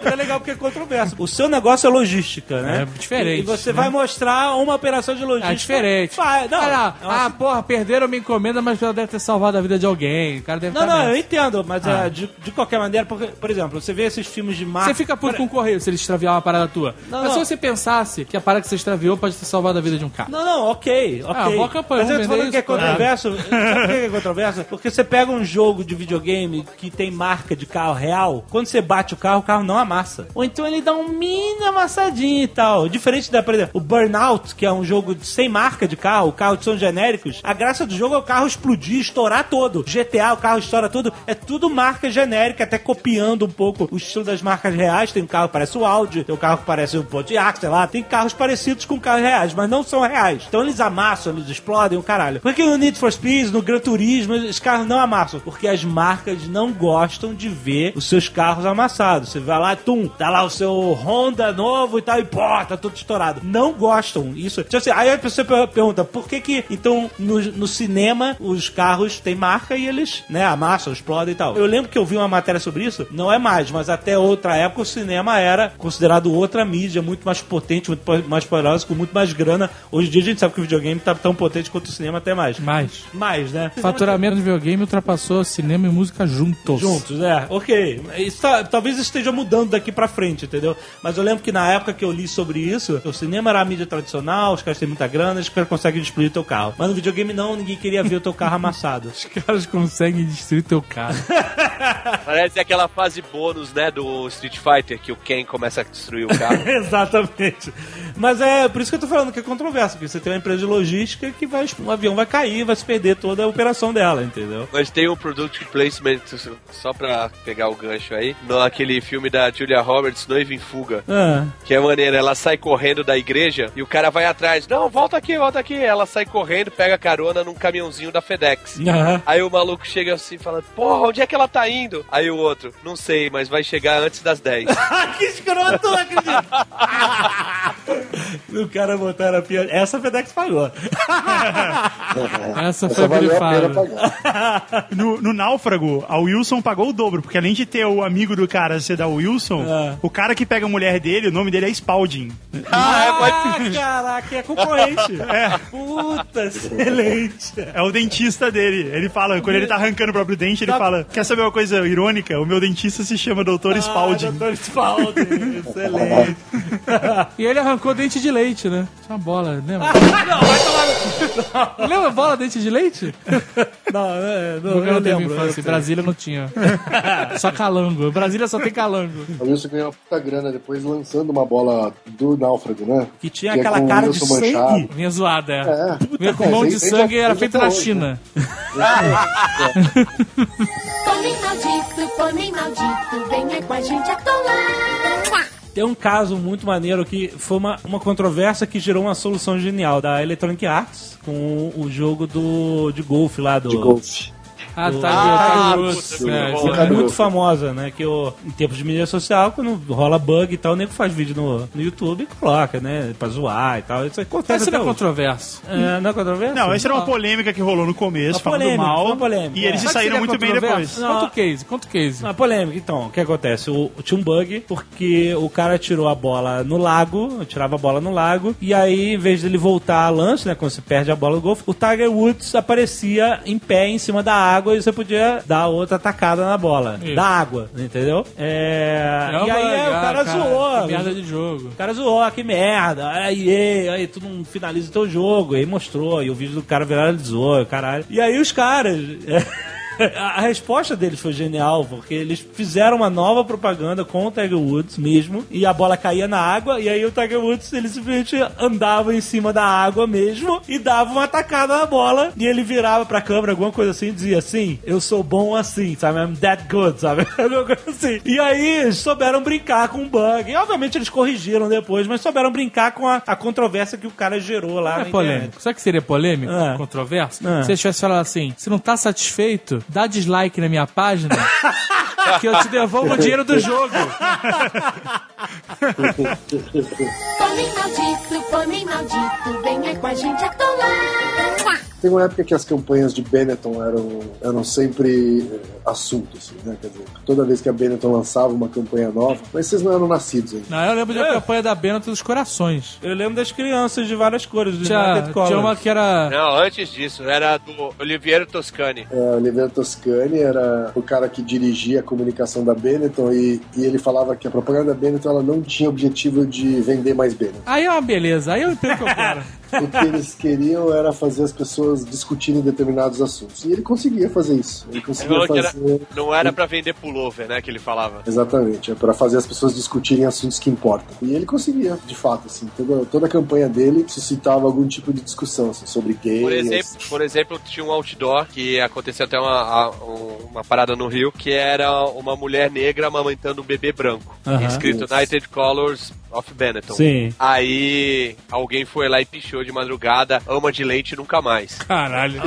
Speaker 2: É legal porque é controverso. O seu negócio é logística, né?
Speaker 6: É diferente,
Speaker 2: E você
Speaker 6: né?
Speaker 2: vai mostrar uma operação de logística.
Speaker 6: É diferente.
Speaker 2: Vai, não,
Speaker 6: Ah,
Speaker 2: é
Speaker 6: lá,
Speaker 2: uma-
Speaker 6: ah, porra, perderam minha encomenda, mas ela deve ter salvado a vida de alguém. O cara deve
Speaker 2: não,
Speaker 6: tá
Speaker 2: não, eu
Speaker 6: nessa.
Speaker 2: entendo, mas é, de, de qualquer maneira, porque, por exemplo, você vê esses filmes de marca.
Speaker 6: Ah. Você fica puto com o correio se ele extraviar uma parada tua.
Speaker 2: Não, não.
Speaker 6: mas se você pensasse que a parada que você extraviou pode ter salvado a vida de um cara.
Speaker 2: Não, não, ok, ok.
Speaker 6: Ah, boa campanha,
Speaker 2: Mas eu tô
Speaker 6: vamos
Speaker 2: falando
Speaker 6: vender
Speaker 2: que é
Speaker 6: isso, claro.
Speaker 2: controverso. Sabe por que é controverso? Porque você pega um jogo de videogame que tem marca de carro real, quando você bate o carro, o carro não amassa. Ou então ele dá um mini amassadinho e tal. Diferente da, por exemplo, o Burnout, que é um jogo de- sem marca de carro, o carro são genéricos. A graça do jogo é o carro explodir, estourar todo. GTA, o carro estoura tudo. É tudo marca genérica, até copiando um pouco o estilo das marcas reais. Tem um carro que parece o Audi, tem um carro que parece o Pontiac, sei lá. Tem carros parecidos com carros reais, mas não são reais. Então eles amassam, eles explodem, o caralho. Por que no Need for Speed, no Gran Turismo, os carros não amassam? Porque as marcas não gostam de ver os seus carros amassados. Você vai lá, tum, tá lá o seu Honda novo e tal, e pô, tá tudo estourado. Não gostam. Isso. Tipo assim, aí a pessoa per- pergunta, por que que, então, no, no cinema, os carros têm marca e eles, né, amassam, explodem e tal. Eu lembro lembro que eu vi uma matéria sobre isso, não é mais, mas até outra época o cinema era considerado outra mídia, muito mais potente, muito po- mais poderosa, com muito mais grana. Hoje em dia a gente sabe que o videogame tá tão potente quanto o cinema, até mais.
Speaker 6: Mais.
Speaker 2: Mais, né?
Speaker 6: Faturamento de videogame ultrapassou cinema e música juntos.
Speaker 2: Juntos, é, ok. Isso tá- talvez esteja mudando daqui pra frente, entendeu? Mas eu lembro que na época que eu li sobre isso, o cinema era a mídia tradicional, os caras têm muita grana, os caras conseguem destruir teu carro. Mas no videogame não, ninguém queria ver o teu carro amassado.
Speaker 6: Os caras conseguem destruir teu carro.
Speaker 4: Parece aquela fase bônus, né, do Street Fighter, que o Ken começa a destruir o carro.
Speaker 2: é Exatamente. Mas é por isso que eu tô falando que é controverso, porque você tem uma empresa de logística que vai, um avião vai cair, vai se perder toda a operação dela, entendeu?
Speaker 4: Mas tem um product placement, só pra pegar o gancho aí, naquele filme da Julia Roberts, Noiva em Fuga.
Speaker 2: Ah,
Speaker 4: Que é maneiro, ela sai correndo da igreja e o cara vai atrás. Não, volta aqui, volta aqui. Ela sai correndo, pega carona num caminhãozinho da FedEx.
Speaker 2: aham.
Speaker 4: Aí o maluco chega assim e fala: Porra, onde é que ela tá indo? Aí o outro: Não sei, mas vai chegar antes das 10.
Speaker 2: Ah, que escroto, não acredito. o cara botaram a piada. Essa a FedEx pagou.
Speaker 6: Essa foi
Speaker 5: É. Essa valeu a pena
Speaker 6: grifada.
Speaker 5: pagar.
Speaker 3: No, no Náufrago, a Wilson pagou o dobro, porque além de ter o amigo do cara ser da Wilson,
Speaker 2: É.
Speaker 3: o cara que pega a mulher dele, o nome dele é Spalding.
Speaker 2: Ah, caraca, é concorrente.
Speaker 6: É.
Speaker 2: Puta, excelente.
Speaker 3: É o dentista dele. Ele fala, quando ele tá arrancando o próprio dente, ele
Speaker 2: Tá.
Speaker 3: fala: Quer saber uma coisa irônica? O meu dentista se chama Dr. Spalding.
Speaker 2: Ah, doutor Spalding, excelente.
Speaker 6: E ele arrancou dente de leite, né? Tinha uma bola, lembra?
Speaker 2: Ah, não, vai tomar...
Speaker 6: lembra a bola dente de leite?
Speaker 2: Não, é, não,
Speaker 6: Nunca
Speaker 2: eu
Speaker 6: teve
Speaker 2: lembro.
Speaker 6: infância. Brasília não tinha. Só calango. Brasília só tem calango.
Speaker 5: O Wilson ganhou uma puta grana depois lançando uma bola do náufrago, né?
Speaker 2: Que tinha
Speaker 5: é
Speaker 2: aquela
Speaker 5: com o
Speaker 2: cara de
Speaker 5: Wilson
Speaker 2: sangue.
Speaker 5: manchado.
Speaker 6: Vinha zoada, é.
Speaker 5: É.
Speaker 6: Vinha com
Speaker 5: É,
Speaker 6: mão de
Speaker 5: isso aí
Speaker 6: sangue
Speaker 5: já-
Speaker 6: era
Speaker 5: já
Speaker 6: feito
Speaker 5: tá
Speaker 6: na
Speaker 5: hoje,
Speaker 6: China.
Speaker 8: Põe maldito, põe maldito, venha com a gente atolar.
Speaker 2: Tem um caso muito maneiro que foi uma, uma controvérsia que gerou uma solução genial da Electronic Arts com o jogo do, de golfe lá do.
Speaker 5: De golfe.
Speaker 6: Ah, tá,
Speaker 4: Ah,
Speaker 6: ah, tá
Speaker 4: puta,
Speaker 6: grosso.
Speaker 4: muito bom,
Speaker 6: É, isso
Speaker 5: né?
Speaker 6: é-
Speaker 2: muito
Speaker 5: Caruso.
Speaker 2: famosa, né? Que o, em tempos de mídia social, quando rola bug e tal, o nego faz vídeo no, no YouTube e coloca, né? Pra zoar e tal. Isso acontece
Speaker 6: Esse
Speaker 2: até
Speaker 6: não é
Speaker 2: hoje.
Speaker 6: controverso.
Speaker 2: É, não é controvérsia?
Speaker 3: Não, essa era uma polêmica que rolou no começo,
Speaker 2: Uma
Speaker 3: falando
Speaker 2: polêmica, foi
Speaker 3: mal.
Speaker 2: uma polêmica,
Speaker 3: e eles
Speaker 2: é.
Speaker 3: se
Speaker 6: Sabe
Speaker 3: saíram
Speaker 6: que seria
Speaker 3: muito bem
Speaker 6: controverso?
Speaker 3: depois.
Speaker 2: Não.
Speaker 6: Conta o case, conta o case.
Speaker 2: Uma polêmica, então, o que acontece? O, tinha um bug porque o cara tirou a bola no lago, tirava a bola no lago, e aí, em vez dele voltar a lance, né? Quando se perde a bola do golfe, o Tiger Woods aparecia em pé em cima da água e você podia dar outra tacada na bola.
Speaker 6: Isso.
Speaker 2: Da água, entendeu? É.
Speaker 6: É uma
Speaker 2: e aí é, o
Speaker 6: legal,
Speaker 2: cara, zoou.
Speaker 6: que Merda de jogo.
Speaker 2: O cara zoou, ah, que merda, aí, aí, aí tu não finaliza o teu jogo. Aí mostrou, e o vídeo do cara viralizou, caralho. E aí os caras. A a resposta deles foi genial, porque eles fizeram uma nova propaganda com o Tiger Woods mesmo, e a bola caía na água, e aí o Tiger Woods ele simplesmente andava em cima da água mesmo e dava uma tacada na bola, e ele virava pra câmera, alguma coisa assim, e dizia assim: Eu sou bom assim, sabe? I'm that good, sabe? Alguma coisa assim. E aí eles souberam brincar com o bug, e obviamente eles corrigiram depois, mas souberam brincar com a, a controvérsia que o cara gerou lá
Speaker 6: É
Speaker 2: na internet.
Speaker 6: polêmico. Sabe o que seria polêmico?
Speaker 2: Ah.
Speaker 6: Controverso?
Speaker 2: Ah.
Speaker 6: Se eles tivessem falado assim: se não tá satisfeito, dá dislike na minha página que eu te devolvo o dinheiro do jogo.
Speaker 8: Põe maldito, põe maldito, venha com a gente atolar.
Speaker 5: Tem uma época que as campanhas de Benetton eram, eram sempre eh, assunto, assim, né? Quer dizer, toda vez que a Benetton lançava uma campanha nova, mas vocês não eram nascidos ainda.
Speaker 6: Não, eu lembro de uma
Speaker 2: É.
Speaker 6: campanha da Bento dos Corações.
Speaker 2: Eu lembro das crianças de várias cores, do
Speaker 6: Tinha,
Speaker 2: United Colors.
Speaker 6: tinha uma que era.
Speaker 4: Não, antes disso, era do Oliviero Toscani.
Speaker 5: É, o Oliveira Toscani era o cara que dirigia a comunicação da Benetton e, e ele falava que a propaganda da Benetton ela não tinha objetivo de vender mais Benetton.
Speaker 6: Aí é uma beleza, aí eu entendo o que eu quero.
Speaker 5: O que eles queriam era fazer as pessoas discutirem determinados assuntos. E ele conseguia fazer isso. Ele
Speaker 4: Ele
Speaker 5: conseguia
Speaker 4: falou que
Speaker 5: fazer.
Speaker 4: era- não era pra vender pullover, né, que ele falava.
Speaker 5: Exatamente, é para fazer as pessoas discutirem assuntos que importam. E ele conseguia, de fato, assim, toda, toda a campanha dele suscitava algum tipo de discussão assim, sobre gays.
Speaker 4: Por exemplo, por exemplo, tinha um outdoor que aconteceu até uma, a- um- uma parada no Rio, que era uma mulher negra amamentando um bebê branco.
Speaker 2: Aham.
Speaker 4: Inscrito United Colors Off Benetton.
Speaker 2: Sim.
Speaker 4: Aí alguém foi lá e pichou de madrugada, ama de leite nunca mais.
Speaker 2: Caralho.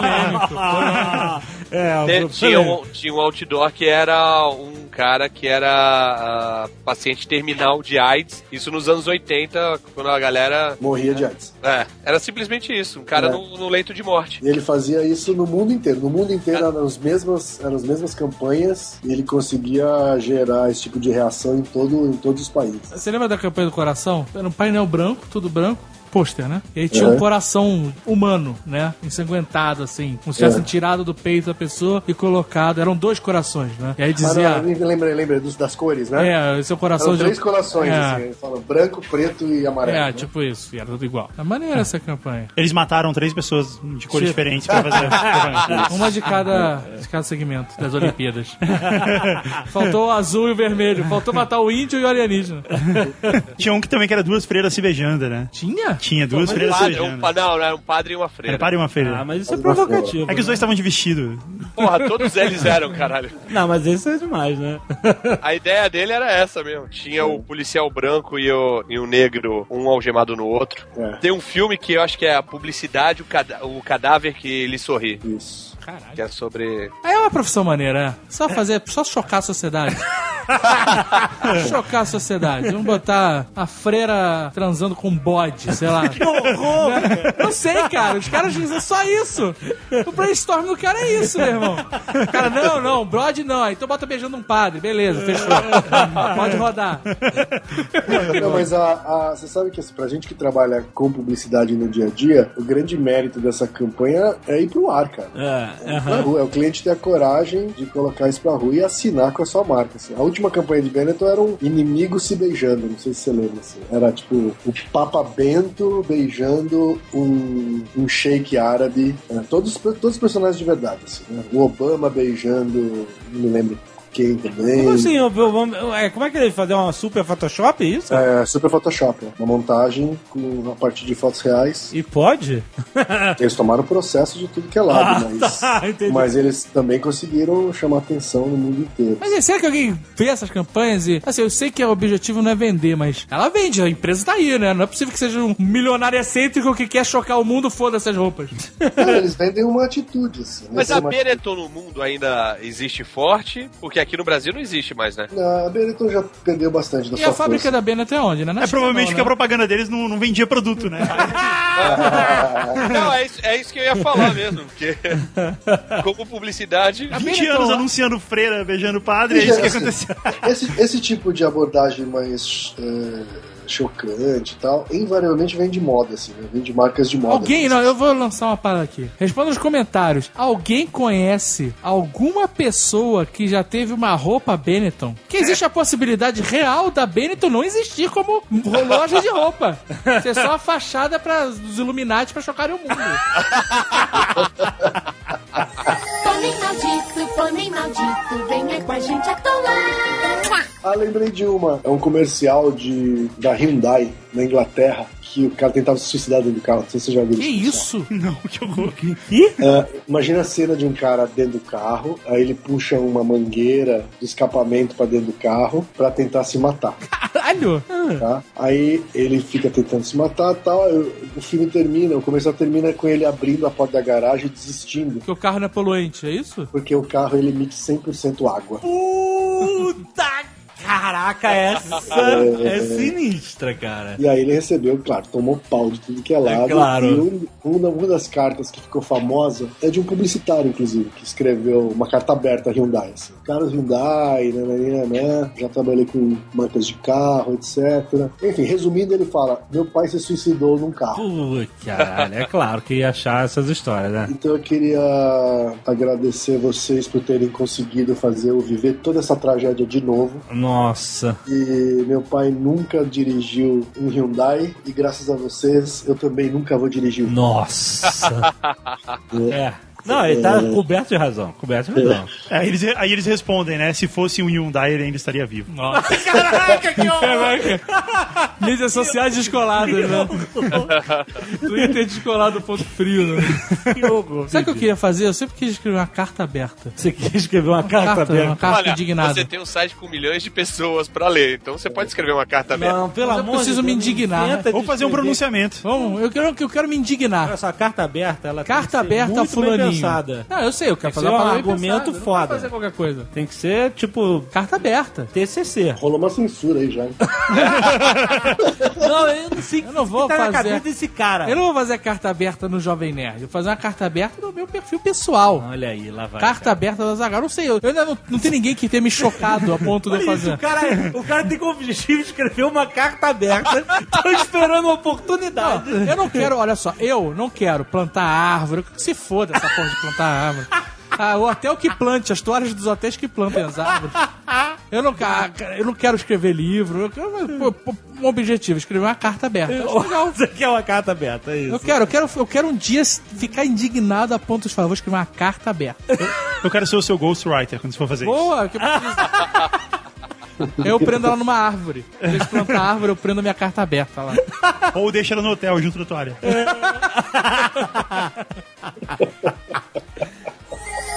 Speaker 2: É, polêmico.
Speaker 3: Tá
Speaker 2: É,
Speaker 4: Te-
Speaker 2: o-
Speaker 4: tinha, um, tinha um outdoor que era um cara que era ah, paciente terminal de AIDS. Isso nos anos 80, quando a galera.
Speaker 5: Morria de AIDS.
Speaker 4: É, era simplesmente isso, um cara
Speaker 5: É.
Speaker 4: no, no leito de morte.
Speaker 5: E ele fazia isso no mundo inteiro. No mundo inteiro eram as mesmas, eram as mesmas campanhas e ele conseguia gerar esse tipo de reação em, todo, em todos os países.
Speaker 6: Você lembra da campanha do coração? Era um painel branco, tudo branco. Pôster, né? E aí tinha
Speaker 5: Uhum.
Speaker 6: um coração humano, né? Ensanguentado, assim. Como se tivessem
Speaker 5: Uhum.
Speaker 6: tirado do peito da pessoa e colocado. Eram dois corações, né? E aí
Speaker 5: Mas ah,
Speaker 6: dizia.
Speaker 5: não, lembra, lembra dos- das cores, né?
Speaker 6: É, esse é o coração
Speaker 5: Eram
Speaker 6: de.
Speaker 5: três colações,
Speaker 6: É.
Speaker 5: assim. Ele fala branco, preto e amarelo.
Speaker 6: É,
Speaker 5: né?
Speaker 6: tipo isso, e era tudo igual. É maneira essa campanha.
Speaker 3: Eles mataram três pessoas de cores
Speaker 6: Tipo.
Speaker 3: diferentes pra fazer.
Speaker 6: Uma de cada, de cada segmento das Olimpíadas. Faltou o azul e o vermelho. Faltou matar o índio e o alienígena.
Speaker 3: Tinha um que também que era duas freiras se beijando, né?
Speaker 6: Tinha?
Speaker 3: Tinha duas
Speaker 4: Um
Speaker 3: freiras se
Speaker 4: padre, um,
Speaker 3: beijando.
Speaker 4: pa- não, era um padre e uma
Speaker 3: Era
Speaker 4: freira.
Speaker 3: padre e uma
Speaker 2: Ah,
Speaker 3: freira.
Speaker 2: mas isso é provocativo.
Speaker 3: É que os dois estavam de vestido.
Speaker 4: Porra, todos eles eram, caralho.
Speaker 2: Não, mas isso é demais, né?
Speaker 4: A ideia dele era essa mesmo. Tinha o policial branco e o, e o negro, um algemado no outro.
Speaker 5: É.
Speaker 4: Tem um filme que eu acho que é a publicidade, o, cada- o cadáver que lhe sorri.
Speaker 5: Isso.
Speaker 4: Que é sobre.
Speaker 6: Aí é uma profissão maneira, é. Só fazer, só chocar a sociedade. chocar a sociedade. Vamos botar a freira transando com um bode, sei lá. Que horror! Não sei, cara. Os caras dizem é só isso. O brainstorm do cara é isso, meu irmão. O cara, não, não, bode não. Aí Então bota beijando um padre. Beleza, fechou. Pode rodar.
Speaker 5: Não, mas a, a- você sabe que assim, pra gente que trabalha com publicidade no dia a dia, o grande mérito dessa campanha é ir pro ar, cara.
Speaker 2: É, é.
Speaker 5: Pra rua, É o cliente ter a coragem de colocar isso pra rua e assinar com a sua marca. assim. A última campanha de Benetton era um inimigo se beijando, não sei se você lembra. assim. Era tipo o Papa Bento beijando um, um sheik árabe. Era todos, todos os personagens de verdade. assim, né? O Obama beijando, não me lembro quem também.
Speaker 2: Como assim? eu- eu- eu- é, Como é que ele fazer uma super Photoshop? Isso?
Speaker 5: É, super Photoshop, né? uma montagem com a partir de fotos reais.
Speaker 2: E pode?
Speaker 6: Ah.
Speaker 5: Eles tomaram processo de tudo que é lado, mas,
Speaker 2: tá, entendi.
Speaker 5: mas eles também conseguiram chamar atenção no mundo inteiro.
Speaker 6: Mas é sério que alguém vê essas campanhas e. Assim, eu sei que o objetivo não é vender, mas ela vende, a empresa tá aí, né? Não é possível que seja um milionário excêntrico que quer chocar o mundo, foda essas roupas. é.
Speaker 5: Não, eles vendem uma atitude, assim. né?
Speaker 4: Mas
Speaker 5: Tem
Speaker 4: a
Speaker 5: uma...
Speaker 4: Benetton no mundo ainda existe forte, porque aqui no Brasil não existe mais, né?
Speaker 5: Não, a Benetton já perdeu bastante da
Speaker 6: E
Speaker 5: sua
Speaker 6: a fábrica
Speaker 5: força.
Speaker 6: da Bena até onde, né? Na
Speaker 2: tá
Speaker 3: É
Speaker 6: China
Speaker 3: provavelmente
Speaker 6: não,
Speaker 3: que a
Speaker 6: né?
Speaker 3: propaganda deles não, não vendia produto, né?
Speaker 4: Não, é isso, é isso que eu ia falar mesmo, porque como publicidade.
Speaker 3: 20
Speaker 2: é
Speaker 3: anos anunciando freira beijando padre, é isso que aconteceu.
Speaker 5: assim, Esse, esse tipo de abordagem mais é, chocante e tal, invariavelmente vem de moda, assim, né? Vem de marcas de moda.
Speaker 6: Alguém,
Speaker 5: assim.
Speaker 6: não, eu vou lançar uma parada aqui. Responda nos comentários. Alguém conhece alguma pessoa que já teve uma roupa Benetton? Que existe a possibilidade real da Benetton não existir como loja de roupa. Ser só a fachada para os Illuminati pra chocarem o mundo.
Speaker 8: Pônei maldito, pônei maldito, venha com a gente atolar.
Speaker 5: Ah, lembrei de uma. É um comercial de, da Hyundai, na Inglaterra, que o cara tentava se suicidar dentro do carro. Não sei se você já viu
Speaker 6: Que
Speaker 5: esse comercial.
Speaker 6: isso?
Speaker 3: Não, que horror.
Speaker 5: Ah, imagina a cena de um cara dentro do carro, aí ele puxa uma mangueira de escapamento pra dentro do carro pra tentar se matar,
Speaker 6: Caralho!
Speaker 5: tá? Aí ele fica tentando se matar, tal. eu- o filme termina, o comercial termina com ele abrindo a porta da garagem e desistindo,
Speaker 6: Porque o carro não é poluente, é isso?
Speaker 5: porque o carro ele emite 100% água.
Speaker 2: Puta caraca, essa é sinistra, cara.
Speaker 5: E aí ele recebeu, claro, tomou pau de tudo que é lado.
Speaker 2: claro.
Speaker 5: E um- uma, uma das cartas que ficou famosa é de um publicitário, inclusive, que escreveu uma carta aberta a Hyundai. Assim. Caros Hyundai, né, já trabalhei com marcas de carro, etc. Enfim, resumindo, ele fala: meu pai se suicidou num carro.
Speaker 2: Putz, caralho, é claro que ia achar essas histórias, né?
Speaker 5: Então eu queria agradecer vocês por terem conseguido fazer eu viver toda essa tragédia de novo.
Speaker 2: Nossa.
Speaker 5: E meu pai nunca dirigiu um Hyundai e graças a vocês eu também nunca vou dirigir um.
Speaker 2: Nossa. é. Não, ele tá coberto de razão. Coberto de razão.
Speaker 3: É, Aí eles, aí eles respondem, né? Se fosse um Hyundai, ele ainda estaria vivo.
Speaker 9: Caraca, que horror!
Speaker 6: Mídias sociais descoladas, né? Twitter descolado ponto frio, né?
Speaker 2: Que horror.
Speaker 6: Sabe o que eu queria fazer? Eu sempre quis escrever uma carta aberta.
Speaker 2: Você quer escrever uma carta,
Speaker 6: carta,
Speaker 2: aberta?
Speaker 6: uma
Speaker 4: é
Speaker 6: carta indignada.
Speaker 4: você tem um site com milhões de pessoas pra ler, então você pode escrever uma carta aberta.
Speaker 2: Não, pelo
Speaker 6: Mas eu
Speaker 2: amor de
Speaker 6: preciso me
Speaker 2: Deus,
Speaker 6: indignar, né?
Speaker 2: inventa de
Speaker 3: Vamos fazer um
Speaker 2: escrever.
Speaker 3: pronunciamento.
Speaker 6: Vamos, eu quero, eu quero me indignar.
Speaker 2: Essa carta aberta, ela tem que ser
Speaker 6: Carta aberta a
Speaker 2: muito bem
Speaker 6: fulaninho.
Speaker 2: pensada.
Speaker 6: Não, eu sei, eu
Speaker 2: Tem
Speaker 6: quero
Speaker 2: que
Speaker 6: fazer
Speaker 2: ser um
Speaker 6: palavra
Speaker 2: argumento
Speaker 6: bem pensada, eu não
Speaker 2: foda.
Speaker 6: quero fazer qualquer coisa.
Speaker 2: Tem que ser, tipo,
Speaker 6: Carta aberta.
Speaker 2: TCC.
Speaker 5: Rolou uma censura aí já. hein?
Speaker 2: Não, eu não sei o
Speaker 6: Eu não vou
Speaker 2: que tá na
Speaker 6: fazer.
Speaker 2: cabeça desse cara.
Speaker 6: Eu não vou fazer carta aberta no Jovem Nerd. Eu vou fazer uma carta aberta no meu perfil pessoal.
Speaker 2: Olha aí, lá vai.
Speaker 6: Carta aberta da Zagal. Não sei, eu eu ainda não, não tem ninguém que tenha me chocado a ponto de eu
Speaker 2: Olha isso,
Speaker 6: fazer.
Speaker 2: o cara, é- o cara tem como objetivo escrever uma carta aberta. Tô esperando uma oportunidade.
Speaker 6: Eu não quero, olha só, eu não quero plantar árvore. Se foda essa porra de plantar árvore. Ah, o hotel que plante, as toalhas dos hotéis que plantam as árvores. Eu não, ca- cara, eu não quero escrever livro. Eu quero pô, pô, um objetivo, escrever uma carta aberta. Eu acho legal.
Speaker 2: Isso aqui é uma carta aberta, é isso.
Speaker 6: Eu quero, eu quero, eu quero um dia ficar indignado a ponto de falar, vou escrever uma carta aberta.
Speaker 3: Eu quero ser o seu ghostwriter quando você for fazer isso.
Speaker 6: Boa, que eu preciso. Eu prendo ela numa árvore. Em vez de plantar a árvore, eu prendo a minha carta aberta lá.
Speaker 3: Ou deixa ela no hotel, junto da toalha.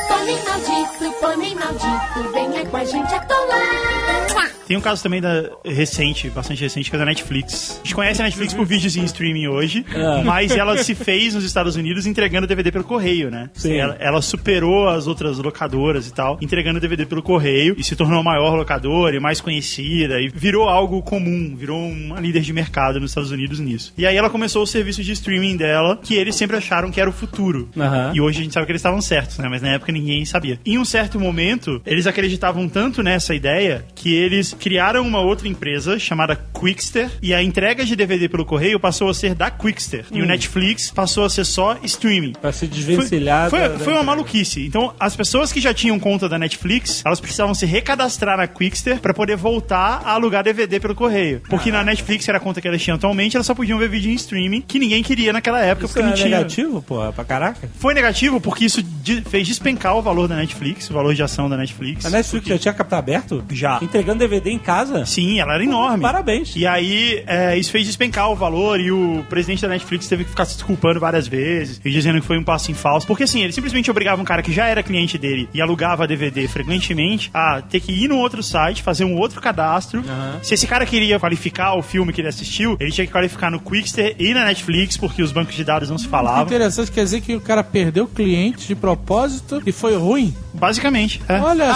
Speaker 8: Pônei maldito, pônei maldito, venha com a gente atolar.
Speaker 3: Tem um caso também da recente, bastante recente, que é da Netflix. A gente conhece a Netflix por vídeos em streaming hoje,
Speaker 2: É.
Speaker 3: mas ela se fez nos Estados Unidos entregando DVD pelo correio, né?
Speaker 2: Sim.
Speaker 3: Ela, ela superou as outras locadoras e tal, entregando DVD pelo correio e se tornou a maior locadora e mais conhecida e virou algo comum, virou uma líder de mercado nos Estados Unidos nisso. E aí ela começou o serviço de streaming dela, que eles sempre acharam que era o futuro.
Speaker 2: Aham.
Speaker 3: E hoje a gente sabe que eles estavam certos, né? Mas na época ninguém sabia. Em um certo momento, eles acreditavam tanto nessa ideia que eles criaram uma outra empresa chamada Quickster e a entrega de DVD pelo correio passou a ser da Quickster.
Speaker 2: Hum.
Speaker 3: E o Netflix passou a ser só streaming.
Speaker 2: Pra se desvencilhar.
Speaker 3: Foi,
Speaker 2: da-
Speaker 3: foi,
Speaker 2: da-
Speaker 3: foi uma maluquice. Então, as pessoas que já tinham conta da Netflix, elas precisavam se recadastrar na Quickster pra poder voltar a alugar DVD pelo correio. Porque na Netflix era a conta que elas tinham atualmente, elas só podiam ver vídeo em streaming, que ninguém queria naquela época,
Speaker 2: Isso
Speaker 3: porque não
Speaker 2: é
Speaker 3: tinha.
Speaker 2: negativo, porra, pra caraca.
Speaker 3: Foi negativo porque isso de- fez despencar o valor da Netflix, o valor de ação da Netflix.
Speaker 2: A Netflix já tinha capital aberto?
Speaker 3: Já.
Speaker 2: Entregando DVD em casa?
Speaker 3: Sim, ela era enorme.
Speaker 2: Parabéns.
Speaker 3: E aí, é, isso fez despencar o valor e o presidente da Netflix teve que ficar se desculpando várias vezes e dizendo que foi um passo em falso. Porque assim, ele simplesmente obrigava um cara que já era cliente dele e alugava DVD frequentemente a ter que ir num outro site, fazer um outro cadastro. Se esse cara queria qualificar o filme que ele assistiu, ele tinha que qualificar no Quickster e na Netflix, porque os bancos de dados não se falavam.
Speaker 6: Interessante, quer dizer que o cara perdeu o cliente de propósito e foi ruim?
Speaker 3: Basicamente. é.
Speaker 6: Olha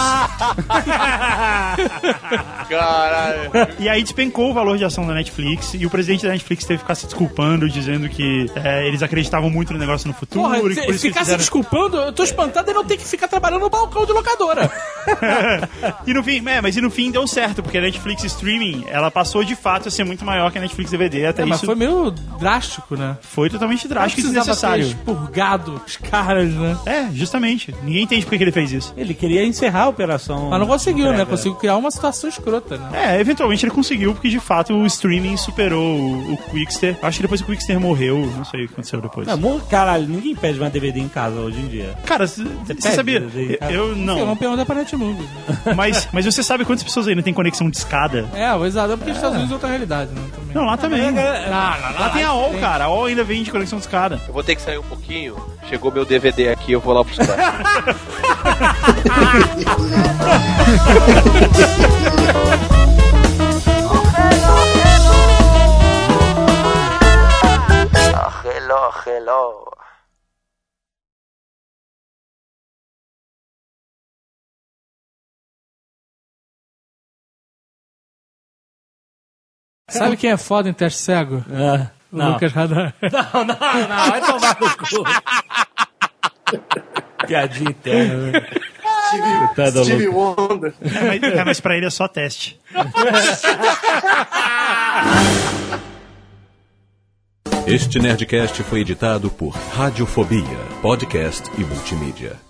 Speaker 4: Caralho.
Speaker 3: E aí despencou o valor de ação da Netflix e o presidente da Netflix teve que ficar se desculpando, dizendo que é, eles acredestavam muito no negócio no futuro.
Speaker 6: Porra,
Speaker 3: e que
Speaker 6: se-
Speaker 3: por isso que
Speaker 6: ficar se
Speaker 3: eles fizeram-
Speaker 6: desculpando, eu tô espantado e não ter que ficar trabalhando no balcão de locadora.
Speaker 3: E no fim, é, mas e no fim deu certo, porque a Netflix Streaming, ela passou de fato a ser muito maior que a Netflix DVD, até
Speaker 6: É, mas
Speaker 3: isso
Speaker 6: foi
Speaker 3: foi...
Speaker 6: meio drástico, né?
Speaker 3: totalmente drástico e
Speaker 6: Não precisava ter
Speaker 3: desnecessário.
Speaker 6: expurgado os caras, né?
Speaker 3: É, justamente. Ninguém entende por que que ele fez isso.
Speaker 2: Ele queria encerrar a operação.
Speaker 6: Mas não conseguiu, né?
Speaker 2: entrega.
Speaker 6: Conseguiu criar uma situação escrota, né?
Speaker 3: É, eventualmente ele conseguiu, porque de fato o streaming superou o, o Quickster. Acho que depois o Quickster morreu, não sei o que aconteceu depois.
Speaker 2: Não, mo- É, caralho, ninguém pede mais DVD em casa hoje em dia.
Speaker 3: Cara, c- você
Speaker 2: pede
Speaker 3: sabia?
Speaker 6: né?
Speaker 2: DVD?
Speaker 3: Eu
Speaker 6: Eu não
Speaker 3: não.
Speaker 6: perguntar pra Netmundo.
Speaker 3: Mas, mas você sabe quantas pessoas ainda têm conexão de escada?
Speaker 6: É, o exato, porque os Estados Unidos é outra realidade, né? Também.
Speaker 3: Não, lá também. Lá tem a OL,
Speaker 6: tem.
Speaker 3: cara. A OL ainda vem de conexão de escada.
Speaker 4: Eu vou ter que sair um pouquinho. Chegou meu DVD aqui, eu vou lá buscar.
Speaker 10: Hello, hello.
Speaker 6: Sabe quem é foda em teste cego?
Speaker 2: Ah,
Speaker 6: O
Speaker 2: não.
Speaker 6: Lucas Radar.
Speaker 2: Não, não, não, vai tomar no cu. Piadinha interna, né? Coitado,
Speaker 5: Steve, Steve Wonder.
Speaker 3: É, mas, é, mas pra ele é só teste.
Speaker 11: Este Nerdcast foi editado por Radiofobia, podcast e multimídia.